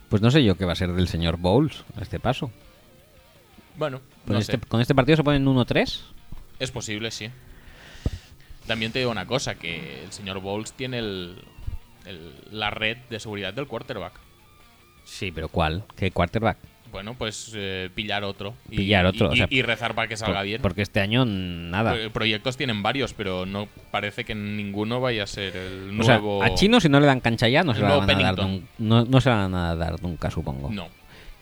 Pues no sé yo qué va a ser del señor Bowles a este paso. bueno, Con, no este, sé. con este partido se ponen 1-3. Es posible, sí. También te digo una cosa, que el señor Bowles tiene el- el- la red de seguridad del quarterback. Sí, pero ¿cuál? ¿Qué quarterback? Bueno, pues eh, pillar otro. Y, Pillar otro, y- o sea, y- y rezar para que salga Por- bien. Porque este año nada. Eh, Proyectos tienen varios, pero no parece que ninguno vaya a ser el O sea, nuevo. a Chino si no le dan cancha ya no se, el la nuevo van a dar Pennington. nun- no, no se la van a dar nunca, supongo. No.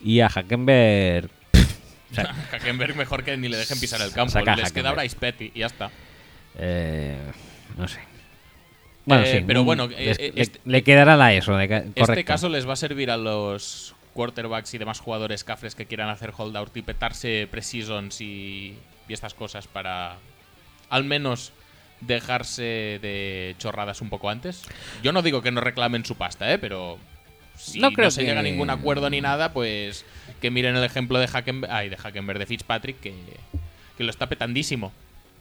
Y a Hackenberg... Hackenberg mejor que ni le dejen pisar el campo. Saca a Les queda Hackenberg. Bryce Petty y ya está. eh, no sé. Bueno, Eh, sí. pero mm, bueno, eh, les- eh, le, este- le quedará la ESO, le ca- Este correcto. caso les va a servir a los quarterbacks y demás jugadores cafres que quieran hacer holdout y petarse preseasons y, y estas cosas para al menos dejarse de chorradas un poco antes. Yo no digo que no reclamen su pasta, ¿eh? pero si no, No creo se que- llega a ningún acuerdo ni nada, pues que miren el ejemplo de Hackenberg, ay, de Hackenberg, de Fitzpatrick, que, que lo está petandísimo.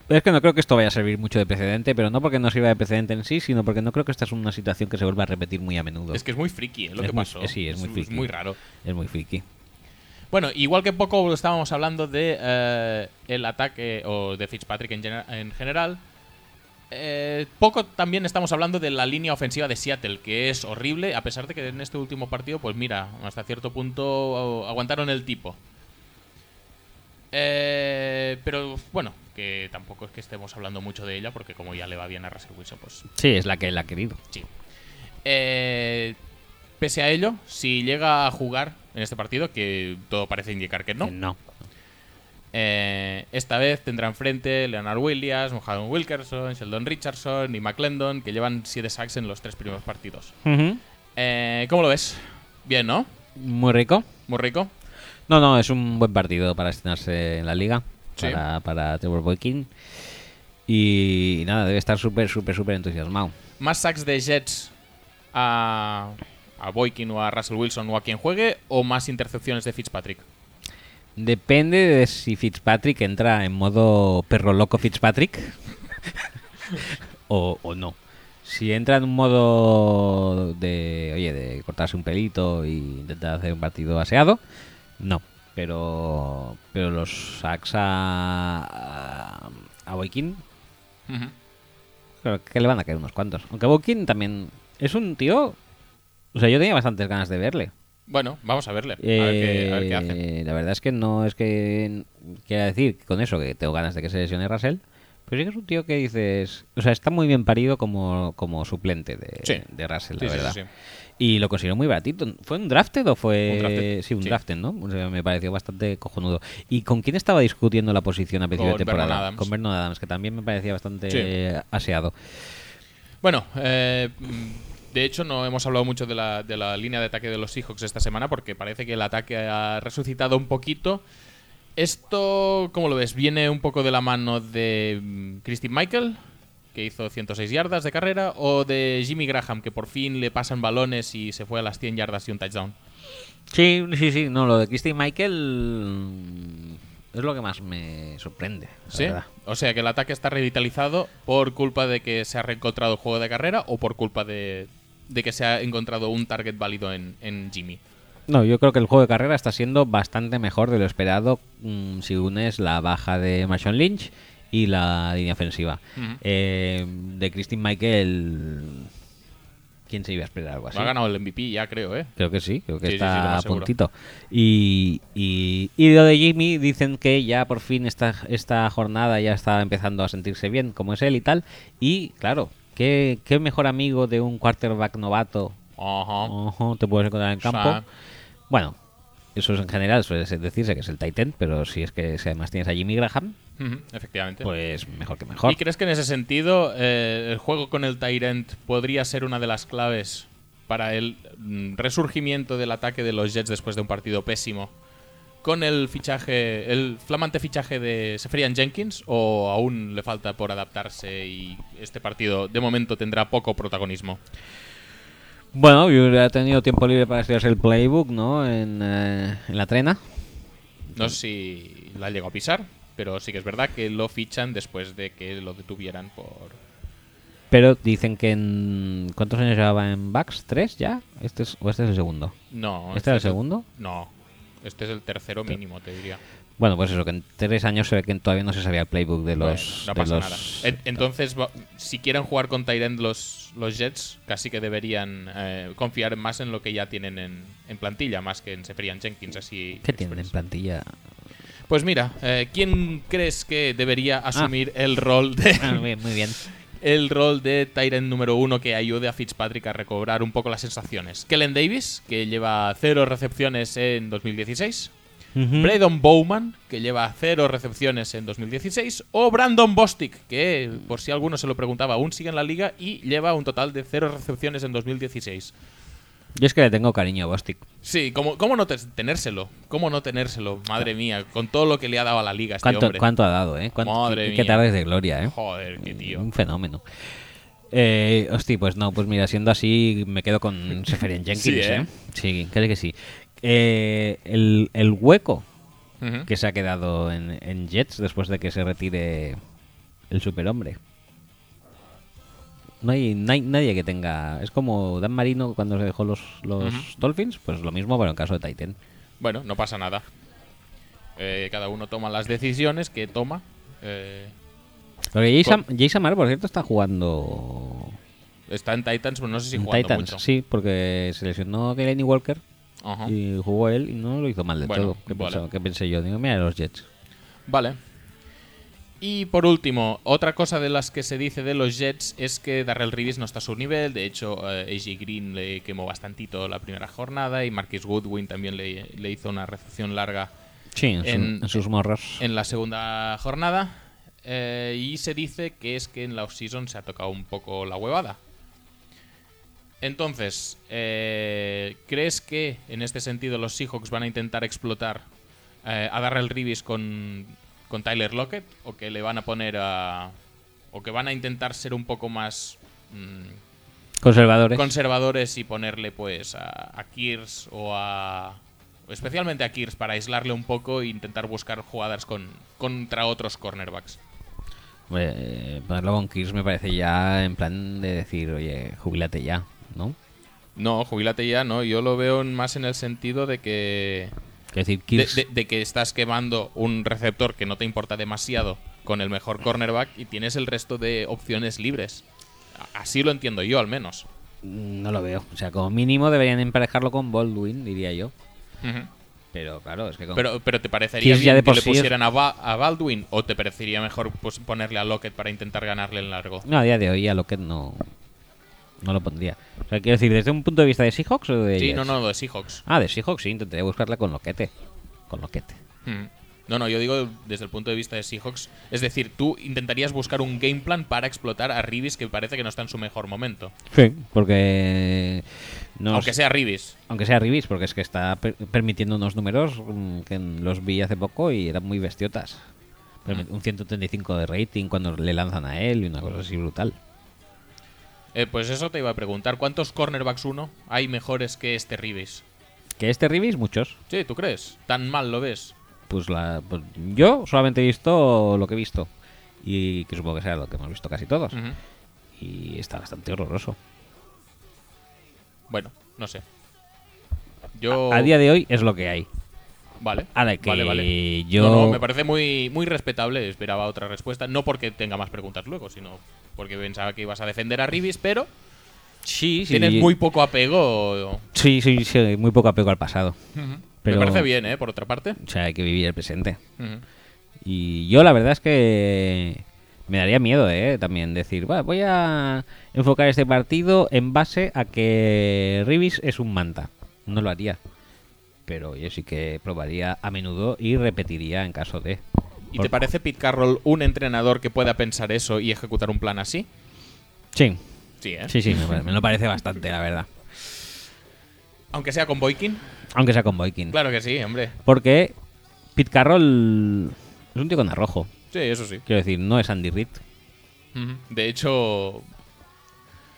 Es que no creo que esto vaya a servir mucho de precedente, pero no porque no sirva de precedente en sí, sino porque no creo que esta es una situación que se vuelva a repetir muy a menudo. Es que es muy friki ¿eh? lo Es que muy- pasó. sí, es muy friki. muy raro. Es muy friki. Bueno, igual que poco estábamos hablando de eh, el ataque o de Fitzpatrick en, genera- en general, eh, poco también estamos hablando de la línea ofensiva de Seattle, que es horrible, a pesar de que en este último partido, pues mira, hasta cierto punto aguantaron el tipo. Eh, pero bueno, que tampoco es que estemos hablando mucho de ella, porque como ya le va bien a Russell Wilson, pues Sí, es la que él ha querido. Sí. Eh, pese a ello, si llega a jugar en este partido, que todo parece indicar que no, Que no. eh, esta vez tendrá enfrente Leonard Williams, Mohamed Wilkerson, Sheldon Richardson y McClendon, que llevan 7 sacks en los tres primeros partidos. Ujú. Eh, ¿Cómo lo ves? Bien, ¿no? Muy rico. Muy rico. No, no, es un buen partido para estrenarse en la liga. Sí. Para, para Trevor Boykin. Y nada, debe estar súper, súper, súper entusiasmado. ¿Más sacks de Jets a, a Boykin o a Russell Wilson o a quien juegue? ¿O más intercepciones de Fitzpatrick? Depende de si Fitzpatrick entra en modo perro loco Fitzpatrick o, o no. Si entra en un modo de, oye, de cortarse un pelito e intentar hacer un partido aseado, no. Pero, pero los sacks a, a, a Boykin, Ujú. creo que le van a caer unos cuantos. Aunque Boykin también es un tío... O sea, yo tenía bastantes ganas de verle. Bueno, vamos a verle. A ver qué, a ver qué hace. Eh, La verdad es que no es que quiera decir con eso que tengo ganas de que se lesione Russell, pero sí que es un tío que dices, o sea, está muy bien parido como, como suplente de, Sí. de Russell, Sí, la sí, verdad. sí, sí. Y lo consiguió muy baratito. ¿Fue un drafted o fue...? Un drafted, Sí, un sí. drafted, ¿no? O sea, me pareció bastante cojonudo. ¿Y con quién estaba discutiendo la posición a principio Con de temporada? Vernon Adams. Con Vernon Adams, que también me parecía bastante Sí. eh, aseado. Bueno, eh, mm, de hecho no hemos hablado mucho de la, de la línea de ataque de los Seahawks esta semana porque parece que el ataque ha resucitado un poquito. Esto, ¿cómo lo ves? Viene un poco de la mano de mm, Christine Michael, que hizo 106 yardas de carrera, o de Jimmy Graham, que por fin le pasan balones y se fue a las 100 yardas y un touchdown. Sí, sí, sí. No, lo de Christine Michael mm, es lo que más me sorprende. la ¿Sí? verdad. O sea que el ataque está revitalizado por culpa de que se ha reencontrado el juego de carrera o por culpa de, de que se ha encontrado un target válido en, en Jimmy. No, yo creo que el juego de carrera está siendo bastante mejor de lo esperado mm, si unes la baja de Marshawn Lynch y la línea ofensiva. Ujú. Eh, de Christine Michael, ¿quién se iba a esperar algo así? Ha ganado el MVP ya, creo, ¿eh? Creo que sí, creo que Sí, sí, sí, lo está más a seguro. puntito. Y, y, y lo de Jimmy dicen que ya por fin esta, esta jornada ya está empezando a sentirse bien, como es él y tal. Y claro, ¿qué, qué mejor amigo de un quarterback novato Ajá. Ojo, te puedes encontrar en O sea- campo. Bueno, eso es en general, suele ser- decirse que es el Titan, pero si es que si además tienes a Jimmy Graham, Ujú, Efectivamente. pues mejor que mejor. ¿Y crees que en ese sentido eh, el juego con el Tyrant podría ser una de las claves para el mm, resurgimiento del ataque de los Jets después de un partido pésimo? ¿Con el fichaje, el flamante fichaje de Seferian Jenkins o aún le falta por adaptarse y este partido de momento tendrá poco protagonismo? Bueno, yo he tenido tiempo libre para estudiarse el playbook, ¿no? En, eh, en la trena. No sé si la llegó a pisar, pero sí que es verdad que lo fichan después de que lo detuvieran por... Pero dicen que en... ¿Cuántos años llevaba en Bucks? ¿Tres ya? ¿Este es, ¿O este es el segundo? No. ¿Este era el es el- segundo? No, este es el tercero mínimo, te diría. Bueno, pues eso, que en tres años se ve que todavía no se sabía el playbook de los... Bueno, de no pasa los- nada. En- Entonces, va- si quieren jugar con Tyrant los, los Jets, casi que deberían eh, confiar más en lo que ya tienen en, en plantilla, más que en Seferian Jenkins. Así ¿Qué tienen en plantilla? Pues mira, eh, ¿quién crees que debería asumir el rol de Ah, muy bien, muy bien. el rol de Tyrant número uno que ayude a Fitzpatrick a recobrar un poco las sensaciones? Kellen Davis, que lleva cero recepciones en 2016. Ujú. Braydon Bowman, que lleva cero recepciones en 2016, o Brandon Bostic, que, por si alguno se lo preguntaba, aún sigue en la liga y lleva un total de cero recepciones en 2016. Yo es que le tengo cariño a Bostic. Sí, ¿cómo, cómo no te- tenérselo? ¿Cómo no tenérselo? Madre mía, con todo lo que le ha dado a la liga este ¿Cuánto, hombre. cuánto ha dado, eh? ¿Cuánto- Madre qué- qué mía. tardes de gloria, eh? Joder, qué tío. Un fenómeno. Eh, hosti, pues no, pues mira, siendo así, me quedo con Seferian Jenkins, Sí, ¿eh? ¿eh? Sí, creo que sí. Eh, el, el hueco Ujú. que se ha quedado en, en Jets después de que se retire el superhombre. No hay, no hay nadie que tenga. Es como Dan Marino cuando se dejó los, los Dolphins, pues lo mismo, pero en caso de Titan. Bueno, no pasa nada. Eh, cada uno toma las decisiones que toma. eh, Porque Jason, Jason Mar, por cierto, está jugando Está en Titans, pero no sé si en jugando Titans. mucho. Sí, porque se lesionó Delaney Walker Ajá. y jugó él y no lo hizo mal de Bueno, todo. ¿Qué, vale. pensaba- qué pensé yo? Digo, mira los Jets. Vale. Y por último, otra cosa de las que se dice de los Jets es que Darrell Reeves no está a su nivel. De hecho, eh, AJ Green le quemó bastantito la primera jornada y Marquis Goodwin también le, le hizo una recepción larga Sí, en, su- En- en sus morros. en la segunda jornada. Eh, y se dice que es que en la offseason se ha tocado un poco la huevada. Entonces, eh, ¿crees que en este sentido los Seahawks van a intentar explotar eh, a Darrell Reeves con, con Tyler Lockett? ¿O que le van a poner a. o que van a intentar ser un poco más. mm, Conservadores. conservadores y ponerle pues a, a Kears o a especialmente a Kears para aislarle un poco e intentar buscar jugadas con contra otros cornerbacks. Eh, ponerlo con Kirs me parece ya en plan de decir, oye, jubilate ya, ¿no? No, jubilate ya, no, yo lo veo en- más en el sentido de que Es decir, de, Kirs de- de que estás quemando un receptor que no te importa demasiado con el mejor cornerback y tienes el resto de opciones libres. A- Así lo entiendo yo al menos. mm, no lo veo. O sea, como mínimo deberían emparejarlo con Baldwin, diría yo. Ujú. Pero claro, es que con Pero, pero ¿te parecería Kears bien ya de que por le sí es- pusieran a, Ba- a Baldwin o te parecería mejor pues, ponerle a Lockett para intentar ganarle el largo? No, a día de hoy a Lockett no, no lo pondría. O sea, quiero decir, desde un punto de vista de Seahawks o de. Sí, Jets? no, no, de Seahawks. Ah, de Seahawks sí, intentaré buscarla con Loquete. Con Loquete. Mm. No, no, yo digo desde el punto de vista de Seahawks. Es decir, tú intentarías buscar un game plan para explotar a Ribis que parece que no está en su mejor momento. Sí. Porque. No Aunque sé- sea Ribis. Aunque sea Ribis, porque es que está per- permitiendo unos números mm, que los vi hace poco y eran muy bestiotas. Permi- Un 135 de rating cuando le lanzan a él y una cosa así brutal. Eh, pues eso te iba a preguntar. ¿Cuántos cornerbacks uno hay mejores que este Ribis? Que este Ribis, muchos. Sí, ¿tú crees? ¿Tan mal lo ves? Pues, la, pues yo solamente he visto lo que he visto. Y que supongo que sea lo que hemos visto casi todos. Ujú. Y está bastante horroroso. Bueno, no sé. Yo... A día de hoy es lo que hay. Vale. Ahora que vale, vale. yo- No, no, me parece muy, muy respetable. Esperaba otra respuesta. No porque tenga más preguntas luego, sino porque pensaba que ibas a defender a Ribis, pero Sí, tienes muy poco apego. Sí, sí, sí, muy poco apego al pasado. Pero- Me parece bien, ¿eh? Por otra parte. O sea, hay que vivir el presente. Ujú. Y yo la verdad es que me daría miedo, ¿eh? También decir, "Buah, voy a enfocar este partido en base a que Ribis es un manta. No lo haría. Pero yo sí que probaría a menudo y repetiría en caso de... ¿Y Por- te parece Pete Carroll un entrenador que pueda pensar eso y ejecutar un plan así? Sí, Sí, ¿eh? sí, sí, me, pare- me lo parece bastante, la verdad. Aunque sea con Boykin. Aunque sea con Boykin. Claro que sí, hombre. Porque Pete Carroll es un tío con arrojo. Sí, eso sí. Quiero decir, no es Andy Reid. Ujú. De hecho,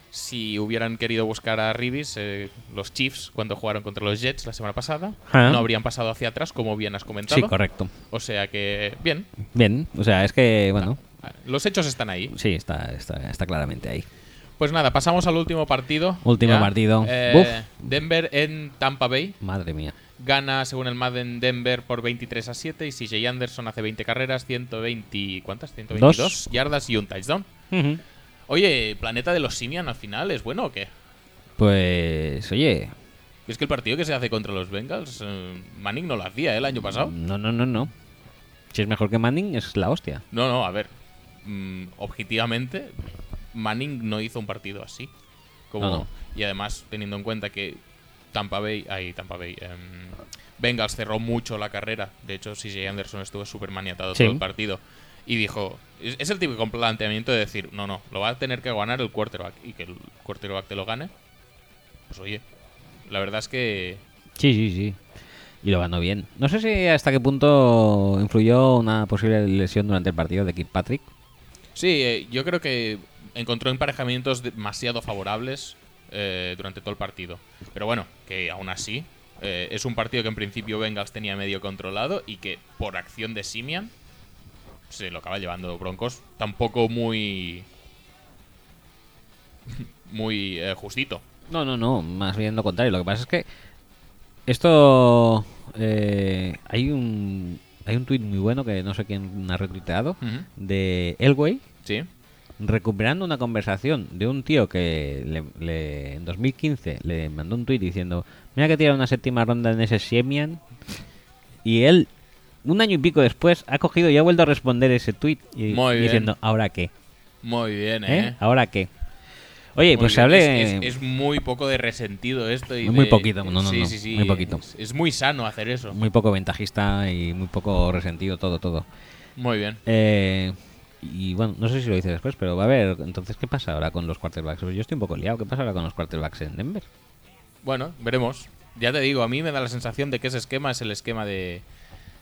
si hubieran querido buscar a Ribis, eh, los Chiefs, cuando jugaron contra los Jets la semana pasada, Ah. no habrían pasado hacia atrás, como bien has comentado. Sí, correcto. O sea que, bien, Bien, o sea, es que, bueno, los hechos están ahí. sí, está, está, está claramente ahí. Pues nada, pasamos al último partido. Último partido. Eh, Denver en Tampa Bay. Madre mía. Gana, según el Madden, Denver por 23 a 7 y CJ Anderson hace 20 carreras, 120... ¿Cuántas? 122 Dos. yardas y un touchdown. Oye, Planeta de los Simian al final, ¿es bueno o qué? Pues, oye, Es que el partido que se hace contra los Bengals, eh, Manning no lo hacía ¿eh? el año pasado. no, no, no, no. Si es mejor que Manning, es la hostia. No, no, a ver. mm, objetivamente, Manning no hizo un partido así. Como, No, no. Y además, teniendo en cuenta que Tampa Bay. Ay, Tampa Bay. em, Bengals cerró mucho la carrera. De hecho, CJ Anderson estuvo súper maniatado Sí. todo el partido. Y dijo. Es, es el típico planteamiento de decir: no, no, lo va a tener que ganar el quarterback. Y que el quarterback te lo gane. Pues oye, la verdad es que. Sí, sí, sí. Y lo ganó bien. No sé si hasta qué punto influyó una posible lesión durante el partido de Kirkpatrick. Sí, eh, yo creo que encontró emparejamientos demasiado favorables eh, durante todo el partido. Pero bueno, que aún así eh, es un partido que en principio Bengals tenía medio controlado y que por acción de Simian se lo acaba llevando Broncos. Tampoco muy... muy eh, justito. No, no, no, más bien lo contrario. Lo que pasa es que esto... eh, hay un hay un tuit muy bueno que no sé quién ha retuiteado Ujú. de Elway Sí. recuperando una conversación de un tío que le- le- en 2015 le mandó un tuit diciendo, mira que tira una séptima ronda en ese Siemian, y él, un año y pico después, ha cogido y ha vuelto a responder ese tuit y, Muy bien. diciendo, ¿ahora qué? Muy bien, ¿Eh? ¿eh? ¿Ahora qué? Oye, Muy pues se bien. hable... Es, es- es muy poco de resentido esto. Y Muy de- poquito, no, no, sí, no, sí, sí, muy poquito. Es, es muy sano hacer eso. Muy poco ventajista y muy poco resentido todo, todo. Muy bien. Eh, y bueno, no sé si lo hice después, pero va a ver, entonces, ¿qué pasa ahora con los quarterbacks? Pues Yo estoy un poco liado, ¿qué pasa ahora con los quarterbacks en Denver? Bueno, veremos. Ya te digo, a mí me da la sensación de que ese esquema es el esquema de,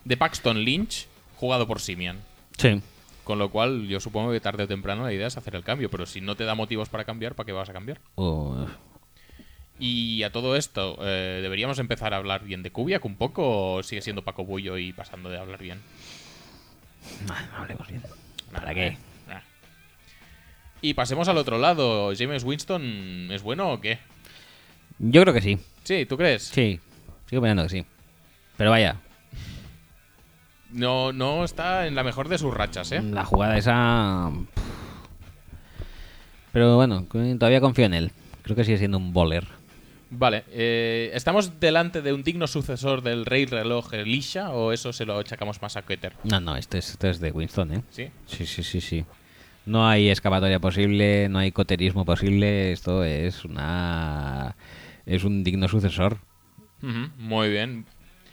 de Paxton Lynch jugado por Simian. Sí. Con lo cual, yo supongo que tarde o temprano la idea es hacer el cambio, pero si no te da motivos para cambiar, ¿para qué vas a cambiar? Y a todo esto, eh, ¿deberíamos empezar a hablar bien de Kubiak un poco o sigue siendo Paco Bullo y pasando de hablar bien? no hablemos bien. Eh, Nah, ¿Para qué? nah. Y pasemos al otro lado. ¿James Winston es bueno o qué? Yo creo que sí. Sí, ¿tú crees? Sí. Sigo pensando que sí. Pero vaya, No, no está en la mejor de sus rachas, ¿eh? la jugada esa. pff. Pero bueno, que todavía confío en él. Creo que sigue siendo un bowler. Vale, eh, ¿estamos delante de un digno sucesor del rey reloj Elisha o eso se lo achacamos más a Keter? No, no, esto es, esto es de Winston, ¿eh? ¿Sí? Sí, sí, sí, sí. No hay escapatoria posible, no hay coterismo posible. Esto es una. Es un digno sucesor. Ujú, muy bien.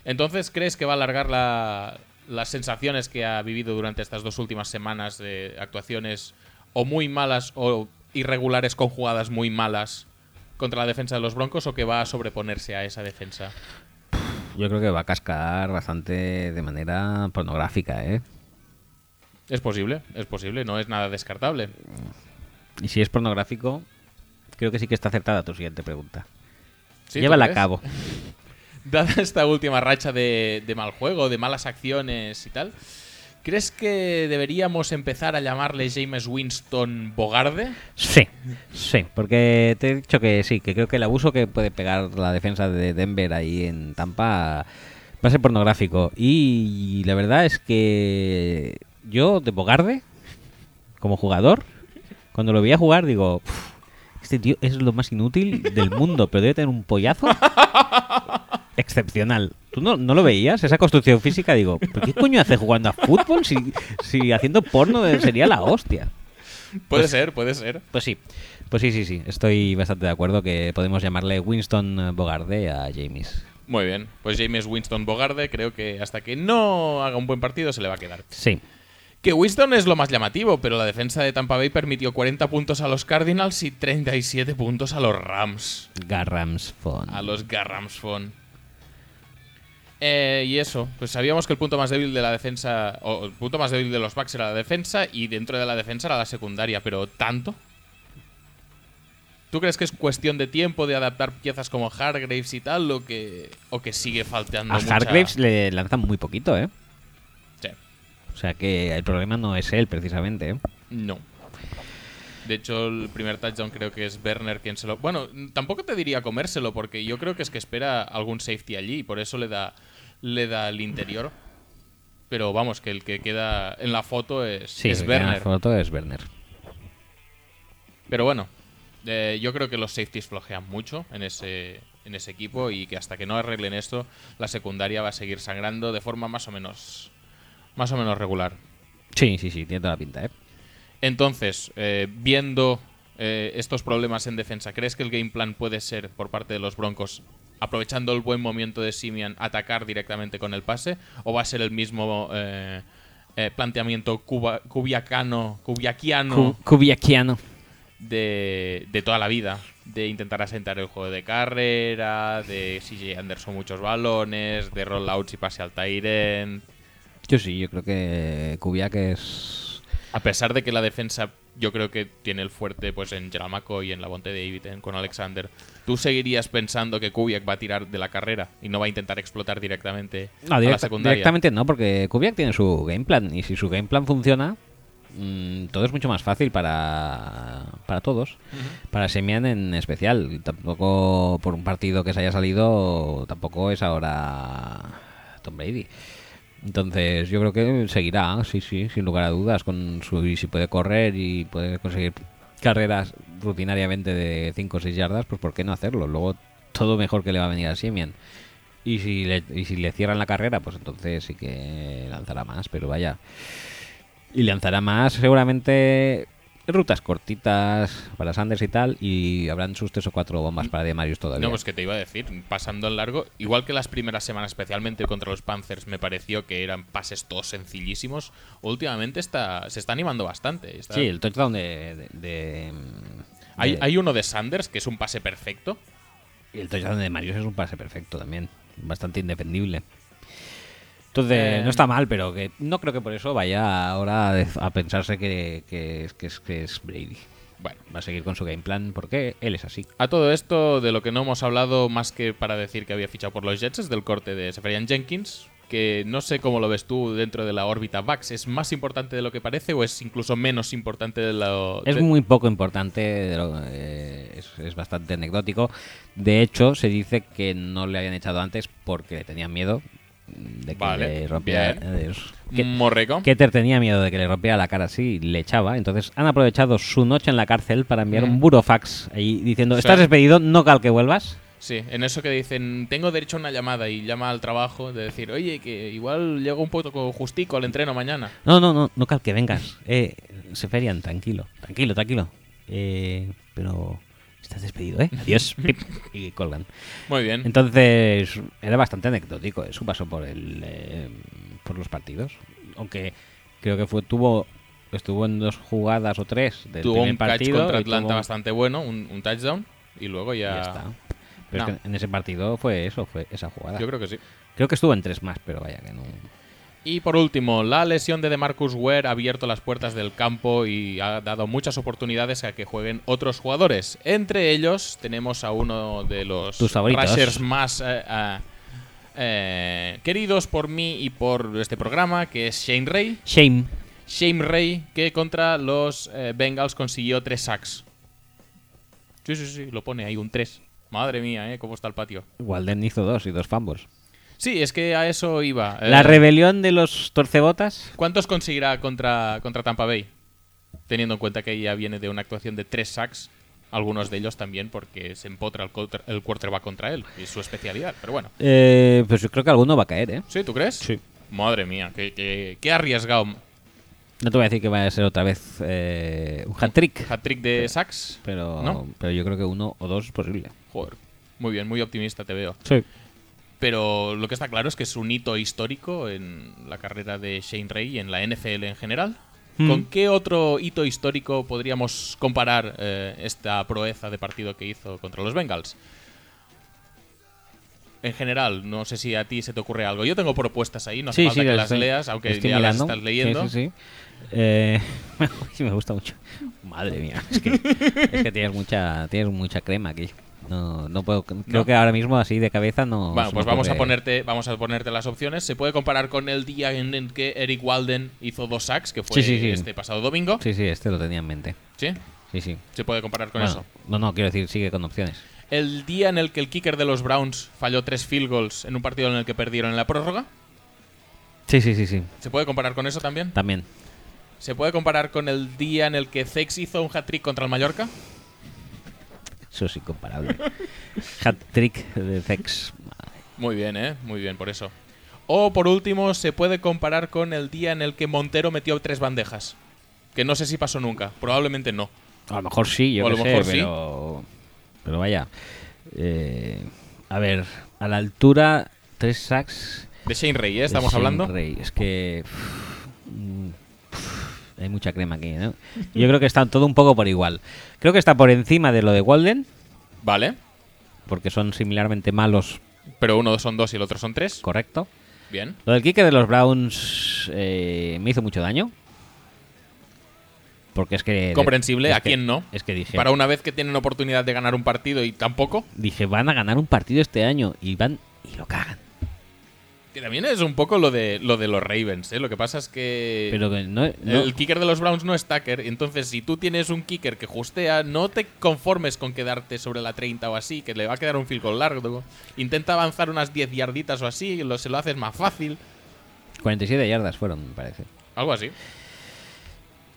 Entonces, ¿crees que va a alargar la- las sensaciones que ha vivido durante estas dos últimas semanas de actuaciones o muy malas o irregulares con jugadas muy malas contra la defensa de los Broncos o que va a sobreponerse a esa defensa? Yo creo que va a cascar bastante de manera pornográfica, ¿eh? Es posible, es posible, no es nada descartable. Y si es pornográfico, creo que sí que está acertada tu siguiente pregunta. Sí, ¿tú Llévala a crees? cabo. dada esta última racha de, de mal juego, de malas acciones y tal, ¿crees que deberíamos empezar a llamarle James Winston Bogarde? Sí, sí, porque te he dicho que sí, que creo que el abuso que puede pegar la defensa de Denver ahí en Tampa va a ser pornográfico. Y la verdad es que yo de Bogarde, como jugador, cuando lo veía jugar digo, "Puf, este tío es lo más inútil del mundo, pero debe tener un pollazo excepcional. ¿Tú no, no lo veías? Esa construcción física, digo, ¿pero qué coño hace jugando a fútbol si, si haciendo porno sería la hostia? Puede ser, puede ser. Pues sí, pues sí, sí, sí. Estoy bastante de acuerdo que podemos llamarle Winston Bogarde a James. Muy bien, pues James Winston Bogarde creo que hasta que no haga un buen partido se le va a quedar. Sí. Que Winston es lo más llamativo, pero la defensa de Tampa Bay permitió 40 puntos a los Cardinals y 37 puntos a los Rams. Garrams Fon. A los Garramsfon. Eh, y eso, pues sabíamos que el punto más débil de la defensa, o el punto más débil de los Bucks era la defensa y dentro de la defensa era la secundaria, pero ¿tanto? ¿Tú crees que es cuestión de tiempo de adaptar piezas como Hargraves y tal o que, o que sigue faltando A mucha- Hargraves le lanzan muy poquito, ¿eh? Sí, O sea que el problema no es él, precisamente. ¿eh? no. De hecho, el primer touchdown creo que es Werner quien se lo... Bueno, tampoco te diría comérselo porque yo creo que es que espera algún safety allí y por eso le da, le da el interior. Pero vamos, que el que queda en la foto es, es el que gana la Werner. foto es Werner. Pero bueno, eh, yo creo que los safeties flojean mucho en ese, en ese equipo y que hasta que no arreglen esto, la secundaria va a seguir sangrando de forma más o menos, más o menos regular. Sí, sí, sí, tiene toda la pinta, ¿eh? Entonces, eh, viendo eh, estos problemas en defensa, ¿crees que el game plan puede ser por parte de los Broncos, aprovechando el buen momento de Simian, atacar directamente con el pase? ¿O va a ser el mismo eh, eh, planteamiento cuba, cubiacano, cubiaquiano Kubiakiano. de, de toda la vida? De intentar asentar el juego de carrera, de CJ Anderson muchos balones, de rollouts y pase al Tyrant. Yo sí, yo creo que Kubiak es. A pesar de que la defensa yo creo que tiene el fuerte pues en Jeramaco y en la Bonte David en- con Alexander, ¿tú seguirías pensando que Kubiak va a tirar de la carrera y no va a intentar explotar directamente No, a la directa- secundaria? directamente no, porque Kubiak tiene su game plan. Y si su game plan funciona, mm, todo es mucho más fácil para, para todos. Para Semian en especial. Y Tampoco por un partido que se haya salido, tampoco es ahora Tom Brady. Entonces yo creo que seguirá, sí, sí, sin lugar a dudas, con su y si puede correr y puede conseguir carreras rutinariamente de 5 o 6 yardas, pues ¿por qué no hacerlo? Luego todo mejor que le va a venir a Simeon. Y si le, y si le cierran la carrera, pues entonces sí que lanzará más, pero vaya. Y lanzará más seguramente rutas cortitas para Sanders y tal, y habrán sus tres o cuatro bombas para de Marius todavía. No, pues que te iba a decir, pasando al largo, igual que las primeras semanas, especialmente contra los Panthers, me pareció que eran pases todos sencillísimos, últimamente está, se está animando bastante. está- Sí, eh. el touchdown de... de- de- hay, de- hay uno de Sanders que es un pase perfecto. Y el touchdown de Marius es un pase perfecto también, bastante indefendible. Entonces, no está mal, pero que no creo que por eso vaya ahora a, def- a pensarse que, que es- que es, que es Brady. Bueno, Va a seguir con su game plan porque él es así. a todo esto, de lo que no hemos hablado más que para decir que había fichado por los Jets, es del corte de Seferian Jenkins, que no sé cómo lo ves tú dentro de la órbita Vax. ¿Es más importante de lo que parece o es incluso menos importante de lo Es de- muy poco importante, de lo- eh, es, es bastante anecdótico. De hecho, se dice que no le habían echado antes porque le tenían miedo de que Vale, le rompiera. bien. Mm. eh, que- Morreco? Keter tenía miedo de que le rompiera la cara así y le echaba. Entonces han aprovechado su noche en la cárcel para enviar un burofax ahí diciendo: Mm. Sí. Estás despedido, no cal que vuelvas. Sí, en eso que dicen, tengo derecho a una llamada y llama al trabajo de decir, oye, que igual llego un poco justico al entreno mañana. No, no, no, no cal que vengas. Eh, Seferian, tranquilo, tranquilo, tranquilo. Eh, pero estás despedido, ¿eh? Adiós. Pip. y colgan. Muy bien. Entonces era bastante anecdótico eh, su paso por el eh, por los partidos, aunque creo que fue tuvo estuvo en dos jugadas o tres del tuvo primer un catch partido contra y tuvo- Atlanta bastante bueno, un, un touchdown, y luego y ya... ya está. Pero No. es que en ese partido fue eso, fue esa jugada. Yo creo que sí. Creo que estuvo en tres más, pero vaya que no. Y por último, la lesión de DeMarcus Ware ha abierto las puertas del campo y ha dado muchas oportunidades a que jueguen otros jugadores. Entre ellos tenemos a uno de los Tus favoritos. rushers más eh, ah, eh, queridos por mí y por este programa, que es Shane Ray. Shame. Shane Ray, que contra los eh, Bengals consiguió tres sacks. Sí, sí, sí, lo pone ahí, un 3. Madre mía, ¿eh? ¿Cómo está el patio? Walden hizo dos y dos fumbles. Sí, es que a eso iba. Eh, La rebelión de los torcebotas. ¿Cuántos conseguirá contra, contra Tampa Bay? Teniendo en cuenta que ella viene de una actuación de tres sacks, algunos de ellos también porque se empotra el, quarter- el quarterback contra él, y es su especialidad, pero bueno. Eh, pues yo creo que alguno va a caer, ¿eh? ¿Sí, tú crees? Sí. Madre mía, qué, qué- qué arriesgado. No te voy a decir que vaya a ser otra vez eh, un hat-trick, Hat-trick de sacks. pero, ¿No? pero yo creo que uno o dos es posible. Joder. Muy bien, muy optimista te veo. Sí. Pero lo que está claro es que es un hito histórico en la carrera de Shane Ray y en la NFL en general. Mm. ¿Con qué otro hito histórico podríamos comparar eh, esta proeza de partido que hizo contra los Bengals? En general, no sé si a ti se te ocurre algo. Yo tengo propuestas ahí, no hace falta que las las estoy- leas, aunque estoy ya las mirando. estás leyendo. Sí, sí, sí. Eh, sí, me gusta mucho. Madre mía, es que, es que tienes mucha tienes mucha crema aquí. No, no puedo. Creo No. que ahora mismo así de cabeza no. Bueno, se pues me vamos a ocurre. ponerte, vamos a ponerte las opciones. Se puede comparar con el día en el que Eric Walden hizo dos sacks, que fue Sí, sí, sí. este pasado domingo. Sí, sí, este lo tenía en mente. ¿Sí? Sí, sí. Se puede comparar con Bueno, eso. No, no, quiero decir sigue con opciones. El día en el que el kicker de los Browns falló tres field goals en un partido en el que perdieron en la prórroga. Sí, sí, sí, sí. ¿Se puede comparar con eso también? También. ¿Se puede comparar con el día en el que Zex hizo un hat-trick contra el Mallorca? Eso es incomparable. Hat trick de Zex. Muy bien, ¿eh? Muy bien, por eso. O, por último, se puede comparar con el día en el que Montero metió tres bandejas. Que no sé si pasó nunca. Probablemente no. A lo mejor sí, yo O a qué lo sé, mejor sí. pero, pero vaya. Eh, a ver, a la altura, tres sacks. De Shane Ray, ¿eh? Estamos Es hablando. un rey, Es que. mm, hay mucha crema aquí, ¿no? Yo creo que están todo un poco por igual. Creo que está por encima de lo de Walden, Vale. porque son similarmente malos, Pero uno son dos y el otro son tres. correcto. Bien. Lo del kicker de los Browns eh, me hizo mucho daño. Porque es que. Comprensible, es ¿a que- quién no? Es que dije. Para una vez que tienen oportunidad de ganar un partido y tampoco. dije, van a ganar un partido este año y van y lo cagan. Que también es un poco lo de, lo de los Ravens, ¿eh? Lo que pasa es que Pero que no, no- el kicker de los Browns no es Tucker. Entonces, si tú tienes un kicker que justea, no te conformes con quedarte sobre la 30 o así, que le va a quedar un field goal largo. Intenta avanzar unas 10 yarditas o así, lo, se lo haces más fácil. 47 yardas fueron, me parece. Algo así.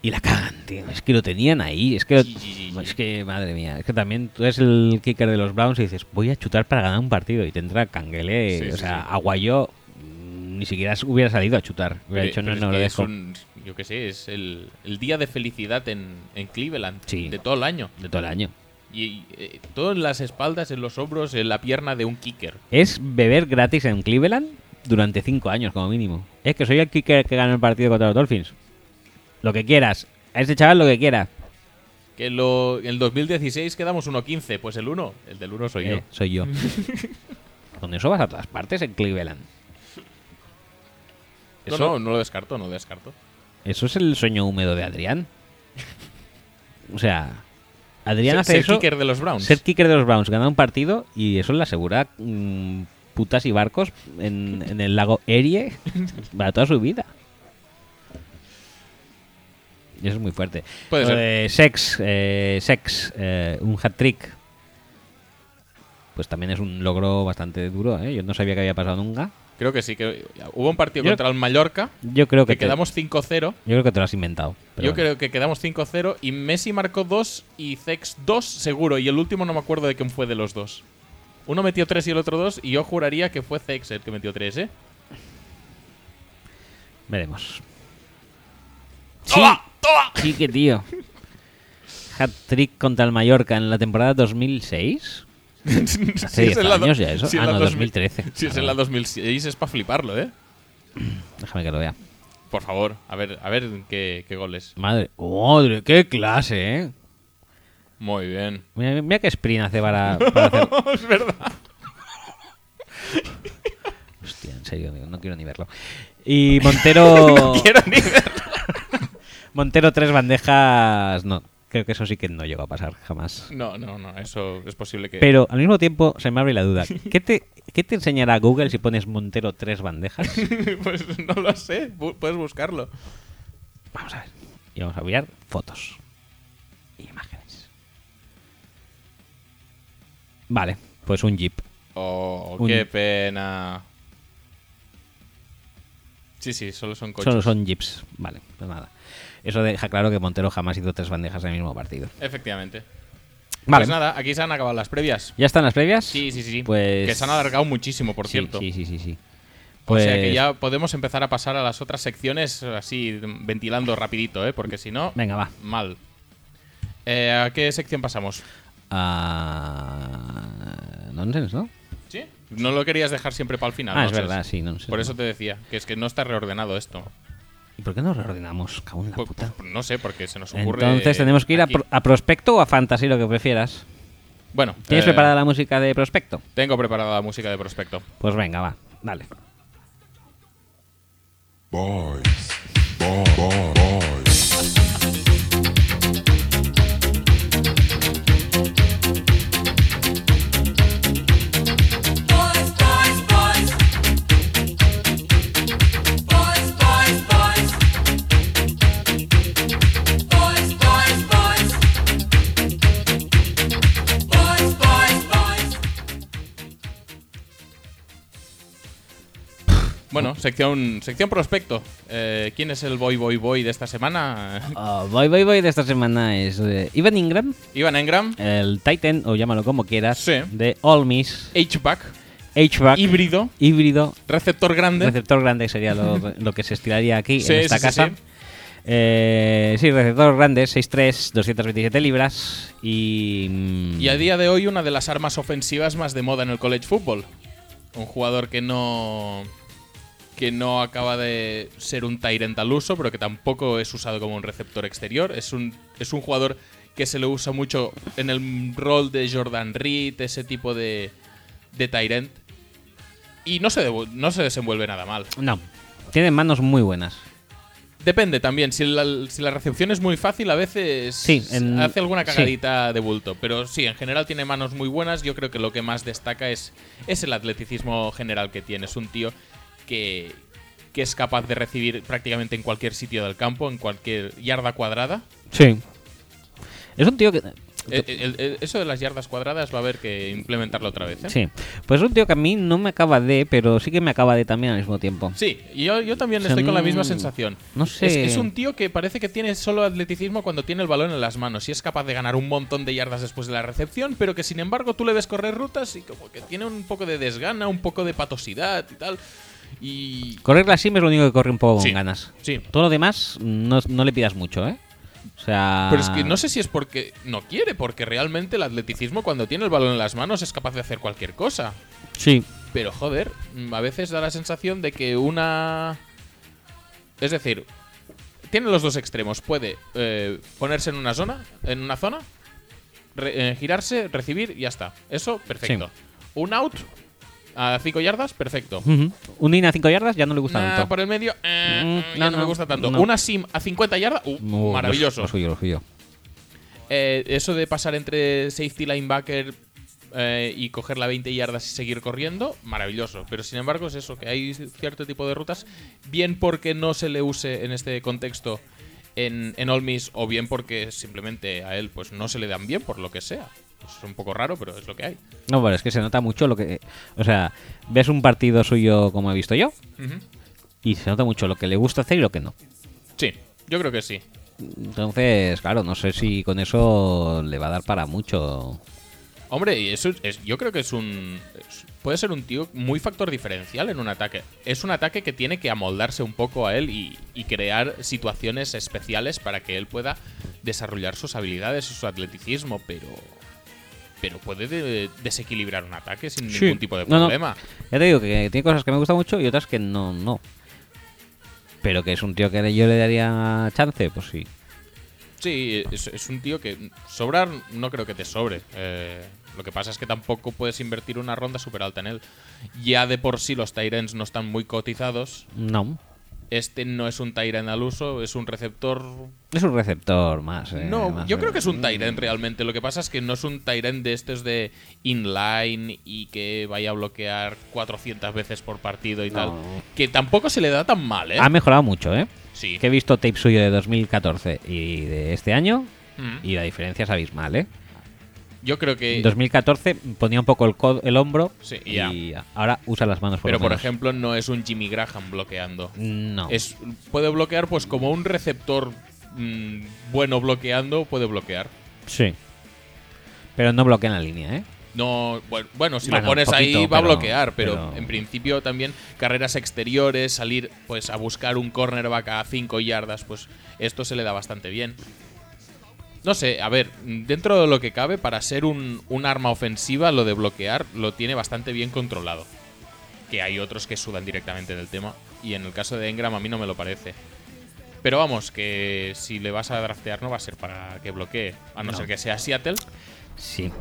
Y la cagan, tío. Es que lo tenían ahí. Es que, lo- Sí, sí, sí, es que madre mía. Es que también tú eres el kicker de los Browns y dices, voy a chutar para ganar un partido. Y te entra Canguele. Sí, o sí, sea, sí. Aguayo mm, ni siquiera hubiera salido a chutar. Hubiera Pero- dicho, no, pero es no, lo que es dejo. un- yo qué sé, es el, el día de felicidad en, en Cleveland Sí. de todo el año. De todo el año. Y, eh, todo en las espaldas, en los hombros, en la pierna de un kicker. Es beber gratis en Cleveland durante 5 años, como mínimo. Es que soy el kicker que ganó el partido contra los Dolphins. Lo que quieras. A ese chaval lo que quiera. Que lo, en el 2016 quedamos 1-15, pues el 1, el del 1 soy Eh, yo. soy yo. Con eso vas a todas partes en Cleveland. No, Eso, no, no lo descarto, no lo descarto. eso es el sueño húmedo de Adrián. O sea, Adrián Ser- hace ser eso. kicker de los Browns. Ser kicker de los Browns, ganar un partido y eso le asegura mm, putas y barcos en, en el lago Erie para toda su vida. Y eso es muy fuerte. Puede Lo ser. de sex, eh, sex, eh, un hat trick. Pues también es un logro bastante duro, ¿eh? Yo no sabía que había pasado nunca. Creo que sí, que hubo un partido Yo- contra el Mallorca, Yo creo que, que te- quedamos 5-0. yo creo que te lo has inventado. pero Yo bueno. creo que quedamos 5-0 y Messi marcó 2 y Zex 2 seguro. Y el último no me acuerdo de quién fue de los dos. Uno metió 3 y el otro 2 y yo juraría que fue Zex el que metió 3, ¿eh? Veremos. Sí, sí que tío. Hat trick contra el Mallorca en la temporada 2006. Hace 10 en la do- años ya eso. si en ah, la no, 2000 2013. Si es Ah, en no. la 2006 es para fliparlo, ¿eh? Déjame que lo vea. Por favor, a ver, a ver qué, qué goles. Madre, madre, qué clase, eh. Muy bien. Mira, mira qué sprint hace para, para hacer. es verdad. Hostia, en serio, amigo, no quiero ni verlo. Y Montero. Quiero ni ver. Montero, tres bandejas. No, creo que eso sí que no llegó a pasar jamás. No, no, no, eso es posible que. Pero al mismo tiempo se me abre la duda. ¿Qué te, qué te enseñará Google si pones Montero tres bandejas? pues no lo sé, bu- puedes buscarlo. Vamos a ver. Y vamos a mirar fotos. Y imágenes. Vale, pues un jeep. Oh, Un- qué pena. Sí, sí, solo son coches. Solo son jeeps. Vale, pues nada. Eso deja claro que Montero jamás hizo tres bandejas en el mismo partido. Efectivamente. Vale. Pues nada, aquí se han acabado las previas. ¿Ya están las previas? Sí, sí, sí. sí. Pues- Que se han alargado muchísimo, por Sí, cierto. Sí, sí, sí, sí. O sea que Pues- ya podemos empezar a pasar a las otras secciones así ventilando rapidito, ¿eh? Porque si no, Venga, va. mal. Eh, ¿A qué sección pasamos? Ah, Nonsense, ¿no? ¿Sí? No lo querías dejar siempre para el final. Ah, es entonces. verdad, sí, nonsense. Por eso te decía, que es que no está reordenado esto. ¿Y por qué no reordenamos? Cago en la Pues- puta. pues no sé, porque se nos ocurre. Entonces tenemos que ir a, aquí. pro- a Prospecto o a Fantasy, lo que prefieras. Bueno, ¿Tienes eh, preparada la música de Prospecto? Tengo preparada la música de prospecto. Pues venga, va. Dale. Boys. Bo- bo- Boys. Boys, boys, boys. Boys, boys, boys. Boys, boys, boys. Boys, boys, boys. Bueno, sección, sección prospecto. Eh, ¿Quién es el boy, boy, boy de esta semana? Ah, voy, voy, voy de esta semana es eh, Ivan Ingram, Ivan Engram, el Titan, o llámalo como quieras, Sí. de All Miss, H-back, HVAC, híbrido, híbrido, receptor grande. receptor grande sería lo, lo que se estiraría aquí Sí, en esta sí, sí, casa. sí. Eh, sí, receptor grande, 6'3, 227 libras y... mm, Y a día de hoy una de las armas ofensivas más de moda en el college football. Un jugador que no que no acaba de ser un Tyrant al uso, pero que tampoco es usado como un receptor exterior. Es un, es un jugador que se le usa mucho en el rol de Jordan Reed, ese tipo de, de Tyrant. Y no se, devu- no se desenvuelve nada mal. mm, No, tiene manos muy buenas. Depende también, si la, si la recepción es muy fácil, a veces Sí, en- hace alguna sí. cagadita de bulto. Pero sí, en general tiene manos muy buenas. Yo creo que lo que más destaca es, es el atleticismo general que tiene. Es un tío que, que es capaz de recibir prácticamente en cualquier sitio del campo, en cualquier yarda cuadrada. Sí. Es un tío que... Eh, eh, el- eso de las yardas cuadradas va a haber que implementarlo otra vez. ¿eh? Sí. Pues un tío que a mí no me acaba de, pero sí que me acaba de también al mismo tiempo. Sí, y yo, yo también O sea, estoy con la no- misma sensación. no sé. Es, es un tío que parece que tiene solo atleticismo cuando tiene el balón en las manos y es capaz de ganar un montón de yardas después de la recepción, pero que sin embargo tú le ves correr rutas y como que tiene un poco de desgana, un poco de patosidad y tal. Y. Correr la sim es lo único que corre un poco con Sí, ganas. sí. Todo lo demás no, no le pidas mucho, ¿eh? O sea. Pero es que no sé si es porque no quiere, porque realmente el atleticismo cuando tiene el balón en las manos es capaz de hacer cualquier cosa. Sí. Pero joder, mm, a veces da la sensación de que una. Es decir, tiene los dos extremos. Puede eh, ponerse en una zona, en una zona, re- eh, girarse, recibir y ya está. Eso, perfecto. Un out a 5 yardas, perfecto. Ujú. Un in a 5 yardas ya no le Mm, gusta Nah, tanto. por el medio, eh, Mm, ya no, no, no, me gusta tanto. no. Una sim a 50 yardas, uh, No, maravilloso. Lo suyo, lo suyo. Eh, eso de pasar entre safety linebacker eh, y coger la 20 yardas y seguir corriendo, maravilloso. Pero sin embargo, es eso, que hay cierto tipo de rutas, bien porque no se le use en este contexto en, en All Miss, o bien porque simplemente a él pues no se le dan bien por lo que sea. Es un poco raro, pero es lo que hay. No, pero es que se nota mucho lo que. O sea, ves un partido suyo como he visto yo Ujú. y se nota mucho lo que le gusta hacer y lo que no. Sí, yo creo que sí. Entonces, claro, no sé si con eso le va a dar para mucho. Hombre, y eso es, yo creo que es un. es- puede ser un tío muy factor diferencial en un ataque. Es un ataque que tiene que amoldarse un poco a él y, y crear situaciones especiales para que él pueda desarrollar sus habilidades y su atleticismo, pero. Pero puede de- desequilibrar un ataque sin ningún tipo de No, no. problema. Ya te digo que tiene cosas que me gustan mucho y otras que no, no. Pero que es un tío que yo le daría chance, pues sí. Sí, es, es un tío que sobrar no creo que te sobre. Eh, lo que pasa es que tampoco puedes invertir una ronda súper alta en él. Ya de por sí los Tyrens no están muy cotizados. No. Este no es un Tyrant al uso, es un receptor. Es un receptor más. eh, no, más- yo creo que es un Tyrant realmente. Lo que pasa es que no es un Tyrant de estos de inline y que vaya a bloquear 400 veces por partido y tal. Que tampoco se le da tan mal, ¿eh? Ha mejorado mucho, ¿eh? sí. Que he visto tape suyo de 2014 y de este año Mm. y la diferencia es abismal, ¿eh? Yo creo que. En 2014 ponía un poco el, cod- el hombro Sí, y ahora usa las manos por pero lo por menos. ejemplo, no es un Jimmy Graham bloqueando. No. Es, puede bloquear, pues como un receptor mm, bueno bloqueando, puede bloquear. Sí. Pero no bloquea en la línea, ¿eh? No, bueno, bueno, si Bueno, lo pones poquito, ahí va a pero- bloquear, pero, pero- en principio también carreras exteriores, salir pues a buscar un cornerback a 5 yardas, pues esto se le da bastante bien. No sé, a ver, dentro de lo que cabe, para ser un, un arma ofensiva, lo de bloquear lo tiene bastante bien controlado. Que hay otros que sudan directamente del tema, y en el caso de Engram a mí no me lo parece. Pero vamos, que si le vas a draftear no va a ser para que bloquee, a no. No. ser que sea Seattle Sí.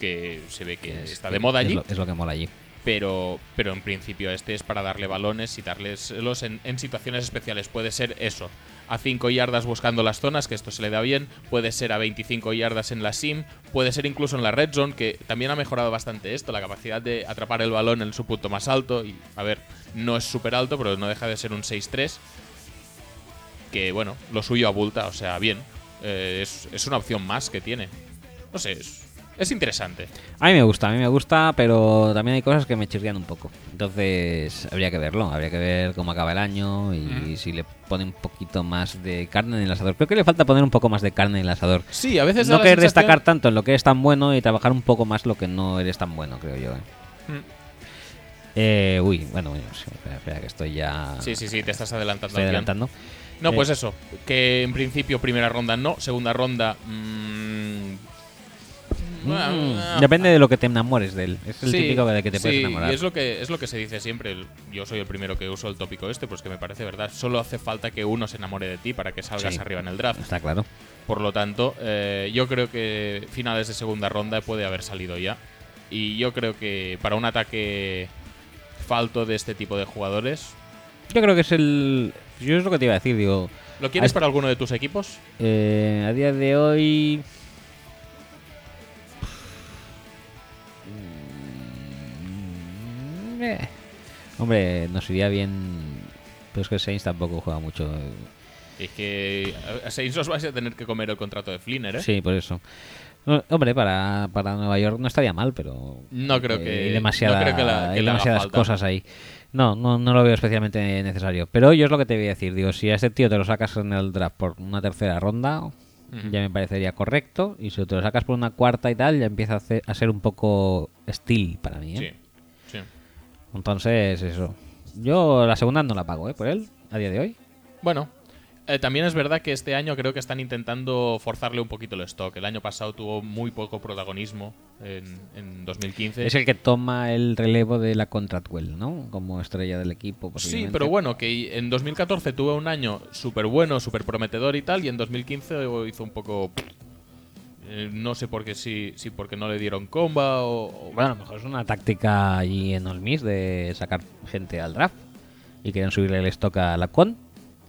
que se ve que está Es- de moda es allí, lo- es lo que mola allí. pero, pero en principio este es para darle balones y darleselos en, en situaciones especiales. Puede ser eso, a 5 yardas buscando las zonas, que esto se le da bien, puede ser a 25 yardas en la sim, puede ser incluso en la red zone, que también ha mejorado bastante esto, la capacidad de atrapar el balón en su punto más alto, y a ver, no es súper alto, pero no deja de ser un 6-3, que bueno, lo suyo abulta, o sea, bien, Eh, es, es una opción más que tiene. No sé, es- es interesante. A mí me gusta, a mí me gusta, pero también hay cosas que me chirrían un poco. Entonces, habría que verlo, habría que ver cómo acaba el año y si le pone un poquito más de carne en el asador. Creo que le falta poner un poco más de carne en el asador. Sí, a veces da No la querer sensación- destacar tanto en lo que eres tan bueno y trabajar un poco más lo que no eres tan bueno, creo yo. ¿eh? Mm. Eh, uy, bueno, bueno, sí, espera, espera, que estoy ya. Sí, sí, sí, te estás adelantando. Estoy al guión. adelantando. No, Eh, pues eso, que en principio primera ronda no, segunda ronda... mm, Mm, ah, depende de lo que te enamores de él. Es el sí, típico de que te puedes sí, enamorar. y es lo, que, es lo que se dice siempre, el- yo soy el primero que uso el tópico este, pues que me parece verdad, solo hace falta que uno se enamore de ti para que salgas Sí. arriba en el draft. Está claro. Por lo tanto, eh, yo creo que finales de segunda ronda puede haber salido ya. Y yo creo que para un ataque falto de este tipo de jugadores... Yo creo que es el. Yo es lo que te iba a decir, digo. ¿Lo quieres Ahí- para alguno de tus equipos? Eh, a día de hoy. Mm, eh. Hombre, nos iría bien. Pero es que Saints tampoco juega mucho. Es que a- a Saints os vais a tener que comer el contrato de Flinner, ¿eh? Sí, por eso. No, hombre, para, para Nueva York no estaría mal, pero. No creo eh, que- Hay, demasiada- no creo que la- que hay le haga demasiadas falta. cosas ahí. No, no, no lo veo especialmente necesario. Pero yo es lo que te voy a decir. Digo, si a este tío te lo sacas en el draft por una tercera ronda, ya me parecería correcto. Y si te lo sacas por una cuarta y tal, ya empieza a, hacer- a ser un poco steel para mí. ¿eh? Sí, sí. Entonces, eso. Yo la segunda no la pago, ¿eh? Por él, a día de hoy. Bueno, eh, también es verdad que este año creo que están intentando forzarle un poquito el stock. El año pasado tuvo muy poco protagonismo en, en 2015. Es el que toma el relevo de la Contratwell, ¿no? Como estrella del equipo. Sí, posiblemente. pero bueno, que en 2014 tuvo un año súper bueno, súper prometedor y tal, y en 2015 hizo un poco... eh, no sé por qué, si, si porque no le dieron comba o... o- Bueno, a lo mejor es una táctica allí en Olmis de sacar gente al draft y quieren subirle el stock a la con.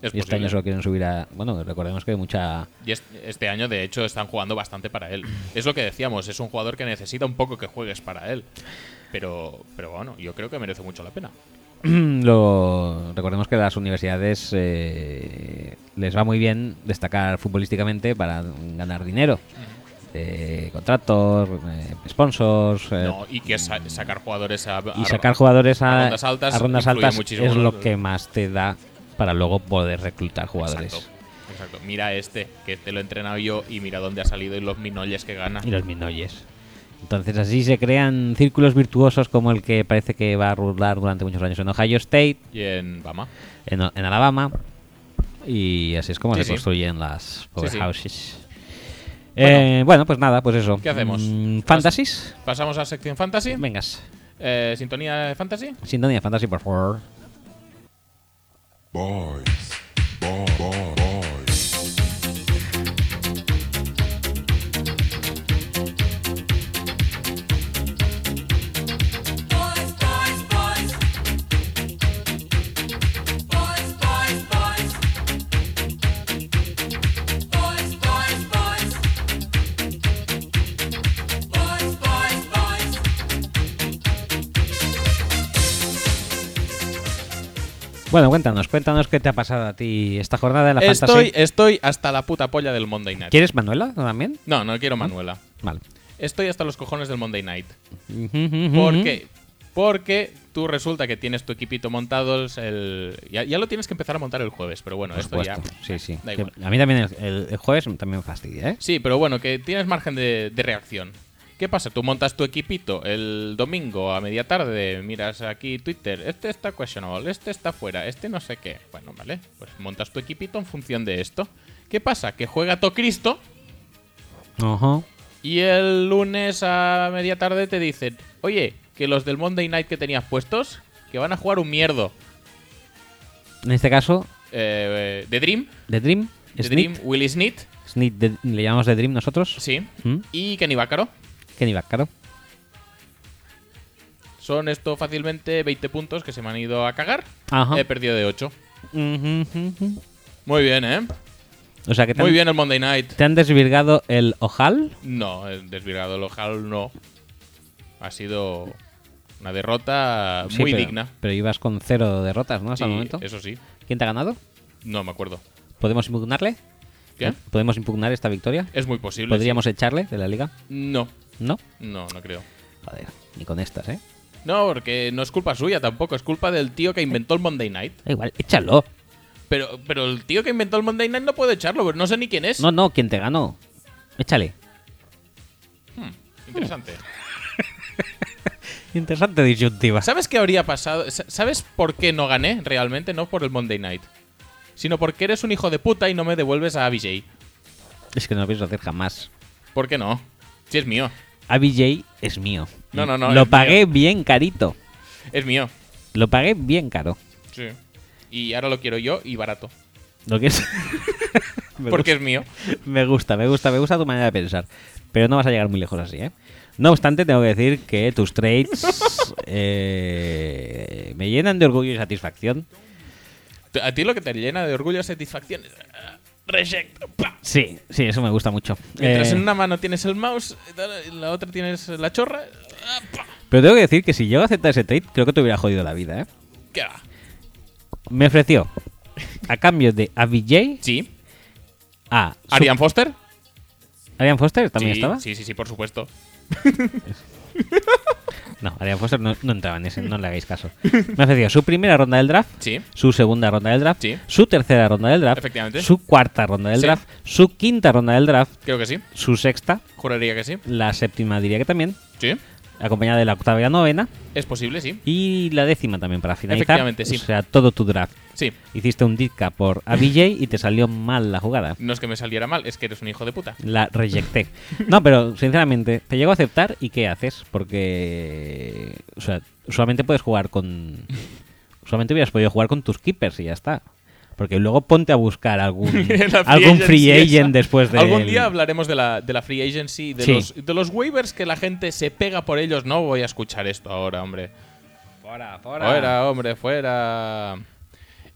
Es y este posible. año solo quieren subir a. Bueno, recordemos que hay mucha. Y es- este año, de hecho, están jugando bastante para él. Es lo que decíamos, es un jugador que necesita un poco que juegues para él. Pero, pero bueno, yo creo que merece mucho la pena. lo Recordemos que las universidades eh, les va muy bien destacar futbolísticamente para ganar dinero. Eh, contratos, eh, sponsors. eh, No, y que sa- sacar jugadores a, y a- sacar jugadores a, a rondas altas a rondas influye altas muchísimo es en lo el- que más te da para luego poder reclutar jugadores. Exacto, exacto. Mira este, que te lo he entrenado yo y mira dónde ha salido y los minolles que gana. y los minoyes. Entonces así se crean círculos virtuosos como el que parece que va a rular durante muchos años en Ohio State, Y en Bama. en, O- en Alabama, y así es como Sí, se sí. construyen las sí. powerhouses. Bueno. Eh, bueno, pues nada, pues eso. ¿Qué hacemos? Mm, ¿Fantasies? Pasamos a sección fantasy. Vengas. Eh, Sintonía de fantasy. Sintonía fantasy, por favor. boys, boy, boy, boys. Boys, boys, boys. Boys, boys, boys. Boys, boys, boys. Boys, boys, boys. Bueno, cuéntanos, cuéntanos qué te ha pasado a ti esta jornada en la Estoy, fantasy. estoy hasta la puta polla del Monday Night. ¿Quieres Manuela también? No, no quiero Manuela. Vale. Estoy hasta los cojones del Monday Night. ¿Por ¿Por qué? Porque tú resulta que tienes tu equipito montado. El, ya, ya lo tienes que empezar a montar el jueves, pero bueno, Por esto ya. supuesto. Sí, sí. Da Que igual. A mí también el, el- el jueves también me fastidia, ¿eh? Sí, pero bueno, que tienes margen de, de reacción. ¿Qué pasa? Tú montas tu equipito el domingo a media tarde, miras aquí Twitter, este está questionable, este está fuera, este no sé qué. Bueno, vale, pues montas tu equipito en función de esto. ¿Qué pasa? Que juega Tocristo Ajá. y el lunes a media tarde te dicen, oye, que los del Monday Night que tenías puestos, que van a jugar un mierdo. En este caso, Eh, The Dream, The Dream, The Snit, Dream, Willy Snit, Snit, The- le llamamos The Dream nosotros. sí, ¿Mm? y Kenny Vaccaro. Kenny Vaccaro. Son esto fácilmente 20 puntos que se me han ido a cagar. Ajá. He perdido de 8. Ujú, ujú, ujú. Muy bien, ¿eh? O sea que te Muy han, bien el Monday Night. te han desvirgado el ojal. No, el desvirgado local no. Ha sido una derrota Sí, Ah, muy pero- digna. Pero ibas con cero derrotas, ¿no? Hasta Sí, el momento. Eso sí. ¿Quién te ha ganado? No me acuerdo. ¿Podemos impugnarle? ¿Eh? ¿Qué? Eh, ¿Podemos impugnar esta victoria? Es muy posible. ¿Podríamos echarle de la liga? sí. No, ¿No? no, no creo. Joder, ni con estas, ¿eh? No, porque no es culpa suya tampoco. Es culpa del tío que inventó el Monday Night. Da igual, échalo. Pero, pero el tío que inventó el Monday Night no puedo echarlo, pero no sé ni quién es. No, no, quien te ganó. Échale. Interesante. Interesante disyuntiva. ¿Sabes qué habría pasado? Sa- ¿Sabes por qué no gané realmente? No por el Monday Night. Sino porque eres un hijo de puta y no me devuelves a ABJ. Es que no lo pienso hacer jamás. ¿Por qué no? Si es mío. ABJ es mío. No, no, no, Lo es pagué bien carito. Es mío. Lo pagué bien caro. Sí. Y ahora lo quiero yo y barato. Lo que es. Me porque es mío. gusta, me gusta, me gusta, me gusta tu manera de pensar. Pero no vas a llegar muy lejos así, ¿eh? No obstante, tengo que decir que tus trades eh, me llenan de orgullo y satisfacción. T- A ti lo que te llena de orgullo y satisfacción es. ah, Reject. ¡Pah! Sí, sí, eso me gusta mucho. Mientras Eh, en una mano tienes el mouse, en la otra tienes la chorra. ah, ¡pah! Pero tengo que decir que si llego a aceptar ese trade, creo que te hubiera jodido la vida, ¿eh? ¿Qué va? Me ofreció, a cambio de ABJ, Sí. a... su- Arian Foster. Eh, ¿Arian Foster también sí, estaba? Sí, sí, sí, por supuesto. No, Arian Foster no, no entraba en ese, no le hagáis caso. Me ha ofrecido su primera ronda del draft, Sí. su segunda ronda del draft, Sí. su tercera ronda del draft, Efectivamente. su cuarta ronda del Sí. draft, su quinta ronda del draft, Creo que sí. su sexta, Juraría que sí. la séptima diría que también, Sí. acompañada de la octava y la novena, Es posible, sí. y la décima también para finalizar. Efectivamente, sí. O sea, todo tu draft. Sí. Hiciste un ditka por ABJ y te salió mal la jugada. No es que me saliera mal, es que eres un hijo de puta. La rejecté. No, pero sinceramente, te llegó a aceptar y ¿qué haces? Porque. O sea, solamente puedes jugar con. Solamente hubieras podido jugar con tus keepers y ya está. Porque luego ponte a buscar algún, La free algún free agency agent esa. después de. Algún día hablaremos de la, de la free agency, de, Sí. los, de los waivers que la gente se pega por ellos. No voy a escuchar esto ahora, hombre. Fuera, Fuera, hombre, fuera.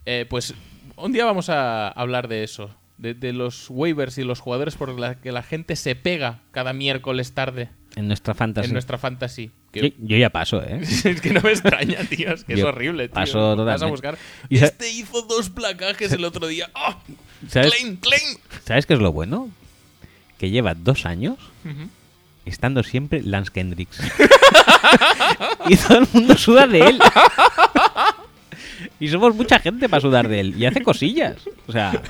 Eh, pues un día vamos a hablar de eso. De, de los waivers y los jugadores por los que la gente se pega cada miércoles tarde En nuestra fantasy. en nuestra fantasy. Que- Yo, yo ya paso, ¿eh? es que no me extraña, tío. Es que es Yo horrible, tío. paso Vas totalmente. a buscar. Y sa- este hizo dos placajes el otro día. ¡Ah! ¿Sabes? ¡Claim, claim! ¿Sabes qué es lo bueno? Que lleva dos años estando siempre Lance Kendricks. y todo el mundo suda de él. y somos mucha gente para sudar de él. Y hace cosillas. O sea,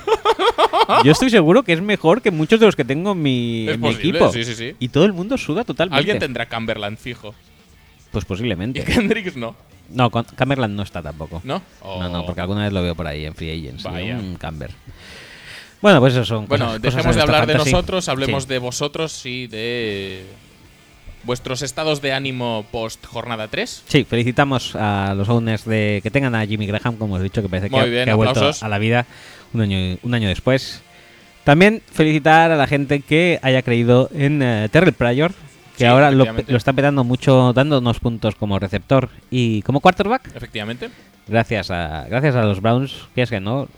yo estoy seguro que es mejor que muchos de los que tengo en mi, Es en mi posible, equipo. sí, sí, sí. Y todo el mundo suda totalmente. Alguien tendrá Cumberland fijo. Pues Y posiblemente. Kendricks no, No, con- Camerland no está tampoco. ¿no? No, no, Oh. porque alguna vez lo veo por ahí en Free Agents. ¿no? Vaya. Mm, Camber. Bueno, pues eso son Bueno, cosas- cosas dejemos de nuestra hablar de fantasy. nosotros, hablemos Sí. de vosotros y de vuestros estados de ánimo post jornada 3. Sí, felicitamos a los owners de que tengan a Jimmy Graham, como os he dicho, que parece que Muy ha, bien, que ha vuelto aplausos. a la vida un año, un año después. También felicitar a la gente que haya creído en eh, Terrell Pryor, que Sí, ahora lo, efectivamente. lo está petando mucho, dándonos puntos como receptor y como quarterback. Efectivamente. Gracias a, gracias a los Browns, que es que no.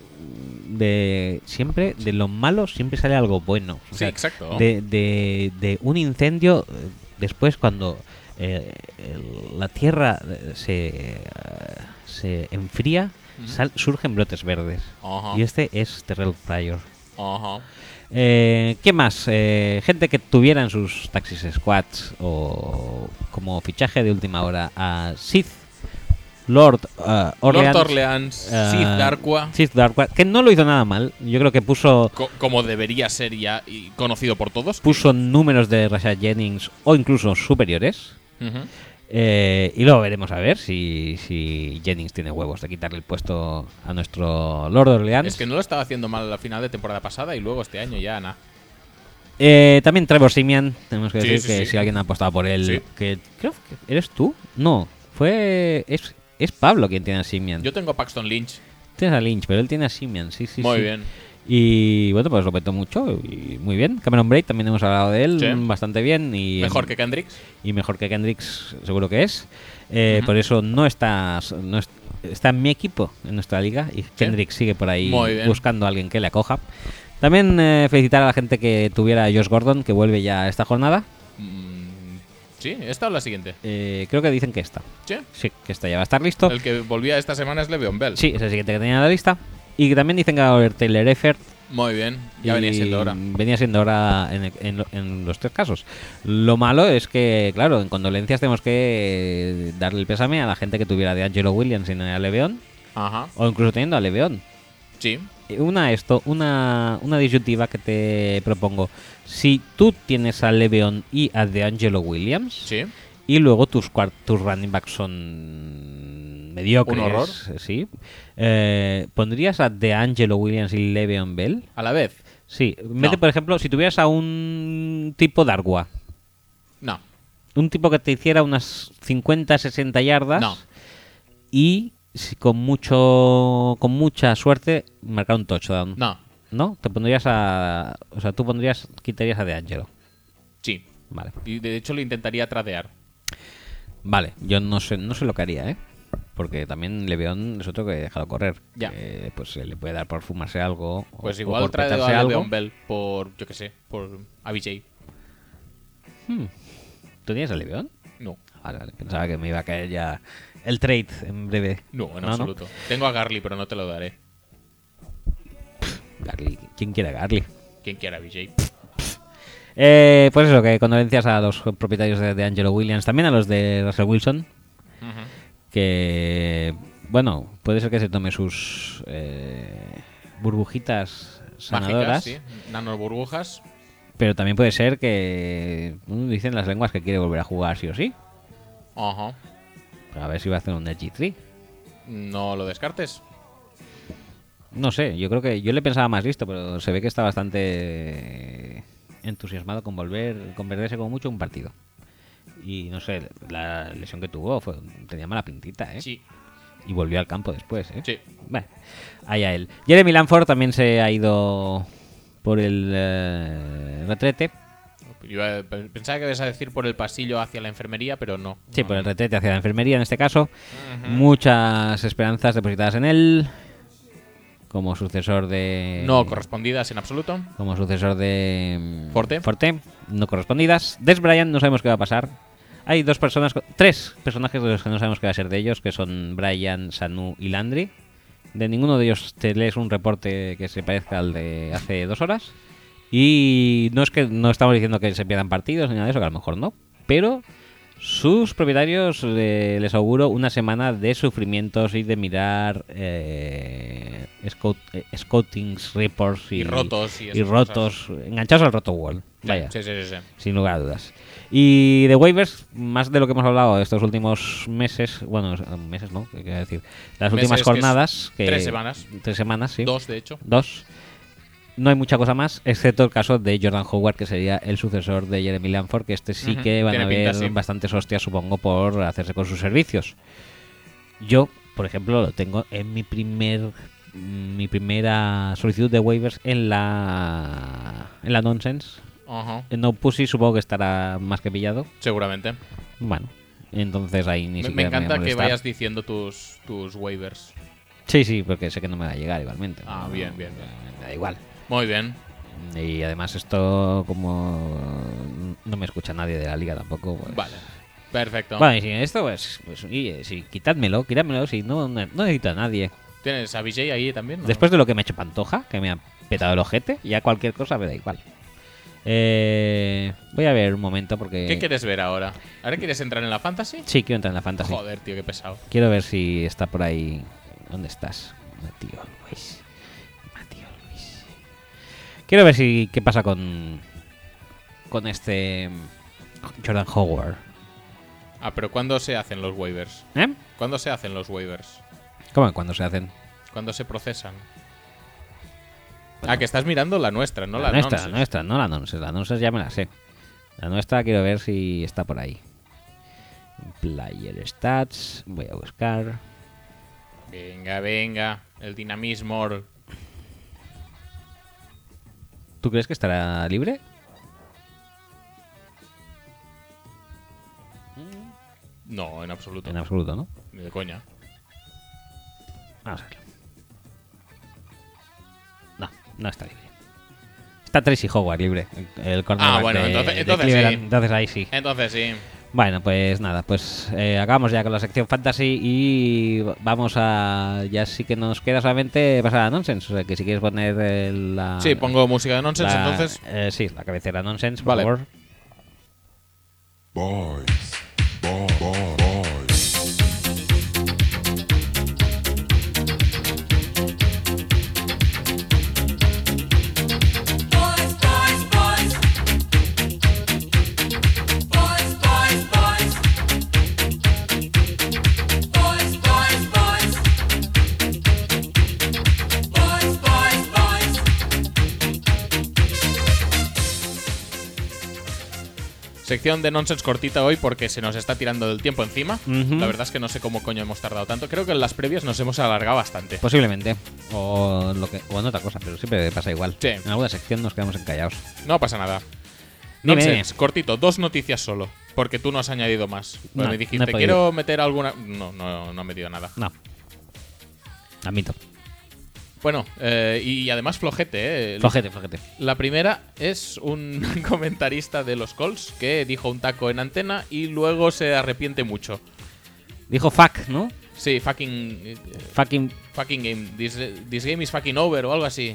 De siempre, de lo malo, siempre sale algo bueno. O Sí, sea, exacto. de, de- de un incendio, eh, después cuando eh, el- la tierra eh, se, eh, se enfría, sal- surgen brotes verdes. Ajá. Y este es Terrell Pryor. Ajá. Eh, ¿Qué más? Eh, gente que tuviera en sus taxis squads o como fichaje de última hora a Sith, Lord eh, Orleans. Lord Orleans, eh, Sid Darqua, Sith Darkwa, que no lo hizo nada mal. Yo creo que puso co- como debería ser ya y conocido por todos. puso números de Rashad Jennings o incluso superiores. Ujú. Eh, y luego veremos a ver si, si Jennings tiene huevos de quitarle el puesto a nuestro Lord Orleans. Es que no lo estaba haciendo mal a la final de temporada pasada y luego este año ya, Ana. Eh, también Trevor Simian, tenemos que Sí, decir sí, que sí. si alguien ha apostado por él, Sí. que creo que eres tú. No, fue es, es Pablo quien tiene a Simian. Yo tengo a Paxton Lynch. Tienes a Lynch, pero él tiene a Simian, sí, sí. Muy sí. bien. Y bueno, pues lo petó mucho y muy bien. Cameron Brake también hemos hablado de él Sí. bastante bien. Y Mejor que Kendricks. y mejor que Kendricks seguro que es. Eh, Por eso no está, no es- está en mi equipo, en nuestra liga, y Kendricks sigue por ahí Muy bien. buscando a alguien que le acoja. También eh, felicitar a la gente que tuviera a Josh Gordon, que vuelve ya esta jornada. Mm, ¿Sí? ¿Esta o la siguiente? Eh, creo que dicen que está. ¿Sí? Sí, que está ya va a estar listo. El que volvía esta semana es Le'Veon Bell. Sí, es el siguiente que tenía en la lista. Y que también dicen que va a haber Taylor Effert. Muy bien. Ya y venía siendo hora. Venía siendo ahora en, el- en lo- en los tres casos. Lo malo es que, claro, en condolencias tenemos que eh, darle el pésame a la gente que tuviera de Angelo Williams y no a Leveón. Ajá. O incluso teniendo a Leveón. Sí. Una esto, una, una disyuntiva que te propongo. Si tú tienes a Leveón y a DeAngelo Williams, Sí. y luego tus, cuar- tus running backs son mediocres, Un horror. sí, eh, ¿pondrías a DeAngelo Williams y Leveon Bell? A la vez. Sí, en vez de, No. por ejemplo, si tuvieras a un tipo Darwa, No. un tipo que te hiciera unas 50, 60 yardas No. y si con mucho con mucha suerte marcar un touchdown. No. ¿No? Te pondrías a o sea, tú pondrías quitarías a De Angelo. Sí. Vale. Y de hecho lo intentaría tradear. Vale, yo no sé no sé lo que haría, ¿eh? Porque también Leveón es otro que he dejado correr. Ya. Que, pues se le puede dar por fumarse algo. o- Pues o igual por tradeo petarse a algo. Le'Veon Bell por, yo qué sé, por ABJ. ¿Tú tienes a Leveón? No. Vale, vale, Pensaba que me iba a caer ya el trade en breve. No, en absoluto. Tengo a Garly, pero no te lo daré. Garlic. ¿Quién quiere a Garlic? Quien quiera ABJ. Eh, pues eso, que condolencias a los propietarios de, de Angelo Williams, también a los de Russell Wilson, que, bueno, puede ser que se tome sus eh, burbujitas Mágicas, sanadoras, sí. Nanoburbujas. pero también puede ser que mm, dicen las lenguas que quiere volver a jugar sí o sí. Ajá. A ver si va a hacer un G3. No lo descartes. No sé, yo creo que yo le pensaba más listo, pero se ve que está bastante entusiasmado con volver, con perderse como mucho un partido. Y no sé, la lesión que tuvo fue, tenía mala pintita, ¿eh? Sí. Y volvió al campo después, ¿eh? Sí. Bueno, allá él. Jeremy Lanford también se ha ido por el eh, retrete. Yo, eh, pe- pensaba que ibas a decir por el pasillo hacia la enfermería, pero no. Sí, No, por el no. retrete hacia la enfermería en este caso. Muchas esperanzas depositadas en él como sucesor de... No correspondidas en absoluto. como sucesor de mm, Forte. no correspondidas. Des Bryant, no sabemos qué va a pasar. Hay dos personas, co- tres personajes de los que no sabemos qué va a ser de ellos, que son Brian, Sanu y Landry. De ninguno de ellos te lees un reporte que se parezca al de hace dos horas. Y no es que no estamos diciendo que se pierdan partidos ni nada de eso, que a lo mejor no. Pero sus propietarios eh, les auguro una semana de sufrimientos y de mirar eh, scout- eh, scoutings, reports y, Y rotos y y esas rotos, enganchados al roto wall. Vaya, Sí, sí, sí. sí. sin lugar a dudas. Y de waivers, más de lo que hemos hablado estos últimos meses, bueno, es- meses no, ¿qué quiero decir? Las Meses, últimas que es jornadas. Que tres semanas. Tres semanas, sí. Dos, de hecho. Dos. No hay mucha cosa más, excepto el caso de Jordan Howard, que sería el sucesor de Jeremy Lanford, que este sí Ujú, que van a tiene haber pinta, sí. bastantes hostias, supongo, por hacerse con sus servicios. Yo, por ejemplo, lo tengo en mi primer mi primera solicitud de waivers en la en la nonsense. Ajá. En No Pussy supongo que estará más que pillado. Seguramente. Bueno, entonces ahí ni Me, me siquiera voy a encanta que molestar. vayas diciendo tus, tus waivers. Sí, sí, porque sé que no me va a llegar igualmente. Ah, No, bien, bien, bien. me Da igual. Muy bien. Y además esto como no me escucha nadie de la liga tampoco. pues- Vale. Perfecto. Bueno, y si esto pues, pues oye, sí, quitádmelo, quitádmelo, si no, no no necesito a nadie. ¿Tienes a Vijay ahí también? no? Después de lo que me ha hecho Pantoja, que me ha petado el ojete, ya cualquier cosa me da igual. Eh, voy a ver un momento porque... ¿Qué quieres ver ahora? ¿Ahora quieres entrar en la fantasy? Sí, quiero entrar en la fantasy. Joder, tío, qué pesado. Quiero ver si está por ahí. ¿Dónde estás? Matío Luis. Matío Luis. Quiero ver si qué pasa con. con este. mm, Jordan Howard. Ah, pero ¿cuándo se hacen los waivers? ¿Eh? ¿Cuándo se hacen los waivers? ¿Cómo que cuando se hacen? ¿Cuándo se procesan? Ah, que estás mirando la nuestra, no la, nuestra, nonsense. la nuestra, no la nonsense. La nonsense ya me la sé. La nuestra quiero ver si está por ahí. Player stats. Voy a buscar. Venga, venga. El dinamismo. ¿Tú crees que estará libre? No, en absoluto. En absoluto, ¿no? Ni de coña. Vamos a verlo. No, no está libre. Está Tracy Howard libre. El cornerback Ah, bueno, de- entonces- de entonces Cleveland. sí. Eh. Entonces ahí sí. Entonces sí. Bueno, pues nada, pues eh, acabamos ya con la sección fantasy y vamos a. Ya sí que nos queda solamente pasar a Nonsense. O sea, que si quieres poner eh, la. Sí, pongo música de la- nonsense, entonces. eh, sí, la cabecera Nonsense, por Vale. favor. boys, boy, boy, boys, Boys, boys, boys. Boys, boys, boys. Boys, boys, boys. Boys, boys, boys. Sección de nonsense cortita hoy porque se nos está tirando del tiempo encima. Ujú. La verdad es que no sé cómo coño hemos tardado tanto. Creo que en las previas nos hemos alargado bastante. Posiblemente. O, lo que, o en otra cosa, pero siempre pasa igual. Sí. En alguna sección nos quedamos encallados. No pasa nada. Dime, Nonsense, cortito, dos noticias solo, porque tú no has añadido más. Pues No, me no he dijiste, podido. quiero meter alguna. No, no, no he metido nada. No. Admito. Bueno, eh, y además flojete, ¿eh? Flojete, flojete. La primera es un comentarista de los Colts que dijo un taco en antena y luego se arrepiente mucho. Dijo fuck, ¿no? Sí, fucking. eh, Fucking. Fucking game. This, this game is fucking over o algo así.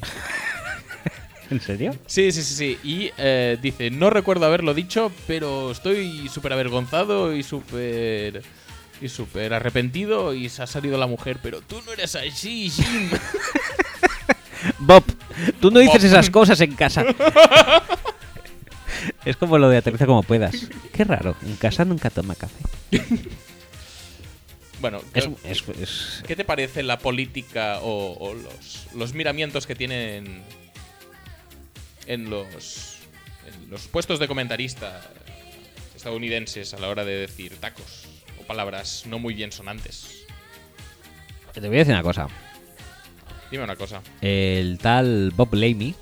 ¿En serio? Sí, sí, sí, sí. Y eh, dice, no recuerdo haberlo dicho, pero estoy súper avergonzado y súper... Y súper arrepentido y se ha salido la mujer, pero tú no eres así, Jim. Bob, tú no dices Bob. esas cosas en casa. es como lo de aterriza como puedas. Qué raro, en casa nunca toma café. Bueno, Es, creo- es- es- ¿qué te parece la política o, o los, los miramientos que tienen en los, en los puestos de comentarista estadounidenses a la hora de decir tacos o palabras no muy bien sonantes? Te voy a decir una cosa. Dime una cosa. El tal Bob Lamy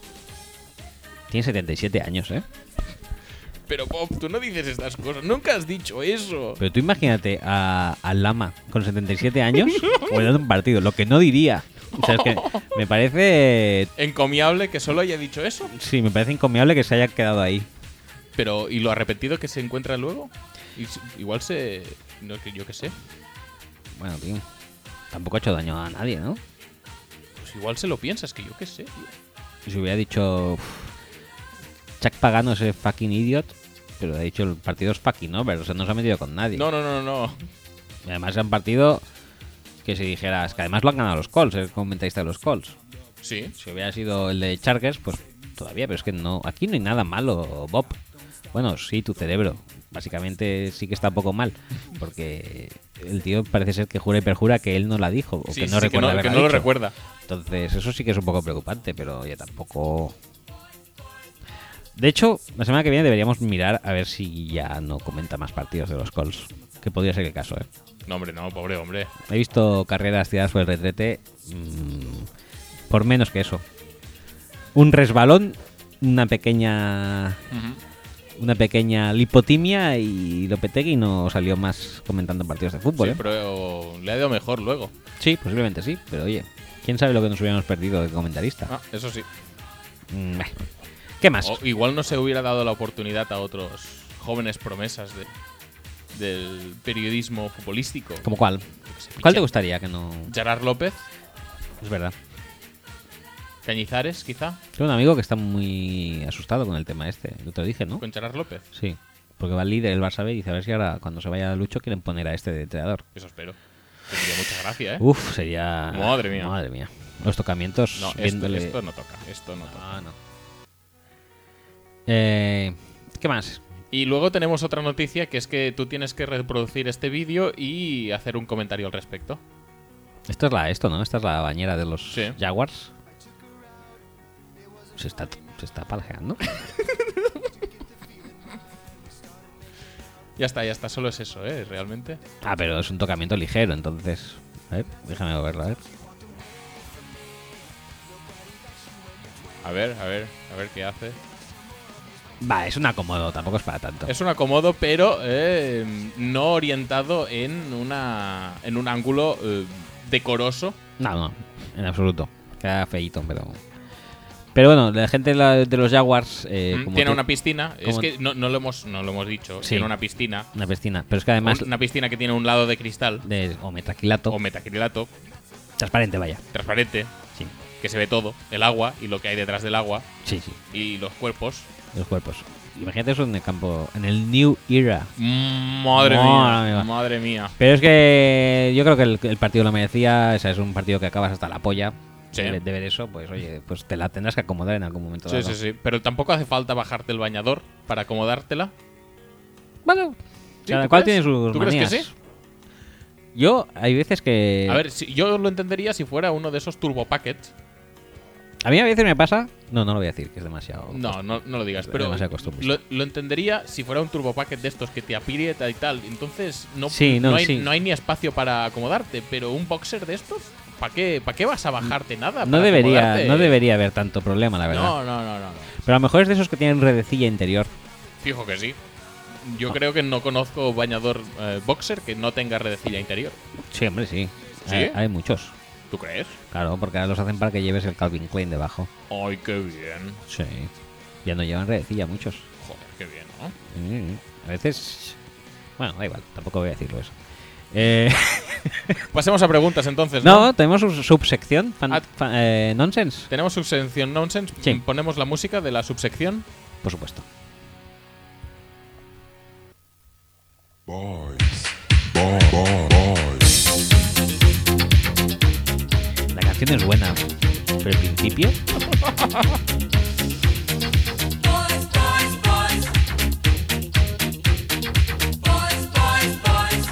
tiene 77 años, ¿eh? Pero Bob, tú no dices estas cosas. Nunca has dicho eso. Pero tú imagínate a, a Lama con 77 años dando un partido, lo que no diría. O sea, es que me parece. Encomiable que solo haya dicho eso. Sí, me parece incomiable que se haya quedado ahí. Pero, ¿y lo arrepentido que se encuentra luego? Y s- Igual se... No, que yo qué sé. Bueno, tío. Tampoco ha hecho daño a nadie, ¿no? Pues igual se lo piensas, que yo qué sé. tío. Si hubiera dicho. Chuck Pagano es el fucking idiot. Pero ha dicho el partido es fucking over. O sea, no se ha metido con nadie. No, no, no, no. Y además era un partido que si dijeras que además lo han ganado los Colts, el comentarista de los Colts. Sí. Si hubiera sido el de Chargers, pues todavía, pero es que no. Aquí no hay nada malo, Bob. Bueno, sí, tu cerebro. Básicamente sí que está un poco mal. Porque el tío parece ser que jura y perjura que él no la dijo. O Sí, que sí, no sí, que recuerda no- haberla que no lo dicho. recuerda. Entonces, eso sí que es un poco preocupante, pero ya tampoco. De hecho, la semana que viene deberíamos mirar a ver si ya no comenta más partidos de los Colts. Que podría ser el caso, ¿eh? No, hombre, no, pobre hombre. He visto carreras tiradas por el retrete mm, por menos que eso. Un resbalón, una pequeña una pequeña lipotimia y Lopetegui no salió más comentando partidos de fútbol. Sí, ¿eh? pero le ha ido mejor luego. Sí, posiblemente sí, pero oye, quién sabe lo que nos hubiéramos perdido de comentarista. Ah, eso sí. Mm, bah. ¿Qué más? O igual no se hubiera dado la oportunidad a otros jóvenes promesas de- del periodismo futbolístico. ¿Como cuál? Yo qué sé, ¿Cuál te Pichar- gustaría que no? Gerard López, Es verdad. Cañizares, quizá, Tengo un amigo que está muy asustado con el tema este. Yo te lo dije, ¿no? con Gerard López. Sí, porque va el líder el Barça B y dice a ver si ahora cuando se vaya Lucho quieren poner a este de entrenador. Eso espero. Tendría mucha gracia, ¿eh? Uf, sería... Madre mía. Madre mía. Los tocamientos no, esto, viéndole... esto no toca, esto no toca. Ah, no. Eh, ¿Qué más? Y luego tenemos otra noticia que es que tú tienes que reproducir este vídeo y hacer un comentario al respecto. Esto es la esto, ¿no? Esta es la bañera de los Sí. Jaguars. Se está, se está paljeando. Ya está, ya está, solo es eso, ¿eh? Realmente. ah, pero es un tocamiento ligero, entonces... A ver, déjame verlo, a ver. A ver, a ver, a ver qué hace. Va, es un acomodo, tampoco es para tanto. Es un acomodo, pero eh, no orientado en una en un ángulo eh, decoroso. No, no, en absoluto. Queda feíto, pero. Pero bueno, la gente la- de los Jaguars. eh, Mm, como tiene ti- una piscina. Es como- que no, no lo hemos no lo hemos dicho. Sí. Tiene una piscina. una piscina. Pero es que además. una piscina que tiene un lado de cristal de- o metaquilato. o metacrilato transparente, vaya. transparente Sí, que se ve todo, el agua y lo que hay detrás del agua sí, sí. y los cuerpos. Los cuerpos. Imagínate eso en el campo. En el New Era. Mm, Madre Madre mía, mía. madre mía. Pero es que yo creo que el, el partido lo merecía. O sea, es un partido que acabas hasta la polla. Sí. De, de ver eso, pues oye, pues te la tendrás que acomodar en algún momento. Sí, dado. sí, sí. Pero tampoco hace falta bajarte el bañador para acomodártela. Bueno, Sí, cada ¿tú cual crees? tiene sus ¿Tú crees que manías. sí? Yo, hay veces que. A ver, si- yo lo entendería si fuera uno de esos turbo packets. A mí a veces me pasa. No, no lo voy a decir, que es demasiado. No, no, no lo digas, Es pero demasiado costumbrista. lo, lo entendería si fuera un turbo packet de estos que te aprieta y tal. Entonces no, Sí, no, hay, sí. no hay ni espacio para acomodarte, pero un boxer de estos, ¿para qué, ¿Para qué vas a bajarte nada? No para debería, acomodarte? no debería haber tanto problema, la verdad. No, no, no, no, no. Pero a lo mejor es de esos que tienen redecilla interior. Fijo que sí. Yo creo que no conozco bañador eh, boxer que no tenga redecilla interior. Sí, hombre, sí. ¿Sí? Hay, hay muchos. ¿Tú crees? Claro, porque ahora los hacen para que lleves el Calvin Klein debajo. Ay, qué bien. Sí. Ya no llevan redecilla muchos. Joder, qué bien, ¿no? Mm, A veces. Bueno, da igual, tampoco voy a decirlo eso. Eh, Pasemos a preguntas entonces. Pues No. No, tenemos su subsección, fan- Ah. fa- eh, nonsense, Tenemos subsección nonsense. Sí. Ponemos la música de la subsección. por supuesto. boys, boy, boy, boys, La canción es buena, pero el principio, Boys, boys, boys. Boys, boys,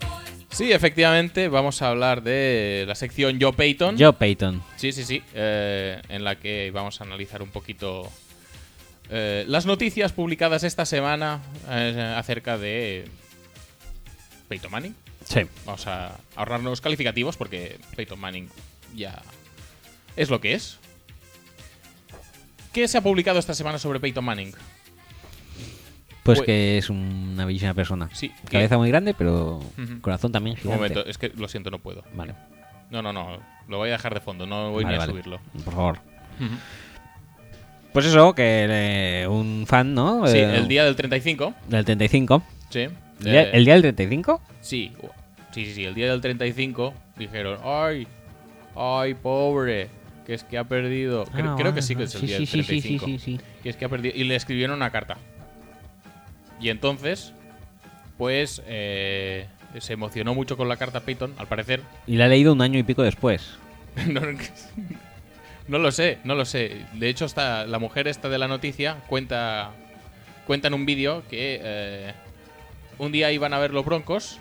boys. Sí, efectivamente, vamos a hablar de la sección Joe Payton. Joe Payton. Sí, sí, sí. eh, en la que vamos a analizar un poquito eh, las noticias publicadas esta semana eh, acerca de Peyton Manning. Sí. Vamos a ahorrarnos calificativos porque Peyton Manning ya es lo que es. ¿Qué se ha publicado esta semana sobre Peyton Manning? Pues Pues- que es una bellísima persona. Sí, que- Cabeza muy grande, pero Ujú. corazón también Un gigante. momento, es que lo siento, no puedo. Vale. No, no, no. Lo voy a dejar de fondo, no voy vale, ni a vale. subirlo. Por favor. Ujú. Pues eso, que eh, un fan, ¿no? Sí, Eh, el día del 35. Del 35. Sí. ¿El día- eh, ¿El día del 35? Sí, u- sí, sí, sí, el día del 35 dijeron, ay, ay, pobre, que es que ha perdido. Cre- Ah, creo vale, que sí que es el sí, día sí, del sí, sí, 35. sí, sí, sí. Que es que ha perdido. Y le escribieron una carta. Y entonces, pues, eh, se emocionó mucho con la carta Peyton, al parecer. Y la he leído un año y pico después. no, no lo sé, no lo sé. De hecho, está, la mujer esta de la noticia cuenta, cuenta en un vídeo que eh, un día iban a ver los broncos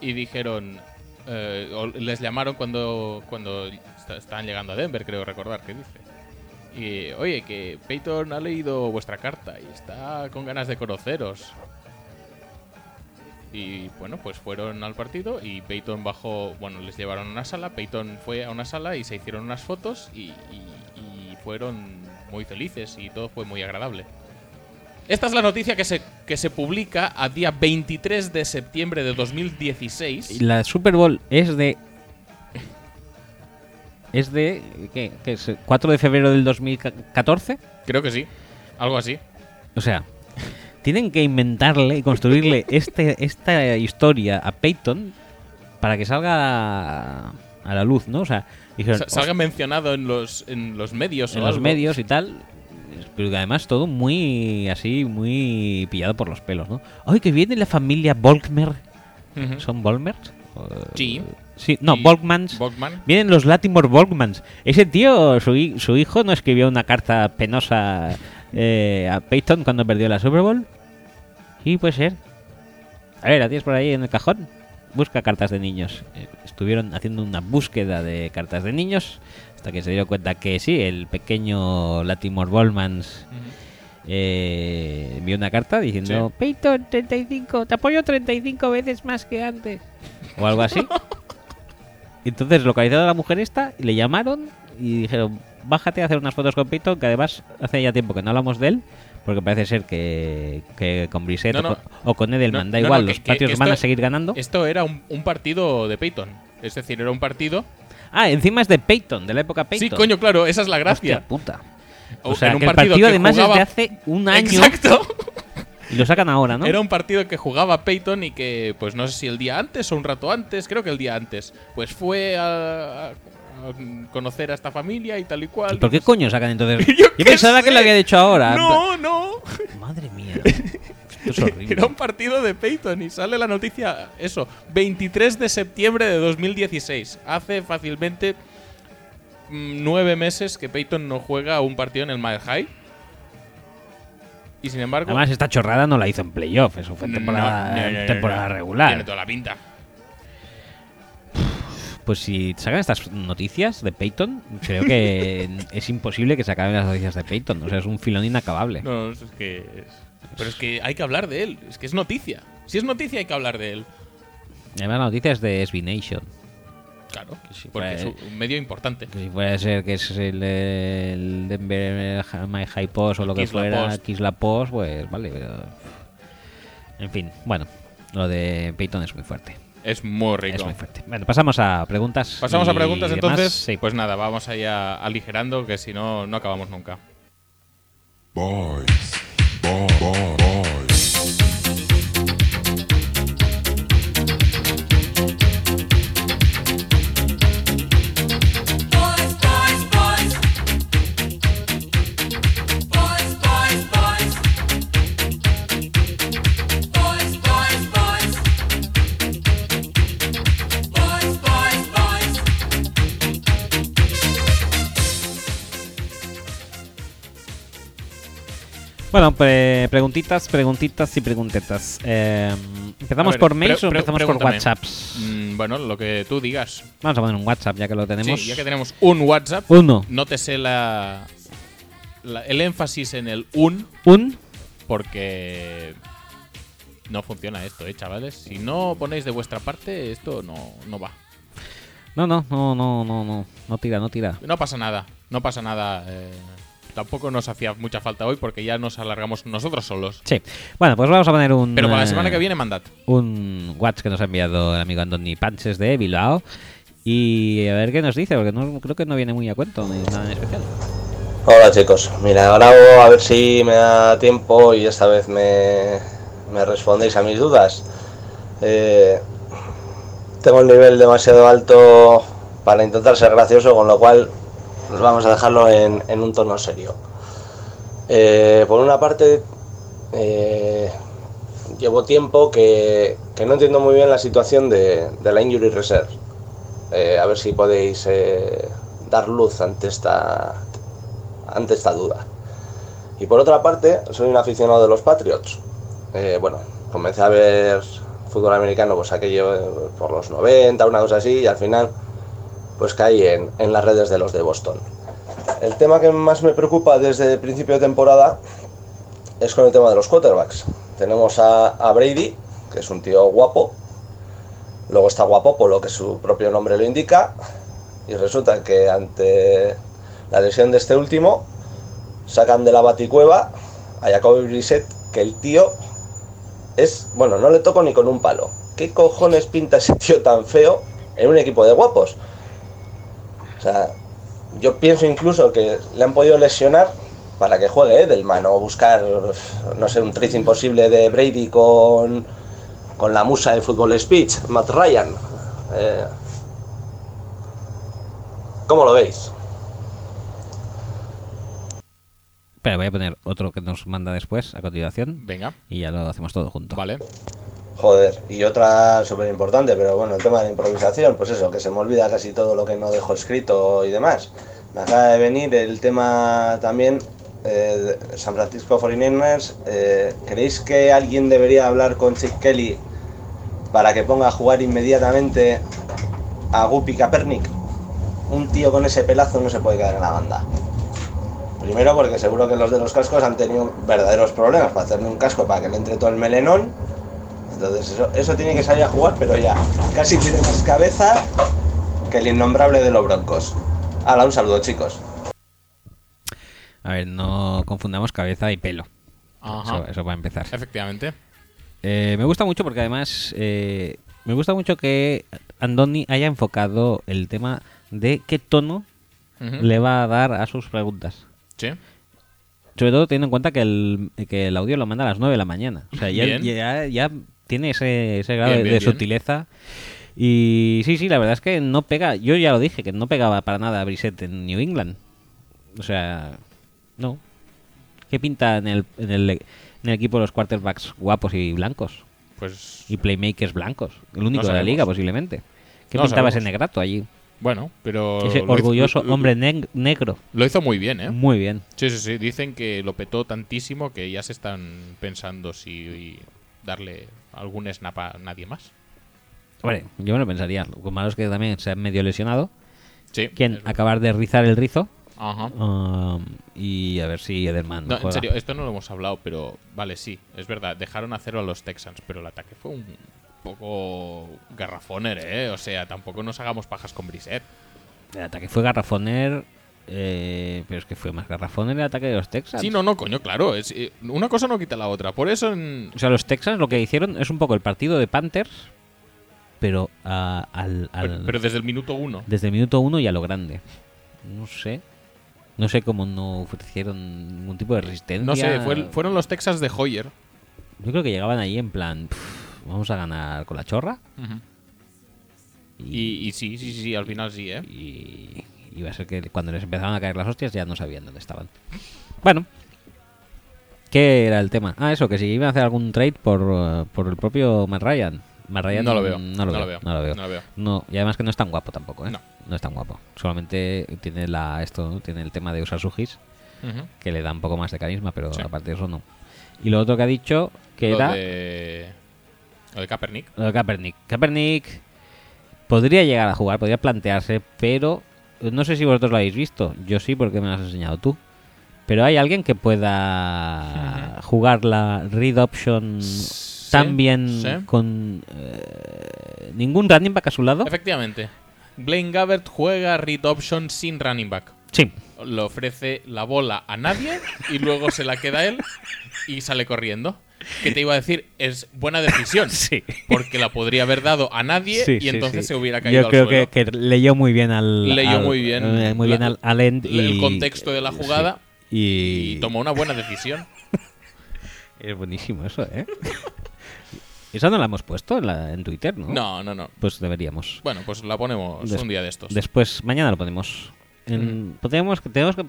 y dijeron. eh, o les llamaron cuando, cuando est- estaban llegando a Denver, creo recordar que dice. Y oye, que Peyton ha leído vuestra carta y está con ganas de conoceros. Y bueno, pues fueron al partido y Peyton bajó, bueno, les llevaron a una sala, Peyton fue a una sala y se hicieron unas fotos y, y- y fueron muy felices y todo fue muy agradable. Esta es la noticia que se, que se publica a día 23 de septiembre de Y 2016. La Super Bowl es de. Es de. ¿Qué? ¿Qué es? ¿4 de febrero del 2014? Creo que sí, algo así. O sea, tienen que inventarle y construirle este, esta historia a Peyton para que salga a, a la luz, ¿no? O sea, dijeron, Sa- Salga mencionado en los, en los medios. "Hostia, en o los algo. medios y tal. Pero que además todo muy así, muy pillado por los pelos, ¿no? ¡Ay, que viene la familia Volkmer! Ujú. ¿Son Volkmer? O- ¿Mm? Sí. Sí, no, Y- Volkmans. Volkman. Vienen los Latimore Volkmans. Ese tío, su, hi- su hijo, no escribió una carta penosa eh, a Peyton cuando perdió la Super Bowl. Sí, puede ser. A ver, la tienes por ahí en el cajón. Busca cartas de niños. Eh, Estuvieron haciendo una búsqueda de cartas de niños hasta que se dieron cuenta que sí, el pequeño Latimore Volmans eh, envió una carta diciendo: Peyton, 35, te apoyo 35 veces más que antes. O algo así. Entonces localizaron a la mujer esta, y le llamaron y dijeron, bájate a hacer unas fotos con Peyton, que además hace ya tiempo que no hablamos de él, porque parece ser que, que con Brissett No, no. o con- o con Edelman, No, da no, igual, no, que- los que- patios que van a esto- seguir ganando. Esto era un, un partido de Peyton. Es decir, era un partido. Ah, encima es de Peyton, de la época Peyton. Sí, coño, claro, esa es la gracia. Hostia puta. O- O sea, en un que el partido partido, que además jugaba- es de hace un año Exacto. y lo sacan ahora, ¿no? Era un partido que jugaba Peyton y que, pues no sé si el día antes o un rato antes, creo que el día antes, pues fue a, a- a conocer a esta familia y tal y cual. ¿Y ¿Por qué coño sacan entonces? Yo qué pensaba que sé. lo había dicho ahora. No, no. Madre mía. Esto es horrible. Era un partido de Peyton y sale la noticia, eso, 23 de septiembre de 2016. Hace fácilmente mm, nueve meses que Peyton no juega un partido en el Mile High. Y sin embargo... Además, esta chorrada no la hizo en playoff, eso fue en No, temporada, no, no, no, en temporada no. regular. Tiene toda la pinta. Pues si sacan estas noticias de Peyton, creo que es imposible que se acaben las noticias de Peyton. O sea, es un filón inacabable. No, no, es que. es- Pero es que hay que hablar de él. Es que es noticia. Si es noticia, hay que hablar de él. Además, la noticia es de SB Nation. Claro, sí, porque pues- es un medio importante. Que si fuera a ser que es el, eh, el Denver eh, My High Post o lo que Kiss la fuera, Post. Kiss la Post, pues vale, pero. En fin, bueno, lo de Peyton es muy fuerte. Es muy rico. Es muy fuerte. Bueno, pasamos a preguntas. Pasamos a y preguntas demás. entonces. Sí. Pues nada, vamos allá aligerando, que si no, no acabamos nunca. boys, boy, boy, boys, Bueno, pre- preguntitas, preguntitas y preguntetas. Eh, ¿Empezamos A ver, por mails pre- o pre- empezamos por pregúntame. WhatsApps? Mm, bueno, lo que tú digas. Vamos a poner un WhatsApp ya que lo tenemos. Sí, ya que tenemos un WhatsApp, Uno. no te sé la, la- el énfasis en el un Un. porque no funciona esto, eh, chavales. Si no ponéis de vuestra parte, esto no, no va. No, no, no, no, no, no. No tira, no tira. No pasa nada, no pasa nada. eh, tampoco nos hacía mucha falta hoy porque ya nos alargamos nosotros solos. Sí. Bueno, pues vamos a poner un. Pero para la eh, semana que viene, mandad. Un WhatsApp que nos ha enviado el amigo Andoni Panches de Bilbao. Y a ver qué nos dice, porque no, creo que no viene muy a cuento ni nada en especial. Hola chicos, mira, grabo a ver si me da tiempo y esta vez me, me respondéis a mis dudas. Eh, tengo el nivel demasiado alto para intentar ser gracioso, con lo cual pues vamos a dejarlo en, en un tono serio. Eh, por una parte, eh, llevo tiempo que, que no entiendo muy bien la situación de, de la Injury Reserve. Eh, a ver si podéis eh, dar luz ante esta, ante esta duda. Y por otra parte, soy un aficionado de los Patriots. Eh, bueno, comencé a ver fútbol americano, pues aquello eh, por los 90, una cosa así, y al final, pues caí en, en las redes de los de Boston. El tema que más me preocupa desde el principio de temporada es con el tema de los quarterbacks. Tenemos a, a Brady, que es un tío guapo. Luego está guapo, por lo que su propio nombre lo indica. Y resulta que ante la lesión de este último, sacan de la baticueva a Jacoby Brissett, que el tío es, bueno, no le toco ni con un palo. ¿Qué cojones pinta ese tío tan feo en un equipo de guapos? O sea, yo pienso incluso que le han podido lesionar para que juegue Edelman o buscar, no sé, un triz imposible de Brady con, con la musa de fútbol speech, Matt Ryan. Eh, ¿Cómo lo veis? Pero voy a poner otro que nos manda después, a continuación. Venga, Y ya lo hacemos todo junto. vale. Joder, y otra súper importante, pero bueno, el tema de la improvisación, pues eso, que se me olvida casi todo lo que no dejo escrito y demás. Me acaba de venir el tema también eh, de San Francisco 49ers. eh, ¿Creéis que alguien debería hablar con Chip Kelly para que ponga a jugar inmediatamente a Guppy Kaepernick? Un tío con ese pelazo no se puede quedar en la banda. Primero porque seguro que los de los cascos han tenido verdaderos problemas para hacerle un casco para que le entre todo el melenón entonces eso, eso tiene que salir a jugar, pero ya casi tiene más cabeza que el innombrable de los Broncos. Hala, un saludo chicos. A ver, no confundamos cabeza y pelo. Ajá. Eso, eso va a empezar. Efectivamente. Eh, me gusta mucho porque además eh, me gusta mucho que Andoni haya enfocado el tema de qué tono Ujú. le va a dar a sus preguntas. Sí. Sobre todo teniendo en cuenta que el, que el audio lo manda a las 9 de la mañana. O sea, ya, Bien. ya, ya tiene ese, ese grado Bien, de, bien, de bien. sutileza. Y sí, sí, la verdad es que no pega. Yo ya lo dije, que no pegaba para nada a Brissette en New England. O sea, no. ¿Qué pinta en el, en el, en el equipo de los quarterbacks guapos y blancos? Pues Y playmakers blancos. El único No de la sabemos. liga, posiblemente. ¿Qué No pintaba ese sabemos. negrato allí? bueno, pero. Ese lo hizo- orgulloso lo- lo- hombre neg- negro. Lo hizo muy bien, ¿eh? Muy bien. Sí, sí, sí. Dicen que lo petó tantísimo que ya se están pensando si darle algún snap a nadie más. Hombre, yo me lo pensaría. Lo malo es que también se han medio lesionado. Sí. Quien es- acabar de rizar el rizo. Ajá. um, y a ver si Edelman. No, en juega. serio, esto no lo hemos hablado, pero vale, sí, es verdad, dejaron a cero a los Texans, pero el ataque fue un poco garrafoner, ¿eh? O sea, tampoco nos hagamos pajas con Brissett. El ataque fue Garrafoner. eh, pero es que fue más Garrafoner el ataque de los Texans. Sí, no, no, coño, claro, es, eh, una cosa no quita la otra, por eso en... O sea, los Texans lo que hicieron es un poco el partido de Panthers. Pero a- al, al- Pero, pero desde el minuto uno. desde el minuto uno y a lo grande. No sé. No sé cómo no ofrecieron ningún tipo de resistencia. No sé, fue el- fueron los Texans de Hoyer. Yo creo que llegaban ahí en plan. "Pff, Vamos a ganar con la chorra. y, y sí, sí, sí, sí, al final sí, ¿eh? y iba a ser que cuando les empezaban a caer las hostias ya no sabían dónde estaban. Bueno, ¿qué era el tema? Ah, eso, que si iban a hacer algún trade por, eh, por el propio Matt Ryan. Matt Ryan No lo veo, No lo, veo, No lo veo. no lo veo. No, y además que no es tan guapo tampoco, ¿eh? No. es tan guapo. Solamente tiene la esto, ¿no? tiene el tema de usar su gis Ujú. que le da un poco más de carisma, pero Sí. aparte de eso no. Y lo otro que ha dicho, que Lo era de, lo de Kaepernick. lo de Kaepernick. Kaepernick podría llegar a jugar, podría plantearse, pero no sé si vosotros lo habéis visto. Yo sí, porque me lo has enseñado tú. Pero hay alguien que pueda jugar la read option Sí, tan bien sí. con eh, ningún running back a su lado. Efectivamente. Blaine Gabbert juega read option sin running back. Sí, Le ofrece la bola a nadie y luego se la queda él y sale corriendo. Que te iba a decir, es buena decisión. Sí. Porque la podría haber dado a nadie Sí, sí, y entonces sí. se hubiera caído Yo al creo suelo. Que, que leyó muy bien al. Leyó al- muy bien eh, muy la- bien al, al end el y- contexto de la sí. jugada Y, Y tomó una buena decisión. Es buenísimo eso, ¿eh? Esa no la hemos puesto en, la- en Twitter, ¿no? No, no, no. Pues deberíamos. Bueno, pues la ponemos Des- un día de estos. Después, mañana lo ponemos. Mm. En- podemos- tenemos que.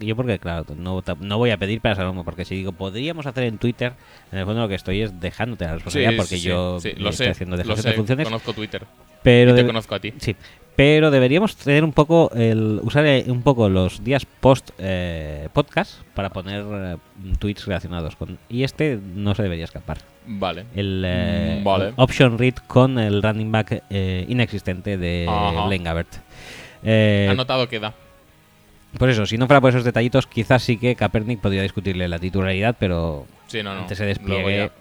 Yo, porque claro, no, ta- no voy a pedir para Salomo, porque si digo podríamos hacer en Twitter, en el fondo lo que estoy es dejándote la Sí, responsabilidad, sí, porque sí, yo sí, me lo estoy sé, haciendo lo dejación sé, de funciones. Conozco Twitter. pero y te debe- conozco a ti. Sí, pero deberíamos tener un poco el usar eh, un poco los días post eh, podcast para poner eh, tweets relacionados con y este no se debería escapar. Vale. El eh, Mm, vale. option read con el running back eh, inexistente de Ajá. Blaine Gabbert. Eh, Anotado queda. por eso, si no fuera por esos detallitos, quizás sí que Kaepernick podría discutirle la titularidad, pero Sí, no, no. ante ese Luego despliegue ya,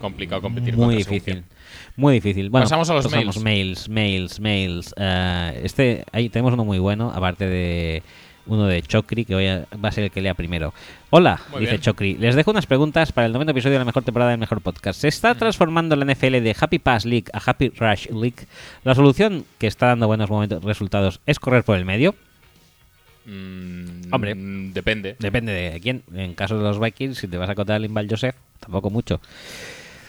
Complicado competir muy contra ese difícil. Ujier. Muy difícil. Bueno, Pasamos a los mails. Mails, mails, Eh, este, ahí tenemos uno muy bueno, aparte de uno de Chocri, que voy a- va a ser el que lea primero. Hola, Muy dice bien. Chocri. Les dejo unas preguntas para el noveno episodio de la mejor temporada del mejor podcast. ¿Se está transformando la NFL de Happy Pass League a Happy Rush League? ¿La solución que está dando buenos momentos, resultados es correr por el medio? Mm, Hombre. mm, Depende. Depende de quién. En caso de los Vikings, si te vas a contar el Imbal Joseph, tampoco mucho.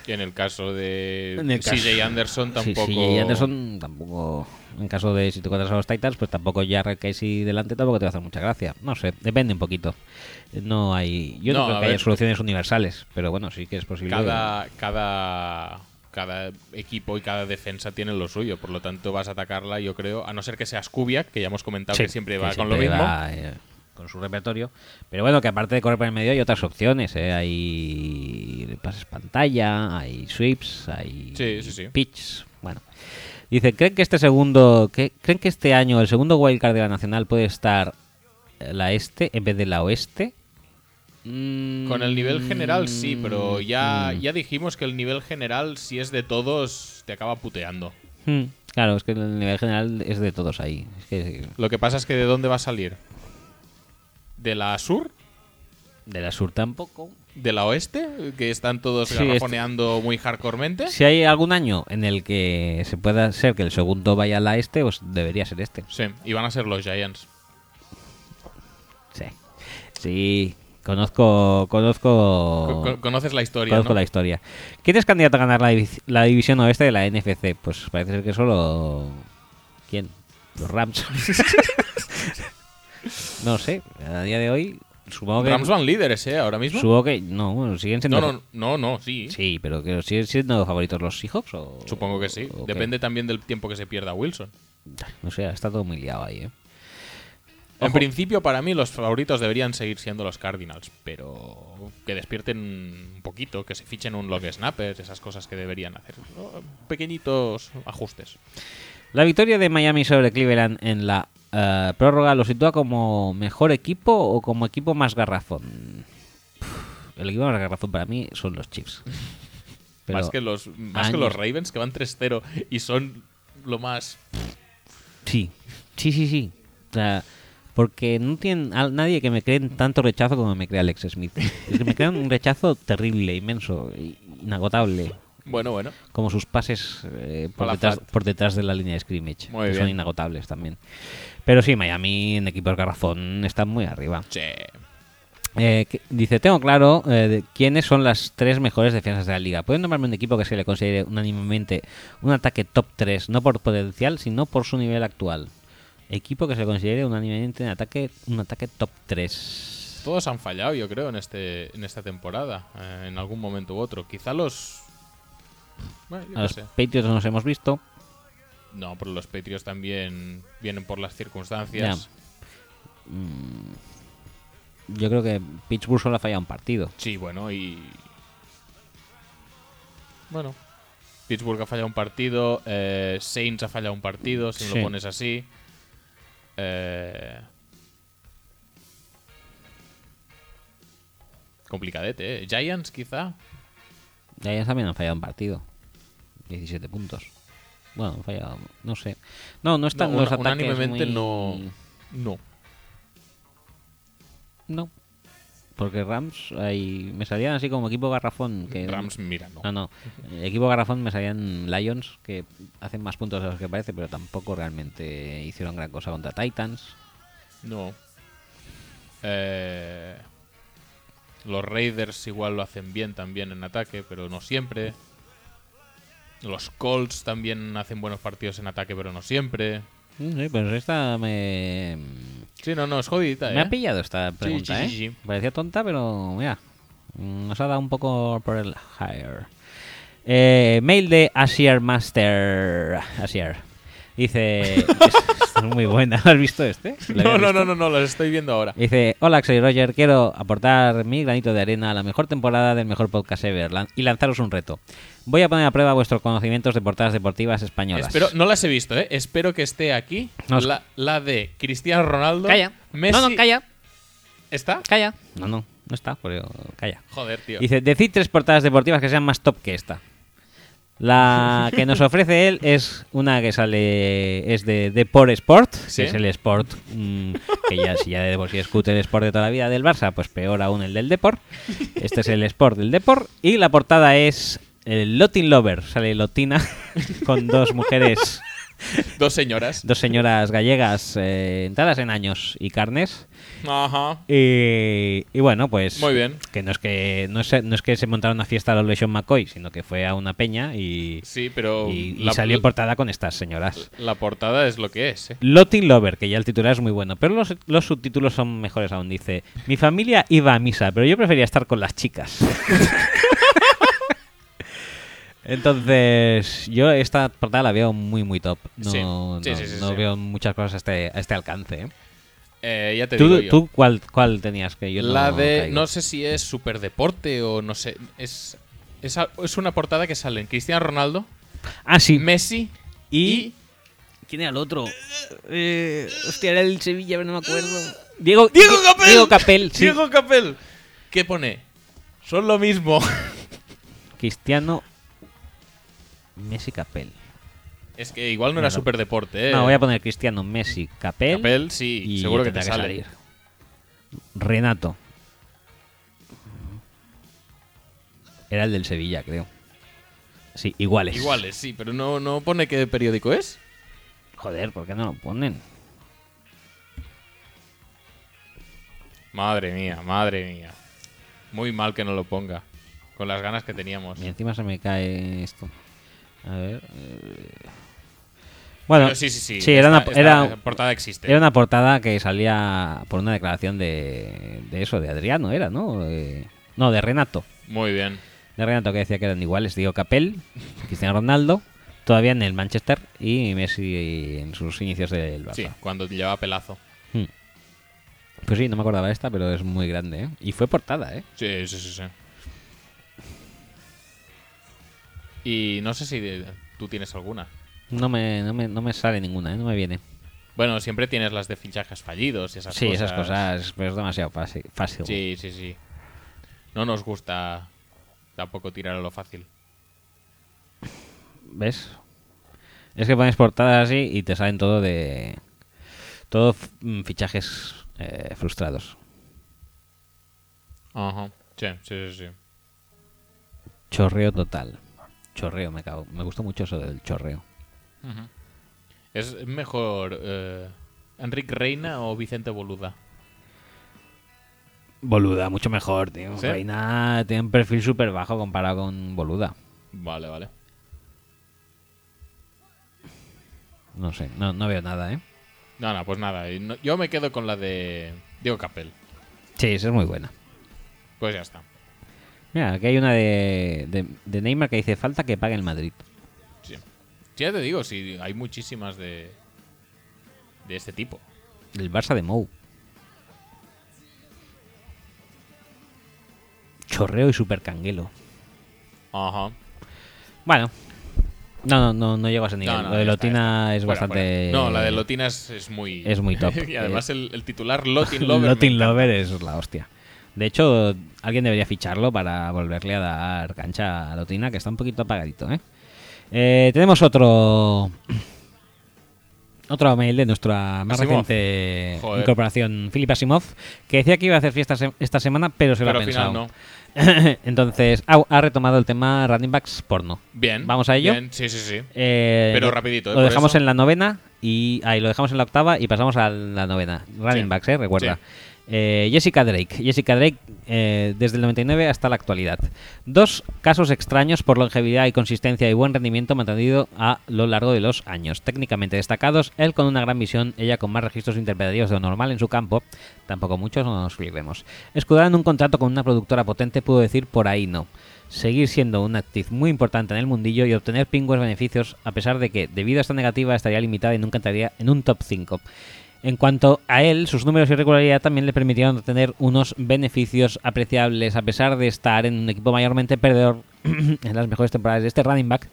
Y en el caso de En el CJ caso- Anderson Sí, tampoco. Sí, y Anderson tampoco. En caso de si te encuentras a los Titans, pues tampoco ya Red Casey delante tampoco te va a hacer mucha gracia. No sé, depende un poquito. No hay. Yo no, No, creo a que haya ver. soluciones universales, pero bueno, sí que es posible. Cada, cada, cada equipo y cada defensa tiene lo suyo. Por lo tanto, vas a atacarla, yo creo. A no ser que seas Kubiak, que ya hemos comentado Sí, que siempre va que con lo siempre mismo. va, eh, con su repertorio. Pero bueno, que aparte de correr por el medio hay otras opciones. ¿eh? Hay pases pantalla, hay sweeps, hay Sí, sí, sí. pitches. Bueno. Dice, ¿creen que este segundo, que, creen que este año el segundo wildcard de la Nacional puede estar eh, la este en vez de la oeste? Mm, Con el nivel general sí, pero ya, mm. ya dijimos que el nivel general, si es de todos, te acaba puteando. Mm, Claro, es que el nivel general es de todos ahí. Es que Lo que pasa es que ¿de dónde va a salir? ¿De la sur? de la sur tampoco. ¿De la oeste? ¿Que están todos Sí, garrafoneando muy hardcoremente? Si hay algún año en el que se pueda ser que el segundo vaya a la este, pues debería ser este. Sí, y van a ser los Giants. Sí. Sí, conozco conozco Co- co- ¿Conoces la historia? Oh. conozco ¿no? la historia. ¿Quién es candidato a ganar la, divi- la división oeste de la NFC? Pues parece ser que solo ¿quién? Los Rams. no sé, a día de hoy supongo que Rams van líderes, ¿eh? Ahora mismo. supongo que no, bueno, siguen siendo No, no, no, no, sí. Sí, pero que siguen siendo favoritos los Seahawks o Supongo que sí. o qué? Depende también del tiempo que se pierda Wilson. No sé, está todo muy liado ahí, ¿eh? En principio, para mí, los favoritos deberían seguir siendo los Cardinals, pero que despierten un poquito, que se fichen un log snappers, esas cosas que deberían hacer. ¿no? Pequeñitos ajustes. La victoria de Miami sobre Cleveland en la eh, prórroga lo sitúa como mejor equipo o como equipo más garrafón. Puf, El equipo más garrafón para mí son los Chiefs. Pero más que los, más que años- los Ravens, que van 3-0 y son lo más. Sí, sí, sí, sí. O sea, porque no tienen a nadie que me cree en tanto rechazo como me crea Alex Smith. Es que me crean un rechazo terrible, inmenso, i- inagotable. Bueno, bueno. como sus pases eh, por, Hola, detrás, Fat. por detrás de la línea de scrimmage, Muy que bien. son inagotables también. Pero sí, Miami en equipo de Garrafón está muy arriba. Che. Eh, que- dice, tengo claro eh, de quiénes son las tres mejores defensas de la liga. ¿Pueden nombrarme un equipo que se le considere unánimemente un ataque top 3, no por potencial, sino por su nivel actual? Equipo que se le considere unánimemente un ataque, un ataque top 3. Todos han fallado, yo creo, en este en esta temporada, eh, en algún momento u otro. Quizá los. Bueno, yo A qué los sé. Patriots nos hemos visto. No, pero los Patriots también vienen por las circunstancias. Ya. Mm, Yo creo que Pittsburgh solo ha fallado un partido. Sí, bueno, y. Bueno. Pittsburgh ha fallado un partido, eh, Saints ha fallado un partido, si me Sí. lo pones así. Eh, Complicadete, ¿eh? Giants, quizá. Giants también han fallado un partido. 17 puntos. Bueno, han fallado, no sé. No, no están No, los una- ataques unánimemente muy- no. No. No. Porque Rams, ahí me salían así como equipo garrafón. Que Rams, mira, no. No, no. El equipo garrafón me salían Lions, que hacen más puntos de los que parece, pero tampoco realmente hicieron gran cosa contra Titans. No. Eh, los Raiders igual lo hacen bien también en ataque, pero no siempre. Los Colts también hacen buenos partidos en ataque, pero no siempre. Mm, Sí, pero esta me... Sí, no, no, es jodidita, ¿eh? Me ha pillado esta pregunta, sí, ¿eh? sí, sí. Parecía tonta, pero mira, mm, nos ha dado un poco por el higher. Eh, mail de Asier Master. Asier. Dice... Esta es muy buena. ¿Has visto este? ¿Lo No, habías no, visto? no, no, no, las estoy viendo ahora. Dice, hola, soy Roger, quiero aportar mi granito de arena a la mejor temporada del mejor podcast ever lan- y lanzaros un reto. Voy a poner a prueba vuestros conocimientos de portadas deportivas españolas. Espero, no las he visto, ¿eh? Espero que esté aquí. No, es- la, la de Cristiano Ronaldo. Calla. Messi. No, no, calla, ¿Está? calla. No, no, no está, pero calla. Joder, tío. Dice, decid tres portadas deportivas que sean más top que esta. La que nos ofrece él es una que sale, es de Depor Sport, Sí. que es el Sport, mm, que ya si ya de por sí escute el Sport de toda la vida del Barça, pues peor aún el del Depor. Este es el Sport del Depor y la portada es el Lotin Lover, sale Lotina con dos mujeres, Dos señoras. dos señoras gallegas eh, entradas en años y carnes. Ajá. Y, y bueno, pues. Muy bien. Que no es que no es, no es que se montara una fiesta a la Lation McCoy, sino que fue a una peña y, Sí, pero. y, y Oh, la, salió en portada con estas señoras. la portada es lo que es, ¿eh? Lottie Lover, que ya el titular es muy bueno, pero los, los subtítulos son mejores aún. Dice: Mi familia iba a misa, pero yo prefería estar con las chicas. Entonces, yo esta portada la veo muy, muy top. No, Sí. Sí, no- sí, sí, no sí. veo muchas cosas a este, a este alcance. ¿eh? Eh, ya te ¿Tú, digo yo. tú cuál, cuál tenías? que yo no la de. caigo? No sé si es superdeporte o no sé. Es, es, a- es una portada que salen Cristiano Ronaldo, Ah, sí. Messi Y- y. ¿Quién era el otro? Eh, hostia, era el Sevilla, pero no me acuerdo. Diego, Di- Diego Capel, sí. Diego Capel. ¿Qué pone? Son lo mismo. Cristiano Messi Capel. es que igual no era Claro. superdeporte, ¿eh? No, voy a poner Cristiano Messi Capel. Capel, sí, y seguro que te tendrá sale. salir. Renato. Era el del Sevilla, creo. Sí, iguales. Iguales, sí, pero no, no pone qué periódico es. Joder, ¿por qué no lo ponen? Madre mía, madre mía. Muy mal que no lo ponga. Con las ganas que teníamos. Y encima se me cae esto. A ver. eh. Bueno, Pero sí, sí, sí. era, esta- una, esta era- portada existe. era una portada que salía por una declaración de, de eso, de Adriano, era, ¿no? Eh, no, de Renato. Muy bien. De Renato que decía que eran iguales Diego Capel, Cristiano Ronaldo, todavía en el Manchester y Messi en sus inicios del Barça. Sí, cuando lleva pelazo. Hmm. Pues sí, no me acordaba esta, pero es muy grande, ¿eh? Y fue portada, ¿eh? Sí, sí, sí, sí. Y no sé si de- tú tienes alguna. No me, no me, no me sale ninguna, ¿eh? No me viene. Bueno, siempre tienes las de fichajes fallidos y esas sí, cosas. esas cosas, pero es demasiado fácil. fácil. Sí, sí, sí. No nos gusta tampoco tirar a lo fácil. ¿Ves? Es que pones portadas así y te salen todo de. Todo f- mm, fichajes eh, frustrados. Ajá. Sí, sí, sí, sí. Chorreo total. Chorreo, me cago. Me gustó mucho eso del chorreo. ¿Es mejor eh, Enric Reina o Vicente Boluda? Boluda, mucho mejor, tío. ¿Sí? Reina tiene un perfil súper bajo comparado con Boluda. Vale, vale. No sé, no, no veo nada, ¿eh? No, no, pues nada. y no- yo me quedo con la de Diego Capel. Sí, esa es muy buena. Pues ya está. Mira, aquí hay una de, de, de Neymar que dice: falta que pague el Madrid. Sí. Sí, ya te digo, sí, hay muchísimas de, de este tipo. El Barça de Mou. chorreo y súper canguelo. Ajá. Bueno. No, no, no, no llego a ese nivel. No, no, lo de ya está, ya Lotina está. es Fuera, bastante. fuera. No, la de Lotina es, es muy. es muy top. y además Eh, el, el titular Lotin Lover. me Lotin encanta. Lover es la hostia. De hecho, alguien debería ficharlo para volverle a dar cancha a Lotina, que está un poquito apagadito. ¿eh? Eh, tenemos otro. Otro mail de nuestra más Asimov. reciente Joder. incorporación, Philip Asimov, que decía que iba a hacer fiestas esta semana, pero se Pero lo ha al final pensado. no. Entonces, ha, ha retomado el tema running backs porno. Bien. Vamos a ello. bien, sí, sí, sí. Eh, Pero lo- rapidito, ¿eh? Lo Por dejamos eso. en la novena y ahí lo dejamos en la octava y pasamos a la novena. Running Sí. backs, eh, recuerda. Sí. Eh, Jessica Drake. Jessica Drake eh, desde el 99 hasta la actualidad. Dos casos extraños por longevidad y consistencia y buen rendimiento mantenido a lo largo de los años. Técnicamente destacados, él con una gran visión, ella con más registros interpretativos de lo normal en su campo. Tampoco muchos, no nos olvidemos. Escudada en un contrato con una productora potente, puedo decir por ahí no seguir siendo una actriz muy importante en el mundillo y obtener pingües beneficios, a pesar de que, debido a esta negativa, estaría limitada y nunca entraría en un top 5. En cuanto a él, sus números y regularidad también le permitieron obtener unos beneficios apreciables, a pesar de estar en un equipo mayormente perdedor en las mejores temporadas de este running back,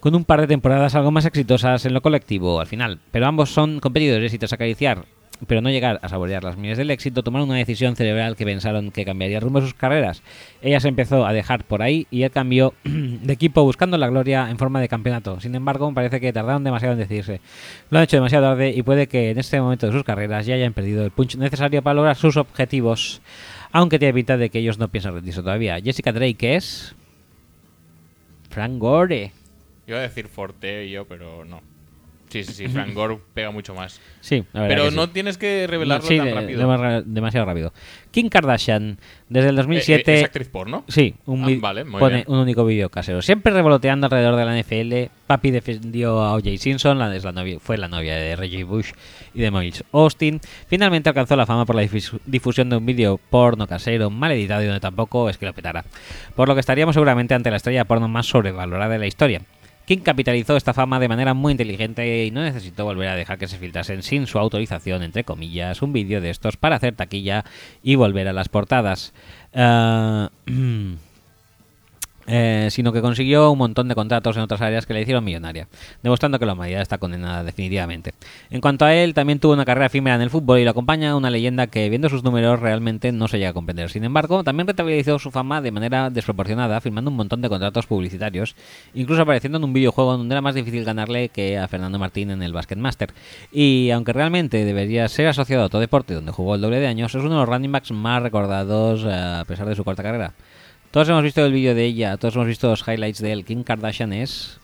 con un par de temporadas algo más exitosas en lo colectivo al final. Pero ambos son competidores y tras acariciar, pero no llegar a saborear las mieles del éxito, tomaron una decisión cerebral que pensaron que cambiaría el rumbo de sus carreras. Ella se empezó a dejar por ahí y él cambió de equipo buscando la gloria en forma de campeonato. Sin embargo, parece que tardaron demasiado en decidirse. Lo han hecho demasiado tarde y puede que en este momento de sus carreras ya hayan perdido el punch necesario para lograr sus objetivos. Aunque tiene pinta de que ellos no piensan rendirse todavía. Jessica Drake es... Frank Gore. Iba a decir Forte yo, pero no. Sí, sí, sí. Frank Gore pega mucho más. Sí, la verdad Pero que sí. no tienes que revelarlo Sí, tan de- rápido. demasiado- demasiado rápido. Kim Kardashian, desde el Eh, eh, 2007... ¿Es actriz porno? Sí, un Ah, vi- vale, muy pone bien. un único vídeo casero. Siempre revoloteando alrededor de la NFL. Papi defendió a O.J. Simpson, la, es la novia- fue la novia de Reggie Bush y de Maurice Austin. Finalmente alcanzó la fama por la difus- difusión de un vídeo porno casero mal editado y donde tampoco es que lo petara. Por lo que estaríamos seguramente ante la estrella porno más sobrevalorada de la historia. Kim capitalizó esta fama de manera muy inteligente y no necesitó volver a dejar que se filtrasen sin su autorización, entre comillas, un vídeo de estos para hacer taquilla y volver a las portadas. Ah, eh, sino que consiguió un montón de contratos en otras áreas que le hicieron millonaria, demostrando que la humanidad está condenada definitivamente. En cuanto a él, también tuvo una carrera efímera en el fútbol y lo acompaña una leyenda que, viendo sus números, realmente no se llega a comprender. Sin embargo, también rentabilizó su fama de manera desproporcionada, firmando un montón de contratos publicitarios, incluso apareciendo en un videojuego donde era más difícil ganarle que a Fernando Martín en el Basketmaster. Y aunque realmente debería ser asociado a otro deporte donde jugó el doble de años, es uno de los running backs más recordados eh, a pesar de su corta carrera. Todos hemos visto el vídeo de ella, todos hemos visto los highlights de él. Kim Kardashian es.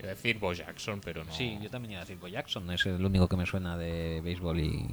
Iba a decir Bo Jackson, pero no. también iba a decir Bo Jackson, es el único que me suena de béisbol y.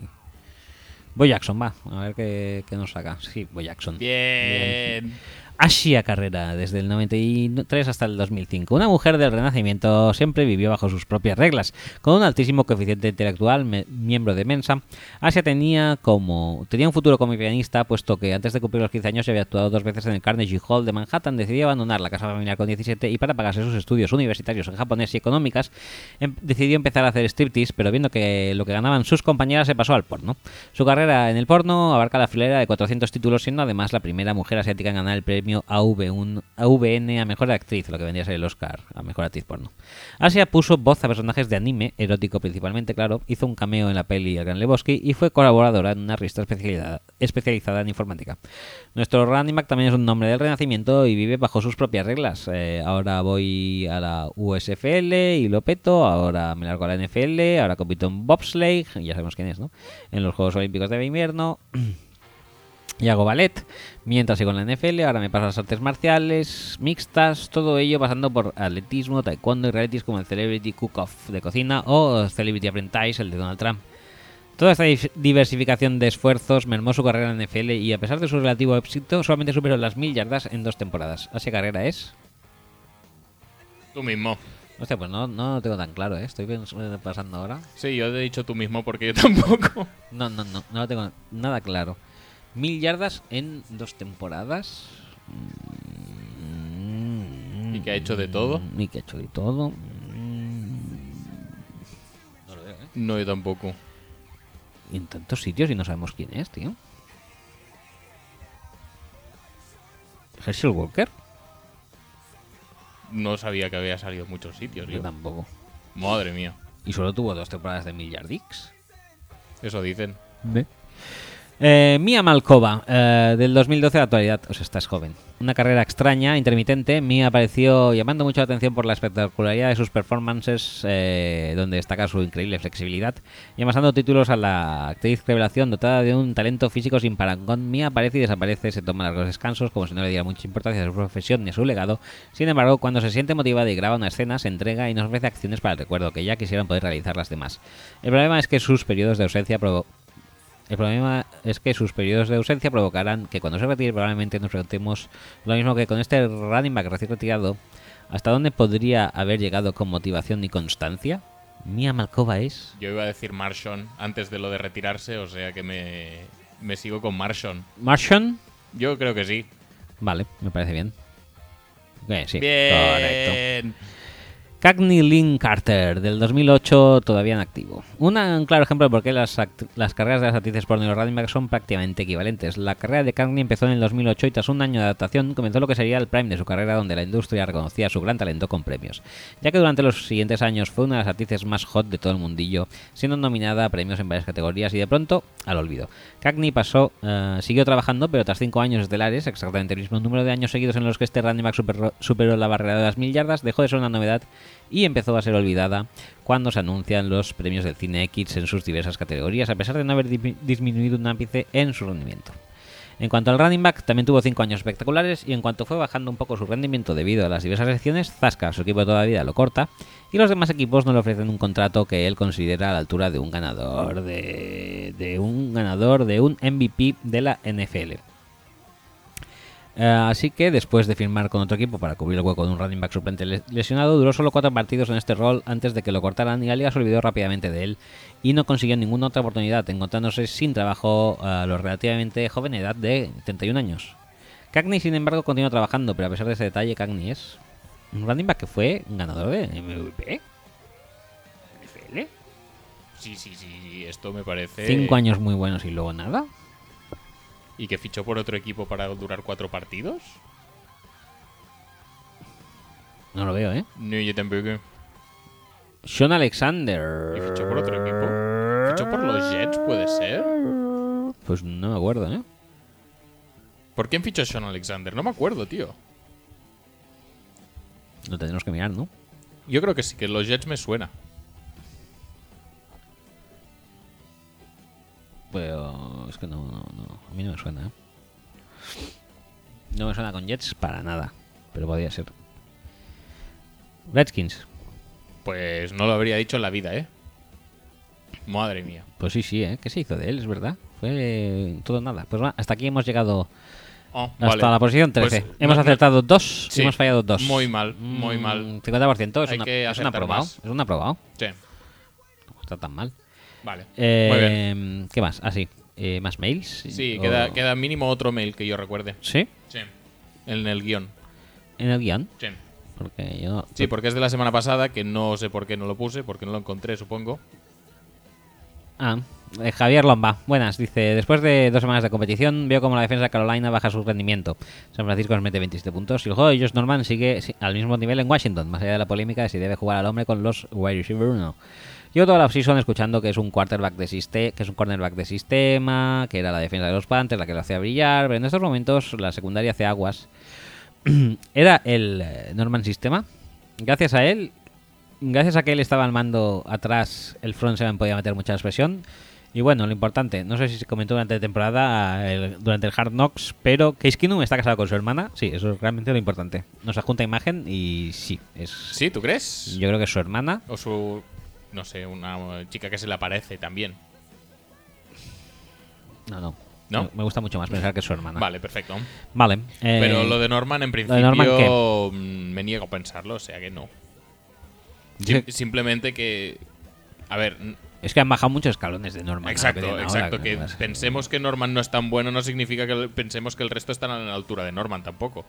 Bo Jackson, va, a ver qué, qué nos saca. Sí, Bo Jackson. Bien. Asia Carrera, desde el 93 hasta el 2005. Una mujer del Renacimiento siempre vivió bajo sus propias reglas. Con un altísimo coeficiente intelectual, me- miembro de Mensa, Asia tenía, como, tenía un futuro como pianista, puesto que antes de cumplir los 15 años se había actuado dos veces en el Carnegie Hall de Manhattan. Decidió abandonar la casa familiar con 17 y para pagarse sus estudios universitarios en japonés y económicas, em- decidió empezar a hacer striptease, pero viendo que lo que ganaban sus compañeras se pasó al porno. Su carrera en el porno abarca la filera de 400 títulos, siendo además la primera mujer asiática en ganar el premio AV1 AVN a Mejor Actriz, lo que vendría a ser el Oscar a Mejor Actriz Porno. Asia puso voz a personajes de anime, erótico principalmente, claro, hizo un cameo en la peli El Gran Lebowski y fue colaboradora en una revista especializada, especializada en informática. Nuestro running back también es un nombre del renacimiento y vive bajo sus propias reglas. Eh, ahora voy a la USFL y lo peto, ahora me largo a la NFL, ahora compito en bobsleigh, ya sabemos quién es, ¿no? En los Juegos Olímpicos de invierno, y hago ballet, mientras sigo en la NFL, ahora me paso a las artes marciales, mixtas, todo ello pasando por atletismo, taekwondo y realities como el Celebrity Cook-Off de cocina o Celebrity Apprentice, el de Donald Trump. Toda esta dif- diversificación de esfuerzos mermó su carrera en la NFL y a pesar de su relativo éxito, solamente superó las mil yardas en dos temporadas. Así carrera es... Tú mismo. Hostia, pues no, no lo tengo tan claro, ¿eh? Estoy pens- pasando ahora. Sí, yo te he dicho tú mismo porque yo tampoco. No, no, no, no lo tengo nada claro. Mil yardas en dos temporadas. Mm, ¿Y que ha hecho de todo? Y que ha hecho de todo. Mm, No, yo tampoco. Y en tantos sitios y no sabemos quién es, tío. ¿Herschel Walker? No sabía que había salido en muchos sitios. Yo yo. tampoco. Madre mía. Y solo tuvo dos temporadas de Millardix. Eso dicen. Eh, Mia Malkova, eh, del 2012 a la actualidad, o sea, estás joven. Una carrera extraña, intermitente. Mia apareció llamando mucho la atención por la espectacularidad de sus performances, eh, donde destaca su increíble flexibilidad. Y amasando títulos a la actriz revelación, dotada de un talento físico sin parangón, Mia aparece y desaparece, se toma largos descansos, como si no le diera mucha importancia a su profesión ni a su legado. Sin embargo, cuando se siente motivada y graba una escena, se entrega y nos ofrece acciones para el recuerdo, que ya quisieran poder realizar las demás. El problema es que sus periodos de ausencia provo- el problema es que sus periodos de ausencia provocarán que cuando se retire probablemente nos preguntemos lo mismo que con este running back recién retirado, ¿hasta dónde podría haber llegado con motivación y constancia? Mia Malkova es... Yo iba a decir Marshon antes de lo de retirarse, o sea que me, me sigo con Marshon. Martian. Yo creo que sí. Vale, me parece bien. Eh, sí, correcto. Bien. Cagney Lynn Carter, del 2008, todavía en activo. Una- un claro ejemplo de por qué las, act- las carreras de las actrices porno y los running back son prácticamente equivalentes. La carrera de Cagney empezó en el 2008 y tras un año de adaptación comenzó lo que sería el prime de su carrera donde la industria reconocía su gran talento con premios, ya que durante los siguientes años fue una de las actrices más hot de todo el mundillo, siendo nominada a premios en varias categorías y de pronto al olvido. Cagney pasó, eh, siguió trabajando, pero tras cinco años estelares, exactamente el mismo número de años seguidos en los que este running back superó, superó la barrera de las mil yardas, dejó de ser una novedad y empezó a ser olvidada cuando se anuncian los premios del cine X en sus diversas categorías, a pesar de no haber dismi- disminuido un ápice en su rendimiento. En cuanto al running back, también tuvo cinco años espectaculares y en cuanto fue bajando un poco su rendimiento debido a las diversas lesiones, Zasca, su equipo todavía lo corta y los demás equipos no le ofrecen un contrato que él considera a la altura de un ganador de, de un ganador de un MVP de la NFL. Eh, así que después de firmar con otro equipo para cubrir el hueco de un running back suplente le- lesionado, duró solo cuatro partidos en este rol antes de que lo cortaran y la liga se olvidó rápidamente de él y no consiguió ninguna otra oportunidad, encontrándose sin trabajo a la relativamente joven edad de 31 años. Cagney, sin embargo, continuó trabajando, pero a pesar de ese detalle, Cagney es un running back que fue ganador de MVP. NFL. Sí, sí, sí, esto me parece. Cinco años muy buenos y luego nada. ¿Y que fichó por otro equipo para durar cuatro partidos? No lo veo, ¿eh? No, yo tampoco. Sean Alexander. ¿Y fichó por otro equipo? ¿Fichó por los Jets, puede ser? Pues no me acuerdo, ¿eh? ¿Por quién fichó Sean Alexander? No me acuerdo, tío. Lo tendremos que mirar, ¿no? Yo creo que sí, que los Jets me suena. Pero es que no, no, no. A mí no me suena, ¿eh? No me suena con Jets para nada. Pero podría ser. Redskins. Pues no lo habría dicho en la vida, ¿eh? Madre mía. Pues sí, sí, ¿eh? ¿Qué se hizo de él? Es verdad. Fue todo nada. Pues va, hasta aquí hemos llegado Oh, hasta vale. la posición 13. Pues hemos no- no- acertado dos Sí. y hemos fallado dos. Muy mal, muy Mm, mal. 50% es, Hay una, que es un acertar aprobado. más. Es un aprobado. Sí, No está tan mal. vale. Muy bien. Eh, ¿Qué más? Ah, sí. Eh, ¿Más mails? Sí, O- queda, queda mínimo otro mail que yo recuerde. ¿Sí? Sí. En el guión. ¿En el guión? Sí. Porque yo... Sí, porque es de la semana pasada, que no sé por qué no lo puse, porque no lo encontré, supongo. Ah, eh, Javier Lomba, buenas. Dice, después de dos semanas de competición, veo como la defensa de Carolina baja su rendimiento. San Francisco nos mete 27 puntos y el juego de Josh Norman sigue si- al mismo nivel en Washington, más allá de la polémica de si debe jugar al hombre con los wide receivers o no. Yo toda la offseason escuchando que es un quarterback de siste- que es un cornerback de sistema, que era la defensa de los Panthers la que lo hacía brillar, pero en estos momentos la secundaria hace aguas. era el eh, Norman Sistema. Gracias a él gracias a que él estaba al mando atrás, el front seven podía meter mucha expresión. Y bueno, lo importante, no sé si se comentó durante la temporada, el- durante el Hard Knocks, pero Case Keenum está casado con su hermana. Sí, eso es realmente lo importante. Nos adjunta imagen y sí, es. ¿Sí? ¿Tú crees? Yo creo que es su hermana. O su... No sé, una eh, chica que se le aparece también. No, no. ¿No? Me- Me gusta mucho más pensar que es su hermana. Vale, perfecto. Vale. Ah. eh, Pero lo de Norman, en lo principio, de Norman, mm, me niego a pensarlo, o sea que no. Dice- Sim- simplemente que... A ver, n- Es que han bajado muchos escalones de Norman. exacto, ahora que tienen exacto. ahora, Que además. pensemos que Norman no es tan bueno no significa que el- pensemos que el resto están a la altura de Norman tampoco.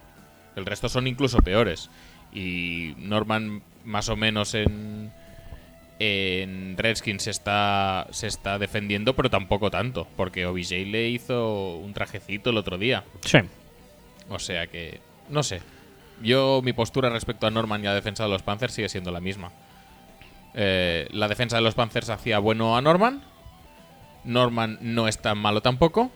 El resto son incluso peores. Y Norman, más o menos en, en Redskins, se está, se está defendiendo, pero tampoco tanto. Porque OBJ le hizo un trajecito el otro día. Sí. O sea que No sé. Yo, mi postura respecto a Norman y a la defensa de los Panzers sigue siendo la misma. Eh, la defensa de los Panzers hacía bueno a Norman. Norman no es tan malo tampoco.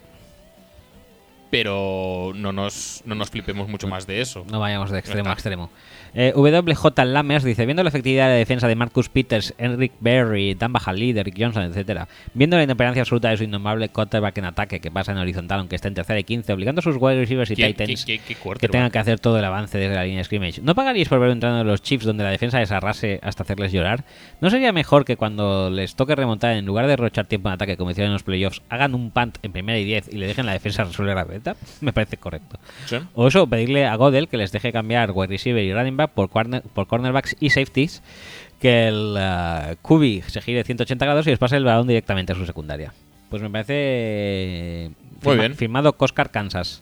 Pero no nos, no nos flipemos mucho más de eso. No vayamos de extremo a está. extremo. Eh, WJ Lammers dice: Viendo la efectividad de la defensa de Marcus Peters, Enric Berry, Dan Bajali, Derrick Johnson, etcétera, viendo la inoperancia absoluta de su innombrable quarterback en ataque que pasa en horizontal, aunque esté en tercera y 15, obligando a sus wide receivers y ¿Qué- Titans qué- qué- qué quarterback? que tengan que hacer todo el avance desde la línea de scrimmage. ¿No pagaríais por ver un entrenador de los Chiefs donde la defensa les arrase hasta hacerles llorar? ¿No sería mejor que cuando les toque remontar, en lugar de rochar tiempo en ataque como hicieron en los playoffs, hagan un punt en primera y 10 y le dejen la defensa resolver la reta? Me parece correcto. Sí. O eso, pedirle a Godel que les deje cambiar wide receiver y running back por, corner- por cornerbacks y safeties, que el eh, QB se gire 180 grados y les pase el balón directamente a su secundaria. Pues me parece eh, Muy bien. firmado Coscar Kansas.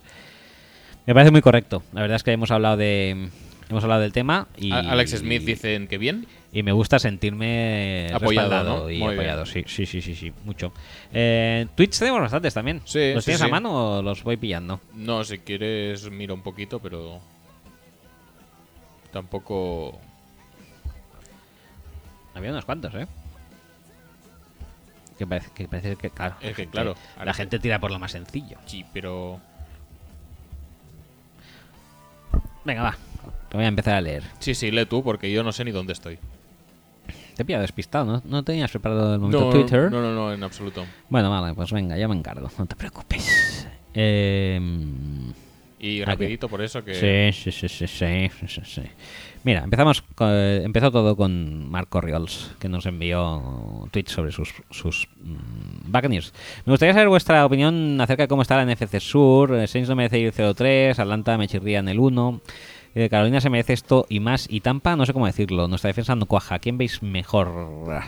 Me parece muy correcto. La verdad es que hemos hablado de hemos hablado del tema y A- Alex Smith dicen que bien. y me gusta sentirme Apoyado, respaldado ¿no? y Muy apoyado. Sí, sí, sí, sí, sí, mucho. Eh, Twitch tenemos bastantes también. Sí, ¿Los sí, tienes a sí. mano o los voy pillando? No, si quieres miro un poquito, pero tampoco. Había unos cuantos, ¿eh? Que parece que, parece que claro, Es la que, gente- claro, la ahora- gente tira por lo más sencillo. Sí, pero Venga, va. Te voy a empezar a leer. sí, sí, lee tú porque yo no sé ni dónde estoy. Te he pillado despistado, ¿no? No tenías preparado el momento No, Twitter. no, no, no, en absoluto. Bueno, vale, pues venga, ya me encargo. No te preocupes. Eh, Y Aquí. rapidito por eso que Sí, sí, sí, sí, sí, sí, sí, sí. Mira, empezamos co- eh, empezó todo con Marco Riols, que nos envió tweets sobre sus, sus mm, Buccaneers. Me gustaría saber vuestra opinión acerca de cómo está la NFC Sur. Eh, Saints no merece ir 0-3, Atlanta me chirría en el 1. eh, Carolina se merece esto y más. Y Tampa, no sé cómo decirlo. Nuestra defensa no cuaja. ¿Quién veis mejor?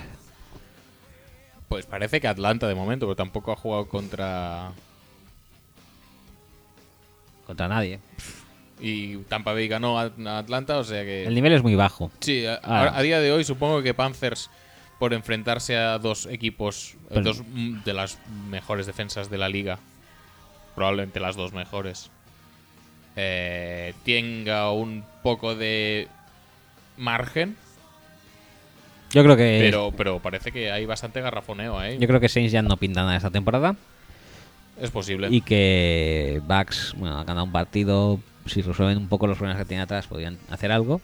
pues parece que Atlanta de momento, pero tampoco ha jugado contra Contra nadie. y Tampa Bay ganó a a Atlanta, o sea que El nivel es muy bajo. sí, a, Ah. ahora- a día de hoy supongo que Panthers por enfrentarse a dos equipos, eh, Pero- dos mm, de las mejores defensas de la liga, probablemente las dos mejores, eh, tenga un poco de margen, Yo creo que pero, pero parece que hay bastante garrafoneo ahí. Eh. yo creo que Saints ya no pinta nada esta temporada. Es posible. Y que Bucks, bueno, ha ganado un partido. Si resuelven un poco los problemas que tiene atrás, podrían hacer algo.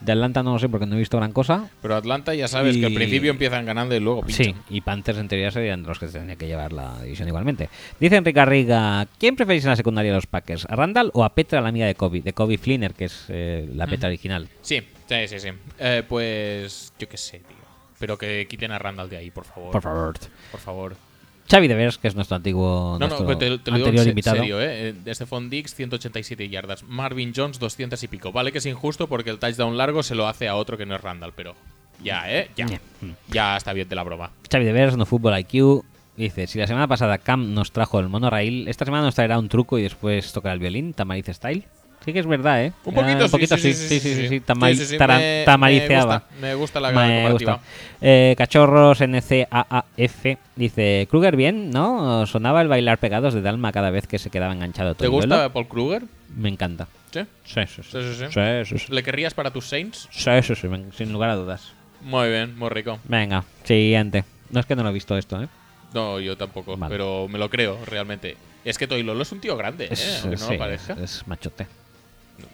De Atlanta no lo sé porque no he visto gran cosa. Pero Atlanta ya sabes que al Y- principio empiezan ganando y luego pinchan. Sí, y Panthers en teoría serían los que tendrían que llevar la división igualmente. Dice Enrique Arriga, ¿quién preferís en la secundaria de los Packers? ¿A Randall o a Petra, la amiga de Kobe? De Kobe Flinner, que es eh, la Petra original. Sí, sí, sí. sí. Eh, pues yo qué sé, tío. Pero que quiten a Randall de ahí, por favor. Por favor. Por favor. Xavi Devers, que es nuestro antiguo No, no, nuestro pero te, te lo digo en anterior se- invitado. serio, ¿eh? Stephon Diggs, 187 yardas. Marvin Jones, 200 y pico. Vale que es injusto porque el touchdown largo se lo hace a otro que no es Randall, pero ya, ¿eh? Ya. Ya. Ya está bien de la broma. Xavi de Vers, no Fútbol IQ. Dice, si la semana pasada Cam nos trajo el monorail, esta semana nos traerá un truco y después tocará el violín, Tamariz Style. Sí que es verdad, ¿eh? Un Era poquito, un poquito sí, sí, sí, sí, sí, tamari- Sí, sí, sí, tara- me- tamariceaba. me gusta, me gusta la Me comparativa. gusta. Eh, Cachorros NCAAF dice, Kruger bien, ¿no? Sonaba el bailar pegados de Dalma cada vez que se quedaba enganchado todo ¿Te el gusta duelo. Paul Kruger? Me encanta. Sí. Sí, sí, sí. Sí, sí, sí. Sí, sí, sí. ¿Le querrías para tus Saints? Sí, sí, sí, me- sin lugar a dudas. Muy bien, muy rico. Venga, siguiente. No es que no lo he visto esto, ¿eh? No, yo tampoco, Vale. pero me lo creo realmente. Es que Toy Lolo es un tío grande, ¿eh? Es, aunque no sí, lo parezca. es- es machote.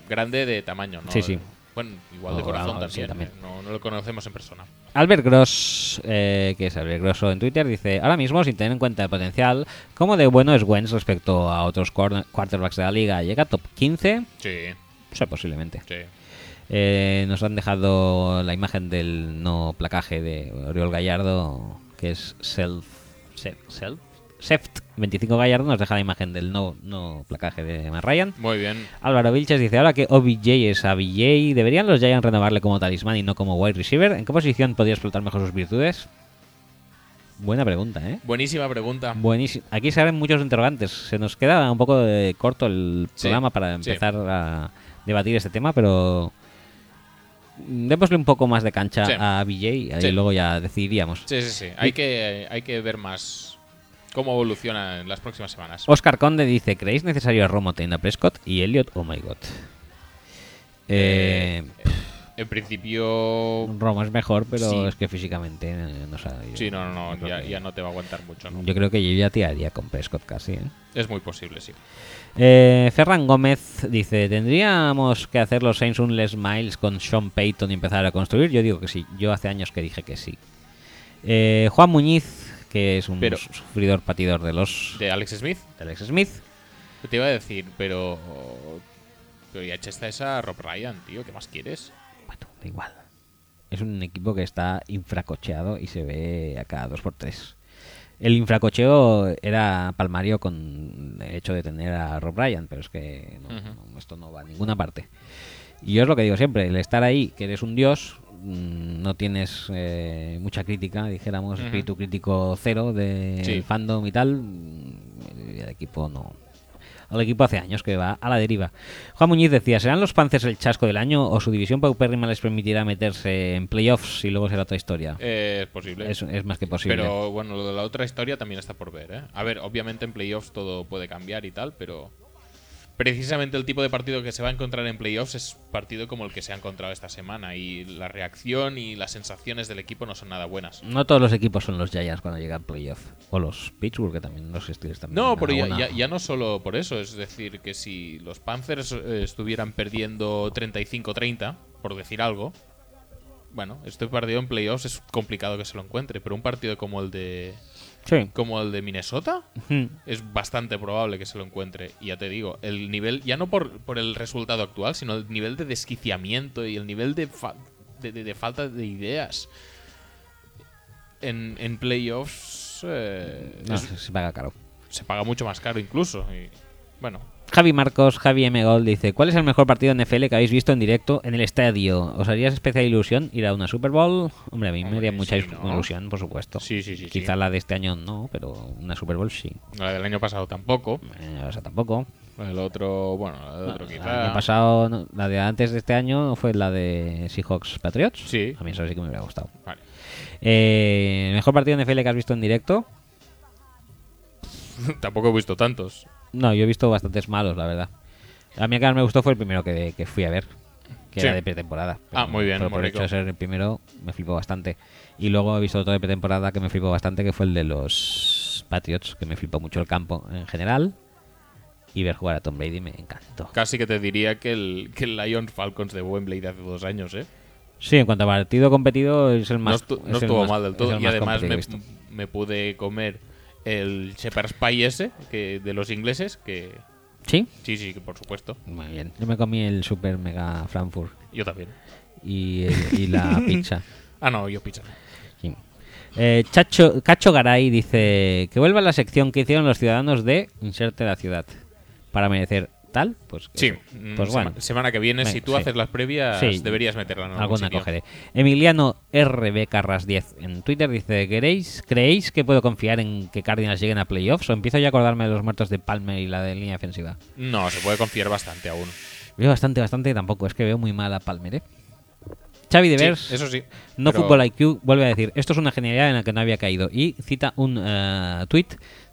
Grande de tamaño, ¿no? Sí, sí. Bueno, igual de O corazón algo, también. sí, también. ¿eh? No, no lo conocemos en persona. Albert Gross, eh, que es Albert Grosso en Twitter, dice, ahora mismo, sin tener en cuenta el potencial, ¿cómo de bueno es Wentz respecto a otros corner- quarterbacks de la liga? ¿Llega top 15? Sí, O sea, posiblemente. sí. Eh, nos han dejado la imagen del no placaje de Oriol Gallardo, que es Self... Self? self Seft 25 Gallardo nos deja la imagen del no, no placaje de Matt Ryan. Muy bien. Álvaro Vilches dice, ahora que OBJ es ABJ, ¿deberían los Giants renovarle como talismán y no como wide receiver? ¿En qué posición podría explotar mejor sus virtudes? Buena pregunta, ¿eh? Buenísima pregunta. Buenísimo. Aquí se abren muchos interrogantes. Se nos queda un poco de corto el Sí, programa para sí. empezar a debatir este tema, pero démosle un poco más de cancha Sí. a ABJ y Sí. luego ya decidiríamos. Sí, sí, sí. Hay que, hay que ver más cómo evoluciona en las próximas semanas. Oscar Conde dice, ¿creéis necesario a Romo teniendo a Prescott y Elliot? Oh my god. Eh, En principio. Roma es mejor, pero Sí. es que físicamente eh, no sabe. Sí, no, yo no, no, creo ya, que- ya no te va a aguantar mucho. ¿no? Yo creo que yo ya tiraría con Prescott casi. ¿eh? Es muy posible, sí. Eh, Ferran Gómez dice: ¿Tendríamos que hacer los Saints un Les Miles con Sean Payton y empezar a construir? Yo digo que sí. Yo hace años que dije que sí. Eh, Juan Muñiz, que es un Pero- sufridor patidor de los. De Alex Smith, de Alex Smith. te iba a decir, pero. Pero ya echaste esa Rob Ryan, tío. ¿Qué más quieres? Bueno, da igual. Es un equipo que está infracocheado y se ve a cada dos por tres. El infracocheo era palmario con el hecho de tener a Rob Ryan, pero es que no, Ujú. no, esto no va a ninguna parte. Y yo es lo que digo siempre, el estar ahí, que eres un dios, mm, no tienes eh, mucha crítica, dijéramos, Ujú. espíritu crítico cero del Sí. fandom y tal, mm, el equipo no... Al equipo hace años que va a la deriva. Juan Muñiz decía, ¿serán los Panthers el chasco del año o su división paupérrima les permitirá meterse en playoffs y luego será otra historia? Eh, es posible. es, es más que posible. Pero bueno, lo de la otra historia también está por ver, ¿eh? A ver, obviamente en playoffs todo puede cambiar y tal, pero precisamente el tipo de partido que se va a encontrar en playoffs es partido como el que se ha encontrado esta semana y la reacción y las sensaciones del equipo no son nada buenas. No todos los equipos son los Giants cuando llegan playoff. O los Pittsburgh, que también los Steelers también. No, tienen pero ya, alguna. ya- ya no solo por eso, es decir, que si los Panthers eh, estuvieran perdiendo 35-30, por decir algo, bueno, este partido en playoffs es complicado que se lo encuentre, pero un partido como el de Sí. como el de Minnesota, Hmm. es bastante probable que se lo encuentre. Y ya te digo, el nivel, ya no por, por el resultado actual, sino el nivel de desquiciamiento y el nivel de, fa- de, de- de falta de ideas en, en playoffs eh, No, es- se se paga caro. se paga mucho más caro incluso. Y, bueno, Javi Marcos, Javi M. Gol dice: ¿Cuál es el mejor partido en NFL que habéis visto en directo en el estadio? ¿Os harías especial ilusión ir a una Super Bowl? Hombre, a mí me Hombre, haría mucha sí, is- ¿no? ilusión, por supuesto. Sí, sí, sí, sí. Quizá la de este año no, pero una Super Bowl sí. la del año pasado tampoco. Eh, o sea, tampoco. Ah, La del otro, bueno, la del otro El quizá. año pasado, no, la de antes de este año fue la de Seahawks Patriots. Sí. A mí eso sí que me hubiera gustado. Vale. Eh, ¿Mejor partido en NFL que has visto en directo? tampoco he visto tantos. No, yo he visto bastantes malos, la verdad. A mí el que más me gustó fue el primero que, que fui a ver, que Sí. era de pretemporada. Ah, muy bien, Pero muy por el hecho rico. de ser el primero, me flipó bastante. Y luego he visto otro de pretemporada que me flipó bastante, que fue el de los Patriots, que me flipó mucho el campo en general. Y ver jugar a Tom Brady me encantó. Casi que te diría que el, que el Lions Falcons de Wembley de hace dos años, ¿eh? Sí, en cuanto a partido competido, es el No, más. estu- es no el estuvo más- mal del es todo. el Y más además competido me, que he visto. me pude comer el Shepherd's Pie ese, que de los ingleses, que ¿Sí? sí, sí, que por supuesto. Muy bien. Yo me comí el Super Mega Frankfurt Yo también. y, eh, y la pizza. Ah, no, yo pizza. Sí. Eh, Chacho, Cacho Garay dice que vuelva la sección que hicieron los ciudadanos de Inserte la ciudad para merecer tal. Pues, que- Sí, mm, pues sema- bueno, semana que viene, Venga, si tú sí. haces las previas, Sí. deberías meterla en algún alguna sitio. cogeré. Emiliano RB Carras 10 en Twitter dice: ¿Queréis, ¿Creéis que puedo confiar en que Cardinals lleguen a playoffs o empiezo ya a acordarme de los muertos de Palmer y la de línea defensiva? No, se puede confiar bastante aún. Veo bastante, bastante tampoco. Es que veo muy mal a Palmer, ¿eh? Xavi de Sí, Vers, eso sí. no pero- Fútbol IQ, vuelve a decir, esto es una genialidad en la que no había caído. Y cita un eh, tweet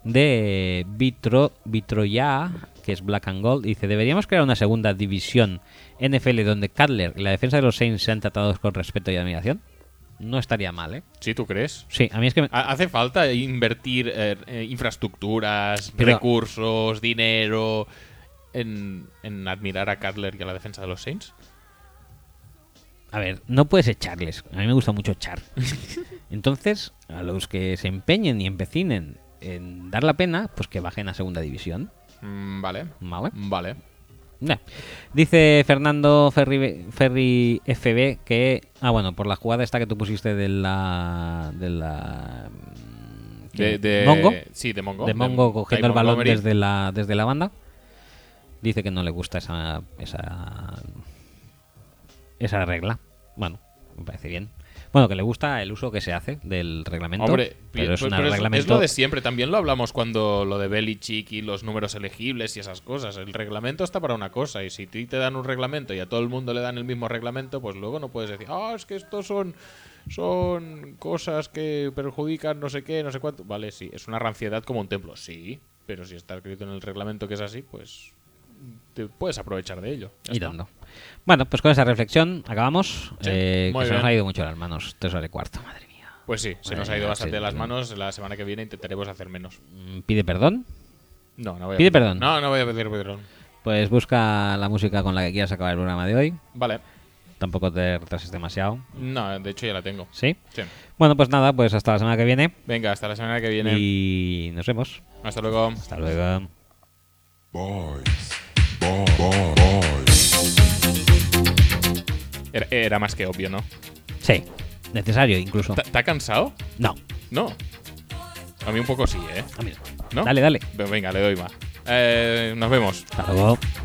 de Vitro, Vitroya, que es Black and Gold, y dice, deberíamos crear una segunda división NFL donde Cutler y la defensa de los Saints sean tratados con respeto y admiración. No estaría mal, ¿eh? Sí, ¿tú crees? Sí, a mí es que... me- Ha- Hace falta invertir eh, eh, infraestructuras, Pero- recursos, dinero en, en admirar a Cutler y a la defensa de los Saints. A ver, no puedes echarles. A mí me gusta mucho echar. Entonces, a los que se empeñen y empecinen en dar la pena, pues que bajen a segunda división. Mm, vale. ¿Vale? Vale. Nah. Dice Fernando Ferri, Ferri FB que. Ah, bueno, por la jugada esta que tú pusiste de la. De la. mm, De, de- Mongo. Sí, de Mongo. De Mongo cogiendo el Ty balón Montgomery. desde la, desde la banda. Dice que no le gusta esa. Esa, esa regla. Bueno, me parece bien. Bueno, que le gusta el uso que se hace del reglamento. Hombre, pero pi- es pues- una pero reglamento. lo de siempre. También lo hablamos cuando lo de Belichick y los números elegibles y esas cosas. El reglamento está para una cosa. Y si a ti te dan un reglamento y a todo el mundo le dan el mismo reglamento, pues luego no puedes decir, ah, es que estos son, son cosas que perjudican no sé qué, no sé cuánto. Vale, sí, es una ranciedad como un templo. Sí, pero si está escrito en el reglamento que es así, pues te puedes aprovechar de ello. Ya Y está. tanto. Bueno, pues con esa reflexión acabamos. Sí, Eh, muy que se nos bien. ha ido mucho las manos. Tres horas y cuarto, madre mía. Pues sí, se nos ha Bueno, ido bastante sí, de las sí. manos. La semana que viene intentaremos hacer menos. Mm, Pide perdón. No, no voy a Pide pedir- perdón. No, no voy a pedir perdón. Pues busca la música con la que quieras acabar el programa de hoy. Vale. Tampoco te retrases demasiado. No, de hecho ya la tengo. ¿Sí? Sí. Bueno, pues nada, pues hasta la semana que viene. Venga, hasta la semana que viene. Y nos vemos. Hasta luego. Hasta luego. boys, boy, boy, boys, Era, era más que obvio, ¿no? Sí, necesario incluso. ¿Te te ha cansado? No, No. A mí un poco sí, ¿eh? a mí no. ¿No? Dale, dale. Ve- Venga, le doy más. Eh, nos vemos. Hasta luego.